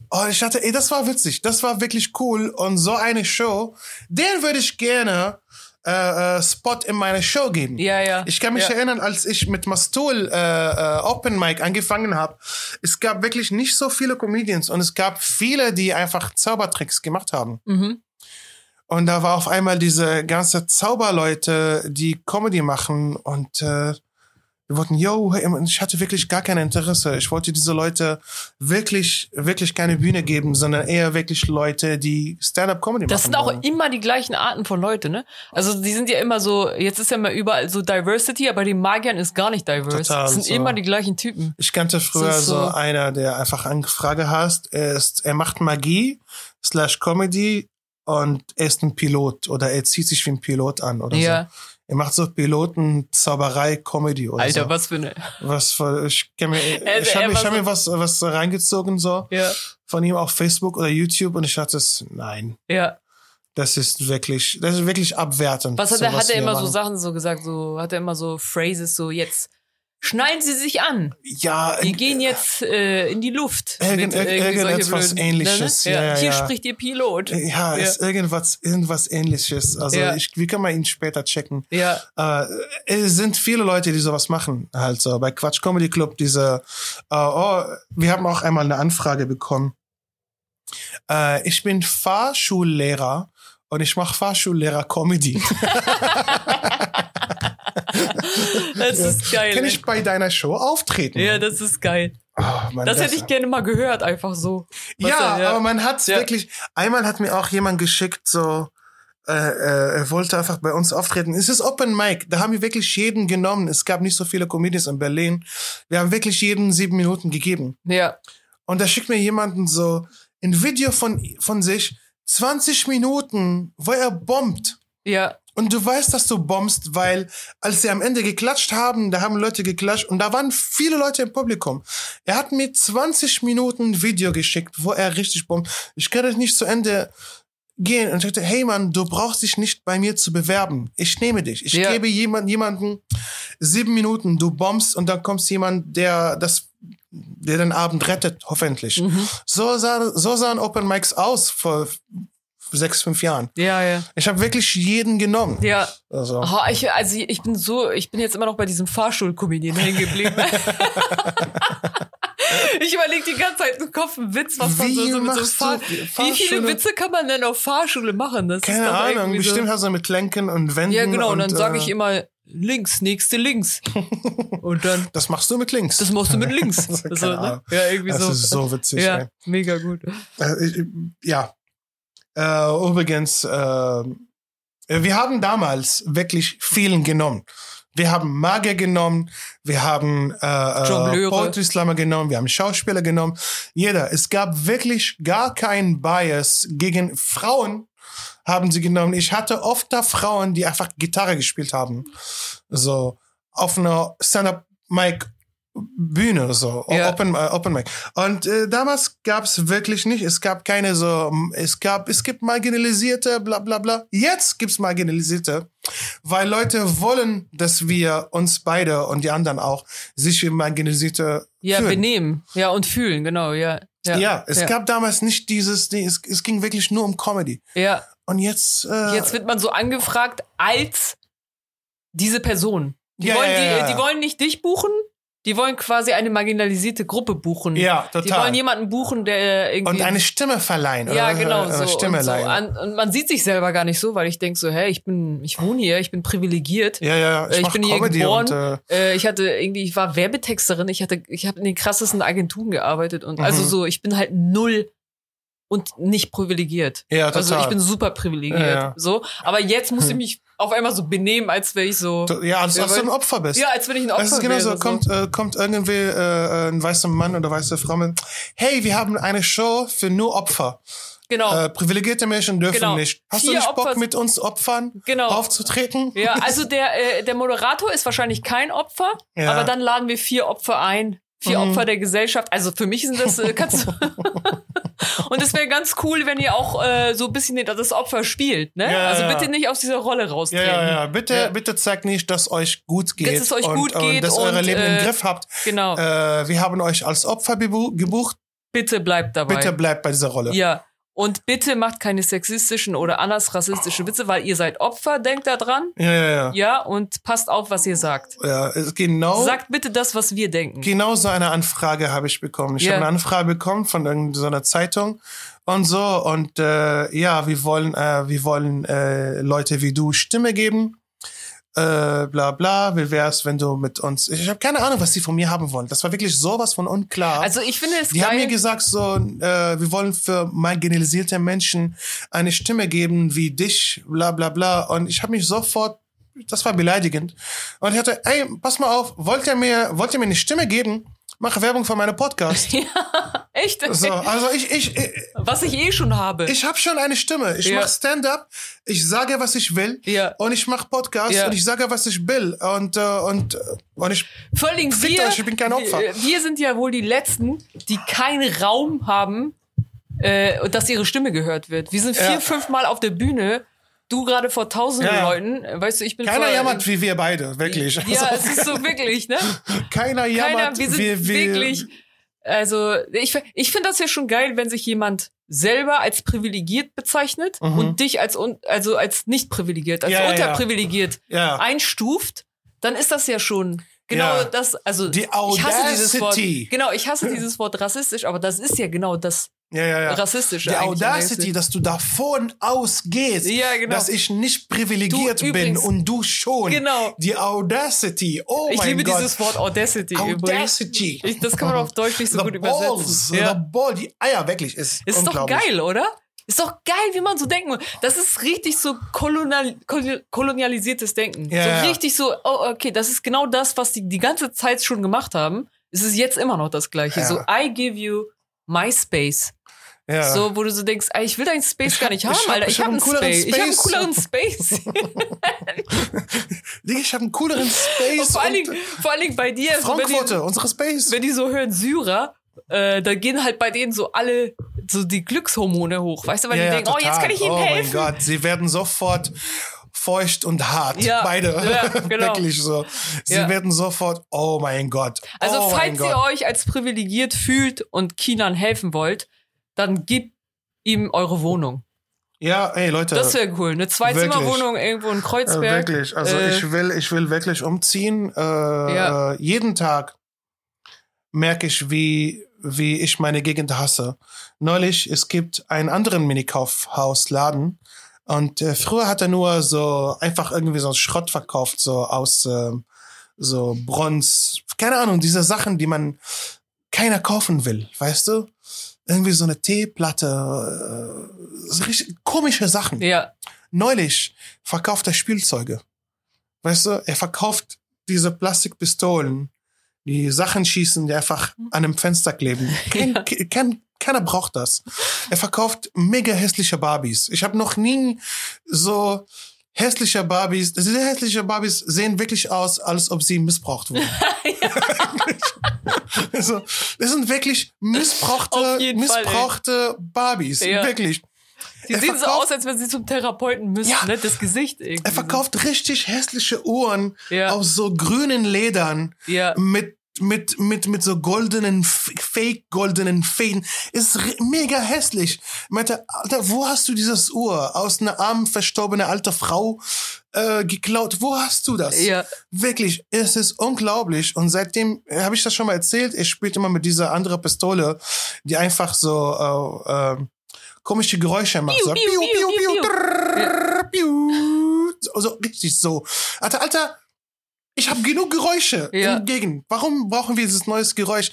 [SPEAKER 1] Und ich hatte, ey, das war witzig, das war wirklich cool und so eine Show, den würde ich gerne äh, äh, Spot in meiner Show geben.
[SPEAKER 2] ja, ja.
[SPEAKER 1] Ich kann mich
[SPEAKER 2] ja.
[SPEAKER 1] erinnern, als ich mit Mastol äh, äh, Open Mic angefangen habe, es gab wirklich nicht so viele Comedians und es gab viele, die einfach Zaubertricks gemacht haben.
[SPEAKER 2] Mhm.
[SPEAKER 1] Und da war auf einmal diese ganze Zauberleute, die Comedy machen und äh, wir wollten, yo, hey, und ich hatte wirklich gar kein Interesse. Ich wollte diese Leute wirklich, wirklich keine Bühne geben, sondern eher wirklich Leute, die Stand-up-Comedy machen.
[SPEAKER 2] Das sind auch
[SPEAKER 1] wollen.
[SPEAKER 2] immer die gleichen Arten von Leute, ne? Also die sind ja immer so, jetzt ist ja mal überall so Diversity, aber die Magiern ist gar nicht diverse.
[SPEAKER 1] Total,
[SPEAKER 2] das sind
[SPEAKER 1] so.
[SPEAKER 2] immer die gleichen Typen.
[SPEAKER 1] Ich kannte früher
[SPEAKER 2] ist
[SPEAKER 1] so,
[SPEAKER 2] so-
[SPEAKER 1] einer, der einfach Anfrage hast. Er ist, er macht Magie slash Comedy und er ist ein Pilot oder er zieht sich wie ein Pilot an oder
[SPEAKER 2] Ja,
[SPEAKER 1] so. Er macht so Piloten, Zauberei, Comedy oder
[SPEAKER 2] Alter,
[SPEAKER 1] so.
[SPEAKER 2] was für eine.
[SPEAKER 1] Was für, ich kann mir,
[SPEAKER 2] Also
[SPEAKER 1] ich
[SPEAKER 2] er
[SPEAKER 1] habe
[SPEAKER 2] war
[SPEAKER 1] hab mir was, was reingezogen so
[SPEAKER 2] Ja,
[SPEAKER 1] von ihm auf Facebook oder YouTube und ich dachte, es- nein,
[SPEAKER 2] ja.
[SPEAKER 1] das ist wirklich, das ist wirklich abwertend.
[SPEAKER 2] Was hat er,
[SPEAKER 1] so
[SPEAKER 2] hat er
[SPEAKER 1] wir
[SPEAKER 2] immer so
[SPEAKER 1] machen.
[SPEAKER 2] Sachen so gesagt, so, hat er immer so Phrases, so jetzt schneiden sie sich an.
[SPEAKER 1] Ja,
[SPEAKER 2] Wir gehen jetzt äh, in die Luft. Mit
[SPEAKER 1] Irgend-
[SPEAKER 2] irgendwie solche
[SPEAKER 1] irgendetwas
[SPEAKER 2] blöden- Ne,
[SPEAKER 1] Ähnliches, ja, ja, Äh,
[SPEAKER 2] Hier
[SPEAKER 1] ja.
[SPEAKER 2] spricht ihr Pilot.
[SPEAKER 1] ja, ist irgendwas, irgendwas ähnliches. Also
[SPEAKER 2] Ja.
[SPEAKER 1] ich, wie kann man ihn später checken?
[SPEAKER 2] Ja,
[SPEAKER 1] äh, es sind viele Leute, die sowas machen. Halt so bei Quatsch Comedy Club diese, äh, oh, wir haben auch einmal eine Anfrage bekommen. Äh, ich bin Fahrschullehrer und ich mache Fahrschullehrer Comedy.
[SPEAKER 2] das ist geil.
[SPEAKER 1] Kann ich bei deiner Show auftreten?
[SPEAKER 2] ja, das ist geil.
[SPEAKER 1] Oh, Mann,
[SPEAKER 2] Das hätte ich gerne mal gehört, einfach so. Was
[SPEAKER 1] Ja,
[SPEAKER 2] denn, ja.
[SPEAKER 1] aber man hat
[SPEAKER 2] Ja.
[SPEAKER 1] wirklich. Einmal hat mir auch jemand geschickt, so äh, äh, er wollte einfach bei uns auftreten. Es ist Open Mic. Da haben wir wirklich jeden genommen. Es gab nicht so viele Comedians in Berlin. Wir haben wirklich jeden sieben Minuten gegeben.
[SPEAKER 2] Ja,
[SPEAKER 1] Und da schickt mir jemanden so ein Video von, von sich, 20 Minuten, wo er bombt.
[SPEAKER 2] ja,
[SPEAKER 1] Und du weißt, dass du bombst, weil als sie am Ende geklatscht haben, da haben Leute geklatscht und da waren viele Leute im Publikum. Er hat mir 20 Minuten ein Video geschickt, wo er richtig bombt. Ich kann das nicht zu Ende gehen. Und ich dachte, hey Mann, du brauchst dich nicht bei mir zu bewerben. Ich nehme dich. Ich
[SPEAKER 2] Ja.
[SPEAKER 1] gebe jemand, jemanden sieben Minuten, du bombst und dann kommt jemand, der das
[SPEAKER 2] Mhm.
[SPEAKER 1] der den Abend rettet, hoffentlich. So, sah, so sahen Open Mics aus vor sechs, fünf Jahren.
[SPEAKER 2] Ja, ja.
[SPEAKER 1] Ich habe wirklich jeden genommen.
[SPEAKER 2] Ja.
[SPEAKER 1] Also,
[SPEAKER 2] Oh, ich, also ich bin so, ich bin jetzt immer noch bei diesem Fahrstuhlkomedien hängen geblieben. ich überlege die ganze Zeit im Kopf einen Witz, was man
[SPEAKER 1] Wie
[SPEAKER 2] so, so mit so
[SPEAKER 1] machst du
[SPEAKER 2] Fahr Wie viele
[SPEAKER 1] Fahrschule-
[SPEAKER 2] Witze kann man denn auf Fahrschule machen? Das ist
[SPEAKER 1] keine
[SPEAKER 2] doch
[SPEAKER 1] Ahnung,
[SPEAKER 2] irgendwie
[SPEAKER 1] bestimmt hast du mit Lenken und Wänden.
[SPEAKER 2] So. Ja, genau, und dann sage
[SPEAKER 1] äh,
[SPEAKER 2] ich immer links, nächste links. und dann,
[SPEAKER 1] Das machst du mit links.
[SPEAKER 2] das machst du mit links.
[SPEAKER 1] Keine
[SPEAKER 2] so, ne?
[SPEAKER 1] Ahnung.
[SPEAKER 2] Ja, irgendwie
[SPEAKER 1] Das
[SPEAKER 2] so. äh,
[SPEAKER 1] ist so witzig.
[SPEAKER 2] ja,
[SPEAKER 1] ey.
[SPEAKER 2] mega gut.
[SPEAKER 1] Äh, ich- ja. Äh, übrigens, äh, wir haben damals wirklich vielen genommen. Wir haben Magier genommen, wir haben äh, äh,
[SPEAKER 2] Jongleure.
[SPEAKER 1] Poetry Slammer genommen, wir haben Schauspieler genommen. Jeder. Es gab wirklich gar keinen Bias gegen Frauen haben sie genommen. Ich hatte oft da Frauen, die einfach Gitarre gespielt haben. So auf einer Stand-Up-Mic Bühne so
[SPEAKER 2] Ja.
[SPEAKER 1] open äh, open mic und äh, damals gab's wirklich nicht es gab keine so mm, es gab es gibt marginalisierte bla bla bla jetzt gibt's marginalisierte weil Leute wollen dass wir uns beide und die anderen auch sich wie marginalisierte
[SPEAKER 2] Ja,
[SPEAKER 1] fühlen.
[SPEAKER 2] benehmen. Ja, und fühlen, genau, ja. Ja,
[SPEAKER 1] ja, es gab damals nicht dieses Ding, es, es ging wirklich nur um Comedy
[SPEAKER 2] Ja.
[SPEAKER 1] und jetzt äh,
[SPEAKER 2] Jetzt wird man so angefragt als diese Person. Die,
[SPEAKER 1] Ja,
[SPEAKER 2] wollen,
[SPEAKER 1] ja, ja, ja.
[SPEAKER 2] Die, die wollen nicht dich buchen, die wollen quasi eine marginalisierte Gruppe buchen.
[SPEAKER 1] ja
[SPEAKER 2] die wollen
[SPEAKER 1] total
[SPEAKER 2] jemanden buchen, der irgendwie.
[SPEAKER 1] und eine Stimme verleihen
[SPEAKER 2] ja,
[SPEAKER 1] oder,
[SPEAKER 2] genau. So,
[SPEAKER 1] oder Stimme
[SPEAKER 2] und, so.
[SPEAKER 1] leihen
[SPEAKER 2] An, und man sieht sich selber gar nicht so, weil ich denke so, hey, ich bin, ich wohne hier, ich bin privilegiert.
[SPEAKER 1] ja ja ich,
[SPEAKER 2] Ich
[SPEAKER 1] mach
[SPEAKER 2] bin hier
[SPEAKER 1] Comedy
[SPEAKER 2] geboren.
[SPEAKER 1] und äh,
[SPEAKER 2] Äh, ich hatte irgendwie, ich war Werbetexterin, ich hatte, ich habe in den krassesten Agenturen gearbeitet und
[SPEAKER 1] Mhm.
[SPEAKER 2] also so, ich bin halt null und nicht privilegiert.
[SPEAKER 1] ja total
[SPEAKER 2] Also ich bin super privilegiert.
[SPEAKER 1] Ja, ja.
[SPEAKER 2] So, aber jetzt muss ich mich auf einmal so benehmen, als wäre ich so.
[SPEAKER 1] Du- äh, Ja, als
[SPEAKER 2] Ja,
[SPEAKER 1] ob du
[SPEAKER 2] weil-
[SPEAKER 1] ein Opfer bist.
[SPEAKER 2] Ja, also. als wenn ich ein Opfer
[SPEAKER 1] Das ist genauso,
[SPEAKER 2] wäre.
[SPEAKER 1] kommt, äh, kommt irgendwie äh, ein weißer Mann oder weiße Frau mit, hey, wir haben eine Show für nur Opfer.
[SPEAKER 2] Genau,
[SPEAKER 1] Äh, privilegierte Menschen dürfen
[SPEAKER 2] Genau.
[SPEAKER 1] nicht. Hast du
[SPEAKER 2] Vier
[SPEAKER 1] nicht Bock,
[SPEAKER 2] Opfer-
[SPEAKER 1] mit uns Opfern
[SPEAKER 2] genau.
[SPEAKER 1] aufzutreten?
[SPEAKER 2] ja, also der, äh, der Moderator ist wahrscheinlich kein Opfer,
[SPEAKER 1] Ja.
[SPEAKER 2] aber dann laden wir vier Opfer ein. Vier
[SPEAKER 1] Mhm.
[SPEAKER 2] Opfer der Gesellschaft. Also für mich sind das, äh, kannst du. Und es wäre ganz cool, wenn ihr auch äh, so ein bisschen das Opfer spielt, ne?
[SPEAKER 1] Ja,
[SPEAKER 2] also
[SPEAKER 1] ja, ja.
[SPEAKER 2] bitte nicht aus dieser Rolle
[SPEAKER 1] Ja,
[SPEAKER 2] raustreten.
[SPEAKER 1] ja, ja. Bitte,
[SPEAKER 2] Ja.
[SPEAKER 1] bitte zeigt nicht, dass euch gut geht.
[SPEAKER 2] es euch
[SPEAKER 1] und,
[SPEAKER 2] gut
[SPEAKER 1] und
[SPEAKER 2] geht
[SPEAKER 1] dass eure
[SPEAKER 2] und,
[SPEAKER 1] Leben im
[SPEAKER 2] äh,
[SPEAKER 1] Griff habt.
[SPEAKER 2] Genau.
[SPEAKER 1] Äh, wir haben euch als Opfer bebu- gebucht.
[SPEAKER 2] bitte bleibt dabei.
[SPEAKER 1] Bitte bleibt bei dieser Rolle.
[SPEAKER 2] Ja. Und bitte macht keine sexistischen oder anders rassistischen Witze, weil ihr seid Opfer, denkt da dran.
[SPEAKER 1] Ja, ja, ja.
[SPEAKER 2] Ja, und passt auf, was ihr sagt.
[SPEAKER 1] ja es- genau.
[SPEAKER 2] Sagt bitte das, was wir denken.
[SPEAKER 1] Genau so eine Anfrage habe ich bekommen. Ich
[SPEAKER 2] Ja.
[SPEAKER 1] habe eine Anfrage bekommen von irgendeiner Zeitung und so. Und äh, ja, wir wollen, äh, wir wollen äh, Leute wie du Stimme geben. Äh, bla bla, wie wär's, wenn du mit uns. Ich habe keine Ahnung, was sie von mir haben wollen. Das war wirklich sowas von unklar.
[SPEAKER 2] Also ich finde es
[SPEAKER 1] die haben mir
[SPEAKER 2] geil.
[SPEAKER 1] gesagt, so, äh, wir wollen für marginalisierte Menschen eine Stimme geben wie dich, bla bla bla. Und ich habe mich sofort, das war beleidigend. Und ich hatte, ey, pass mal auf, wollt ihr mir, wollt ihr mir eine Stimme geben? Mache Werbung für meinen Podcast.
[SPEAKER 2] Echt?
[SPEAKER 1] So, also ich, ich, ich,
[SPEAKER 2] Was ich eh schon habe.
[SPEAKER 1] ich habe schon eine Stimme. Ich
[SPEAKER 2] Ja.
[SPEAKER 1] mache Stand-up, ich sage, was ich will.
[SPEAKER 2] ja.
[SPEAKER 1] Und ich mache Podcast
[SPEAKER 2] Ja.
[SPEAKER 1] und ich sage, was ich will. Und, äh, und, äh, und ich,
[SPEAKER 2] Vor allen Dingen
[SPEAKER 1] Fickt
[SPEAKER 2] wir,
[SPEAKER 1] euch, ich bin kein Opfer.
[SPEAKER 2] wir, wir sind ja wohl die Letzten, die keinen Raum haben, äh, und dass ihre Stimme gehört wird. Wir sind vier,
[SPEAKER 1] Ja.
[SPEAKER 2] fünfmal auf der Bühne, du gerade vor tausenden
[SPEAKER 1] Ja, ja.
[SPEAKER 2] Leuten. Äh, Weißt du, ich bin
[SPEAKER 1] keiner
[SPEAKER 2] vor,
[SPEAKER 1] jammert wie wir beide, wirklich. Also,
[SPEAKER 2] Ja, es ist so wirklich, ne?
[SPEAKER 1] keiner jammert.
[SPEAKER 2] Keiner, wir sind
[SPEAKER 1] wie wir-
[SPEAKER 2] wirklich. Also, ich, ich finde das ja schon geil, wenn sich jemand selber als privilegiert bezeichnet
[SPEAKER 1] Mhm.
[SPEAKER 2] und dich als, un, also als nicht privilegiert, als
[SPEAKER 1] Ja, ja, ja.
[SPEAKER 2] unterprivilegiert
[SPEAKER 1] Ja.
[SPEAKER 2] einstuft, dann ist das ja schon genau
[SPEAKER 1] Ja.
[SPEAKER 2] das. Also,
[SPEAKER 1] Die
[SPEAKER 2] ich hasse dieses Wort.
[SPEAKER 1] Audacity.
[SPEAKER 2] Genau, ich hasse dieses Wort rassistisch, aber das ist ja genau das
[SPEAKER 1] Ja, ja, ja.
[SPEAKER 2] Rassistische.
[SPEAKER 1] Die
[SPEAKER 2] eigentlich.
[SPEAKER 1] Audacity, dass du davon ausgehst,
[SPEAKER 2] Ja, genau.
[SPEAKER 1] dass ich nicht privilegiert
[SPEAKER 2] Du
[SPEAKER 1] bin
[SPEAKER 2] übrigens-
[SPEAKER 1] und du schon.
[SPEAKER 2] Genau.
[SPEAKER 1] Die Audacity. Oh
[SPEAKER 2] Ich
[SPEAKER 1] mein
[SPEAKER 2] liebe
[SPEAKER 1] Gott.
[SPEAKER 2] dieses Wort Audacity, übrigens.
[SPEAKER 1] Audacity.
[SPEAKER 2] Ich, das kann man auf Deutsch nicht so
[SPEAKER 1] The
[SPEAKER 2] gut
[SPEAKER 1] balls,
[SPEAKER 2] übersetzen.
[SPEAKER 1] the
[SPEAKER 2] Ja.
[SPEAKER 1] ball, die Eier, wirklich, ist,
[SPEAKER 2] Ist doch
[SPEAKER 1] unglaublich.
[SPEAKER 2] geil, oder? Ist doch geil, wie man so denken muss. Das ist richtig so kolonial, kol- kolonialisiertes Denken.
[SPEAKER 1] Ja,
[SPEAKER 2] so
[SPEAKER 1] ja.
[SPEAKER 2] richtig so, oh, okay, das ist genau das, was die die ganze Zeit schon gemacht haben. Es ist jetzt immer noch das Gleiche.
[SPEAKER 1] Ja.
[SPEAKER 2] So, I give you my space.
[SPEAKER 1] Ja.
[SPEAKER 2] So, wo du so denkst, ey, ich will deinen Space
[SPEAKER 1] Ich
[SPEAKER 2] gar
[SPEAKER 1] hab-
[SPEAKER 2] nicht haben,
[SPEAKER 1] ich hab-
[SPEAKER 2] Alter.
[SPEAKER 1] ich
[SPEAKER 2] Ich
[SPEAKER 1] hab
[SPEAKER 2] habe
[SPEAKER 1] einen
[SPEAKER 2] einen
[SPEAKER 1] cooleren
[SPEAKER 2] Space. Ich habe einen
[SPEAKER 1] Space.
[SPEAKER 2] cooleren Space.
[SPEAKER 1] Digga, Ich habe einen cooleren Space.
[SPEAKER 2] vor, allen
[SPEAKER 1] und-
[SPEAKER 2] Dingen, vor allen Dingen bei dir, also wenn, die,
[SPEAKER 1] Frankfurter, unsere Space.
[SPEAKER 2] wenn die so hören Syrer, äh, da gehen halt bei denen so alle so die Glückshormone hoch, weißt du, weil die denken, oh, jetzt
[SPEAKER 1] total.
[SPEAKER 2] kann ich ihnen
[SPEAKER 1] oh
[SPEAKER 2] helfen.
[SPEAKER 1] mein Gott, sie werden sofort feucht und hart.
[SPEAKER 2] Ja,
[SPEAKER 1] Beide.
[SPEAKER 2] ja, genau.
[SPEAKER 1] Wirklich so. Sie
[SPEAKER 2] Ja.
[SPEAKER 1] werden sofort, oh mein Gott.
[SPEAKER 2] Also
[SPEAKER 1] oh mein
[SPEAKER 2] falls ihr
[SPEAKER 1] Gott.
[SPEAKER 2] euch als privilegiert fühlt und Kinan helfen wollt, dann gebt ihm eure Wohnung.
[SPEAKER 1] Ja, ey, Leute.
[SPEAKER 2] Das wäre cool. Eine Zwei-Zimmer-Wohnung irgendwo in
[SPEAKER 1] äh,
[SPEAKER 2] Kreuzberg.
[SPEAKER 1] wirklich. Also
[SPEAKER 2] Äh,
[SPEAKER 1] ich will, ich will wirklich umziehen. Äh,
[SPEAKER 2] Ja.
[SPEAKER 1] äh, jeden Tag merke ich, wie, wie ich meine Gegend hasse. Neulich, es gibt einen anderen Minikaufhausladen. Und äh, früher hat er nur so einfach irgendwie so Schrott verkauft, so aus ähm, so Bronz, keine Ahnung, diese Sachen, die man keiner kaufen will, weißt du? Irgendwie so eine Teeplatte, äh, so richtig komische Sachen
[SPEAKER 2] ja,
[SPEAKER 1] neulich verkauft er Spielzeuge. Weißt du, er verkauft diese Plastikpistolen, die Sachen schießen, die einfach an einem Fenster kleben. Kein,
[SPEAKER 2] Ja.
[SPEAKER 1] ke- kein, keiner braucht das. Er verkauft mega hässliche Barbies. Ich habe noch nie so hässliche Barbies, diese hässliche Barbies sehen wirklich aus, als ob sie missbraucht wurden. also, das sind wirklich missbrauchte,
[SPEAKER 2] Auf jeden Fall, ey.
[SPEAKER 1] missbrauchte Barbies.
[SPEAKER 2] Ja.
[SPEAKER 1] Wirklich.
[SPEAKER 2] die
[SPEAKER 1] Er
[SPEAKER 2] sehen so
[SPEAKER 1] verkauft-
[SPEAKER 2] aus, als wenn sie zum Therapeuten müssen,
[SPEAKER 1] Ja.
[SPEAKER 2] ne? Das Gesicht irgendwie.
[SPEAKER 1] Er verkauft richtig hässliche Uhren
[SPEAKER 2] Ja.
[SPEAKER 1] aus so grünen Ledern
[SPEAKER 2] Ja.
[SPEAKER 1] mit mit mit mit so goldenen F- Fake goldenen Fäden ist ri- mega hässlich. Meinte, Alter, wo hast du dieses Uhr aus einer armen verstorbene alte Frau äh, geklaut? Wo hast du das?
[SPEAKER 2] Ja.
[SPEAKER 1] Wirklich, es ist unglaublich. Und seitdem äh, habe ich das schon mal erzählt. Er spielt immer mit dieser anderen Pistole, die einfach so äh, äh, komische Geräusche macht.
[SPEAKER 2] Piu,
[SPEAKER 1] so,
[SPEAKER 2] piu, piu, piu, piu.
[SPEAKER 1] trrrr, piu. So, so richtig so. Alter, Alter, ich habe genug Geräusche
[SPEAKER 2] Ja.
[SPEAKER 1] entgegen. Warum brauchen wir dieses neues Geräusch?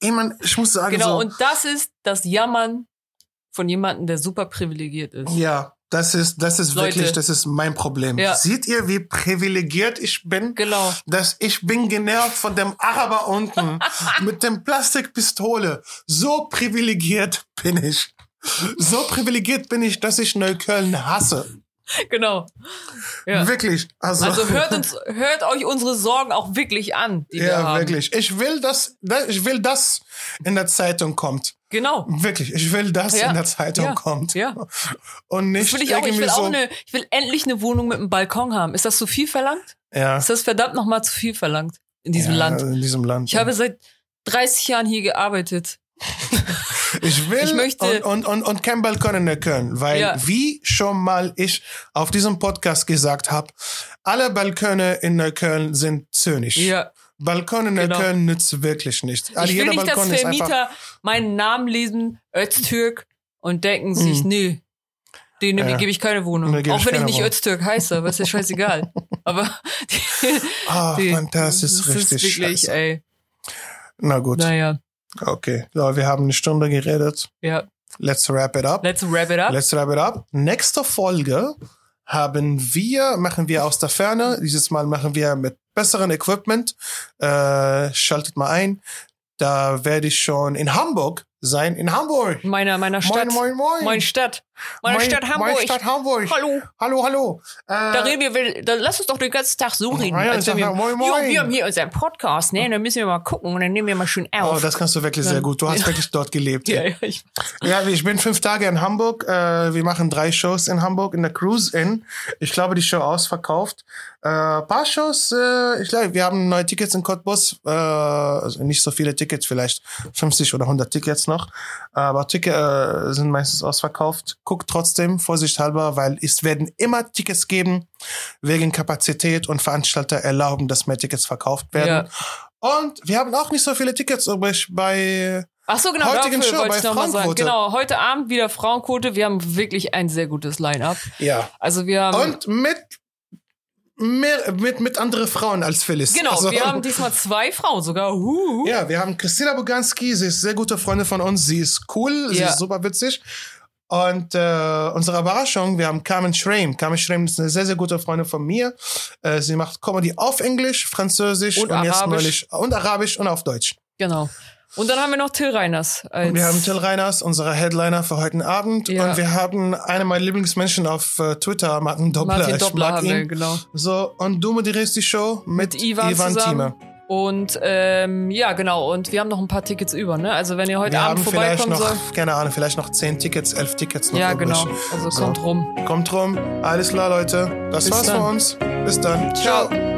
[SPEAKER 1] Ey, Mann, ich muss sagen
[SPEAKER 2] Genau,
[SPEAKER 1] so.
[SPEAKER 2] und das ist das Jammern von jemandem, der super privilegiert ist.
[SPEAKER 1] ja, das ist, das ist
[SPEAKER 2] Leute.
[SPEAKER 1] wirklich, das ist mein Problem.
[SPEAKER 2] Ja.
[SPEAKER 1] Seht ihr, wie privilegiert ich bin?
[SPEAKER 2] Genau.
[SPEAKER 1] dass ich bin genervt von dem Araber unten mit dem Plastikpistole. So privilegiert bin ich. So privilegiert bin ich, dass ich Neukölln hasse.
[SPEAKER 2] Genau. Ja.
[SPEAKER 1] Wirklich. Also,
[SPEAKER 2] Also hört uns, hört euch unsere Sorgen auch wirklich an, die wir
[SPEAKER 1] ja,
[SPEAKER 2] haben.
[SPEAKER 1] wirklich. Ich will, dass, dass- ich will, dass in der Zeitung kommt.
[SPEAKER 2] Genau.
[SPEAKER 1] Wirklich. Ich will, dass
[SPEAKER 2] Ja.
[SPEAKER 1] in der Zeitung
[SPEAKER 2] Ja.
[SPEAKER 1] kommt.
[SPEAKER 2] Ja.
[SPEAKER 1] Und
[SPEAKER 2] Das
[SPEAKER 1] nicht
[SPEAKER 2] will ich auch. Ich
[SPEAKER 1] irgendwie
[SPEAKER 2] will
[SPEAKER 1] so.
[SPEAKER 2] auch eine, ich will endlich eine Wohnung mit einem Balkon haben. Ist das zu viel verlangt?
[SPEAKER 1] ja.
[SPEAKER 2] Ist das verdammt nochmal zu viel verlangt in diesem
[SPEAKER 1] ja,
[SPEAKER 2] Land?
[SPEAKER 1] In diesem Land.
[SPEAKER 2] Ich habe seit 30 Jahren hier gearbeitet.
[SPEAKER 1] Ich will
[SPEAKER 2] Ich möchte-
[SPEAKER 1] und, und, und, und kein Balkon in der Köln, weil
[SPEAKER 2] Ja.
[SPEAKER 1] wie schon mal ich auf diesem Podcast gesagt habe, alle Balkone in der Köln sind zynisch.
[SPEAKER 2] Ja.
[SPEAKER 1] Balkon in der
[SPEAKER 2] Genau.
[SPEAKER 1] Köln nützt wirklich nichts. Also
[SPEAKER 2] ich will
[SPEAKER 1] jeder
[SPEAKER 2] nicht, dass
[SPEAKER 1] Balkon ist einfach. Hm.
[SPEAKER 2] Vermieter meinen Namen lesen, Öztürk, und denken sich, nee, denen
[SPEAKER 1] Ja.
[SPEAKER 2] gebe ich keine Wohnung.
[SPEAKER 1] Mir gebe
[SPEAKER 2] Auch
[SPEAKER 1] ich
[SPEAKER 2] wenn ich
[SPEAKER 1] keine
[SPEAKER 2] nicht
[SPEAKER 1] Wohnung.
[SPEAKER 2] Öztürk heiße, aber ist ja scheißegal. aber die,
[SPEAKER 1] Ah,
[SPEAKER 2] die-
[SPEAKER 1] Mann, das ist richtig
[SPEAKER 2] wirklich,
[SPEAKER 1] scheiße.
[SPEAKER 2] ey.
[SPEAKER 1] Na gut,
[SPEAKER 2] Naja,
[SPEAKER 1] okay. So, wir haben eine Stunde geredet.
[SPEAKER 2] ja.
[SPEAKER 1] Let's wrap it up.
[SPEAKER 2] Let's wrap it up.
[SPEAKER 1] Let's wrap it up. Nächste Folge haben wir, machen wir aus der Ferne. Dieses Mal machen wir mit besserem Equipment. Äh, schaltet mal ein. Da werde ich schon in Hamburg sein. In Hamburg.
[SPEAKER 2] meiner, meiner Stadt.
[SPEAKER 1] Moin, moin, moin.
[SPEAKER 2] Meine Stadt. Meine
[SPEAKER 1] Moin,
[SPEAKER 2] Stadt Hamburg.
[SPEAKER 1] Meine Stadt Hamburg.
[SPEAKER 2] Hallo.
[SPEAKER 1] Hallo, hallo. Äh,
[SPEAKER 2] Da reden wir, will- da lass uns doch den ganzen Tag so reden.
[SPEAKER 1] ja, ich
[SPEAKER 2] als wenn
[SPEAKER 1] sag
[SPEAKER 2] wir,
[SPEAKER 1] mal, moin, moin.
[SPEAKER 2] Ja, wir haben hier unseren Podcast, ne? Dann müssen wir mal gucken und dann nehmen wir mal schön
[SPEAKER 1] Oh,
[SPEAKER 2] auf.
[SPEAKER 1] das kannst du wirklich sehr gut. Du hast wirklich dort gelebt.
[SPEAKER 2] ja, ja, ich,
[SPEAKER 1] Ja, ich bin fünf Tage in Hamburg. Äh, wir machen drei Shows in Hamburg in der Cruise Inn. Ich glaube, die Show ausverkauft. Äh, paar Shows, äh, ich glaube, wir haben neue Tickets in Cottbus. Äh, also nicht so viele Tickets, vielleicht 50 oder 100 Tickets noch. Aber Tickets äh, sind meistens ausverkauft. Guckt trotzdem, vorsichtshalber, weil es werden immer Tickets geben, wegen Kapazität und Veranstalter erlauben, dass mehr Tickets verkauft werden. Und wir haben auch nicht so viele Tickets übrig bei
[SPEAKER 2] ach so, genau,
[SPEAKER 1] Heutigen
[SPEAKER 2] dafür
[SPEAKER 1] Show
[SPEAKER 2] wollte ich
[SPEAKER 1] bei
[SPEAKER 2] nochmal sagen.
[SPEAKER 1] Frauenquote.
[SPEAKER 2] Genau, heute Abend wieder Frauenquote. Wir haben wirklich ein sehr gutes Line-Up.
[SPEAKER 1] ja.
[SPEAKER 2] Also wir haben...
[SPEAKER 1] Und mit mehr, mit, mit andere Frauen als Phyllis.
[SPEAKER 2] genau,
[SPEAKER 1] Also,
[SPEAKER 2] wir haben diesmal zwei Frauen sogar. Huhu.
[SPEAKER 1] ja, wir haben Christina Boganski, sie ist sehr gute Freundin von uns, sie ist cool, sie
[SPEAKER 2] Ja.
[SPEAKER 1] ist super witzig. Und äh, unsere Überraschung, wir haben Carmen Schreim. Carmen Schreim ist eine sehr, sehr gute Freundin von mir. Äh, sie macht Comedy auf Englisch, Französisch
[SPEAKER 2] Und
[SPEAKER 1] jetzt
[SPEAKER 2] Arabisch.
[SPEAKER 1] neulich und Arabisch und auf Deutsch.
[SPEAKER 2] Genau. Und dann haben wir noch Till Reiners. Als,
[SPEAKER 1] Und wir haben Till Reiners, unsere Headliner für heute Abend.
[SPEAKER 2] Ja.
[SPEAKER 1] Und wir haben einen meiner Lieblingsmenschen auf äh, Twitter, Martin Doppler.
[SPEAKER 2] Martin
[SPEAKER 1] Ich
[SPEAKER 2] Doppler
[SPEAKER 1] mag
[SPEAKER 2] haben
[SPEAKER 1] ihn.
[SPEAKER 2] wir, genau.
[SPEAKER 1] So, und du moderierst die Show mit,
[SPEAKER 2] mit Ivan, zusammen. Und ähm, ja, genau. Und wir haben noch ein paar Tickets über, ne? Also wenn ihr heute
[SPEAKER 1] Wir haben
[SPEAKER 2] Abend
[SPEAKER 1] vielleicht
[SPEAKER 2] vorbeikommen
[SPEAKER 1] noch,
[SPEAKER 2] sollt.
[SPEAKER 1] keine Ahnung, vielleicht noch 10 Tickets, 11 Tickets noch
[SPEAKER 2] Ja,
[SPEAKER 1] übrig.
[SPEAKER 2] genau. Also
[SPEAKER 1] So.
[SPEAKER 2] kommt rum.
[SPEAKER 1] Kommt rum. Alles klar, Leute. Das
[SPEAKER 2] Bis
[SPEAKER 1] war's
[SPEAKER 2] dann.
[SPEAKER 1] von uns. Bis dann.
[SPEAKER 2] Ciao.
[SPEAKER 1] Ciao.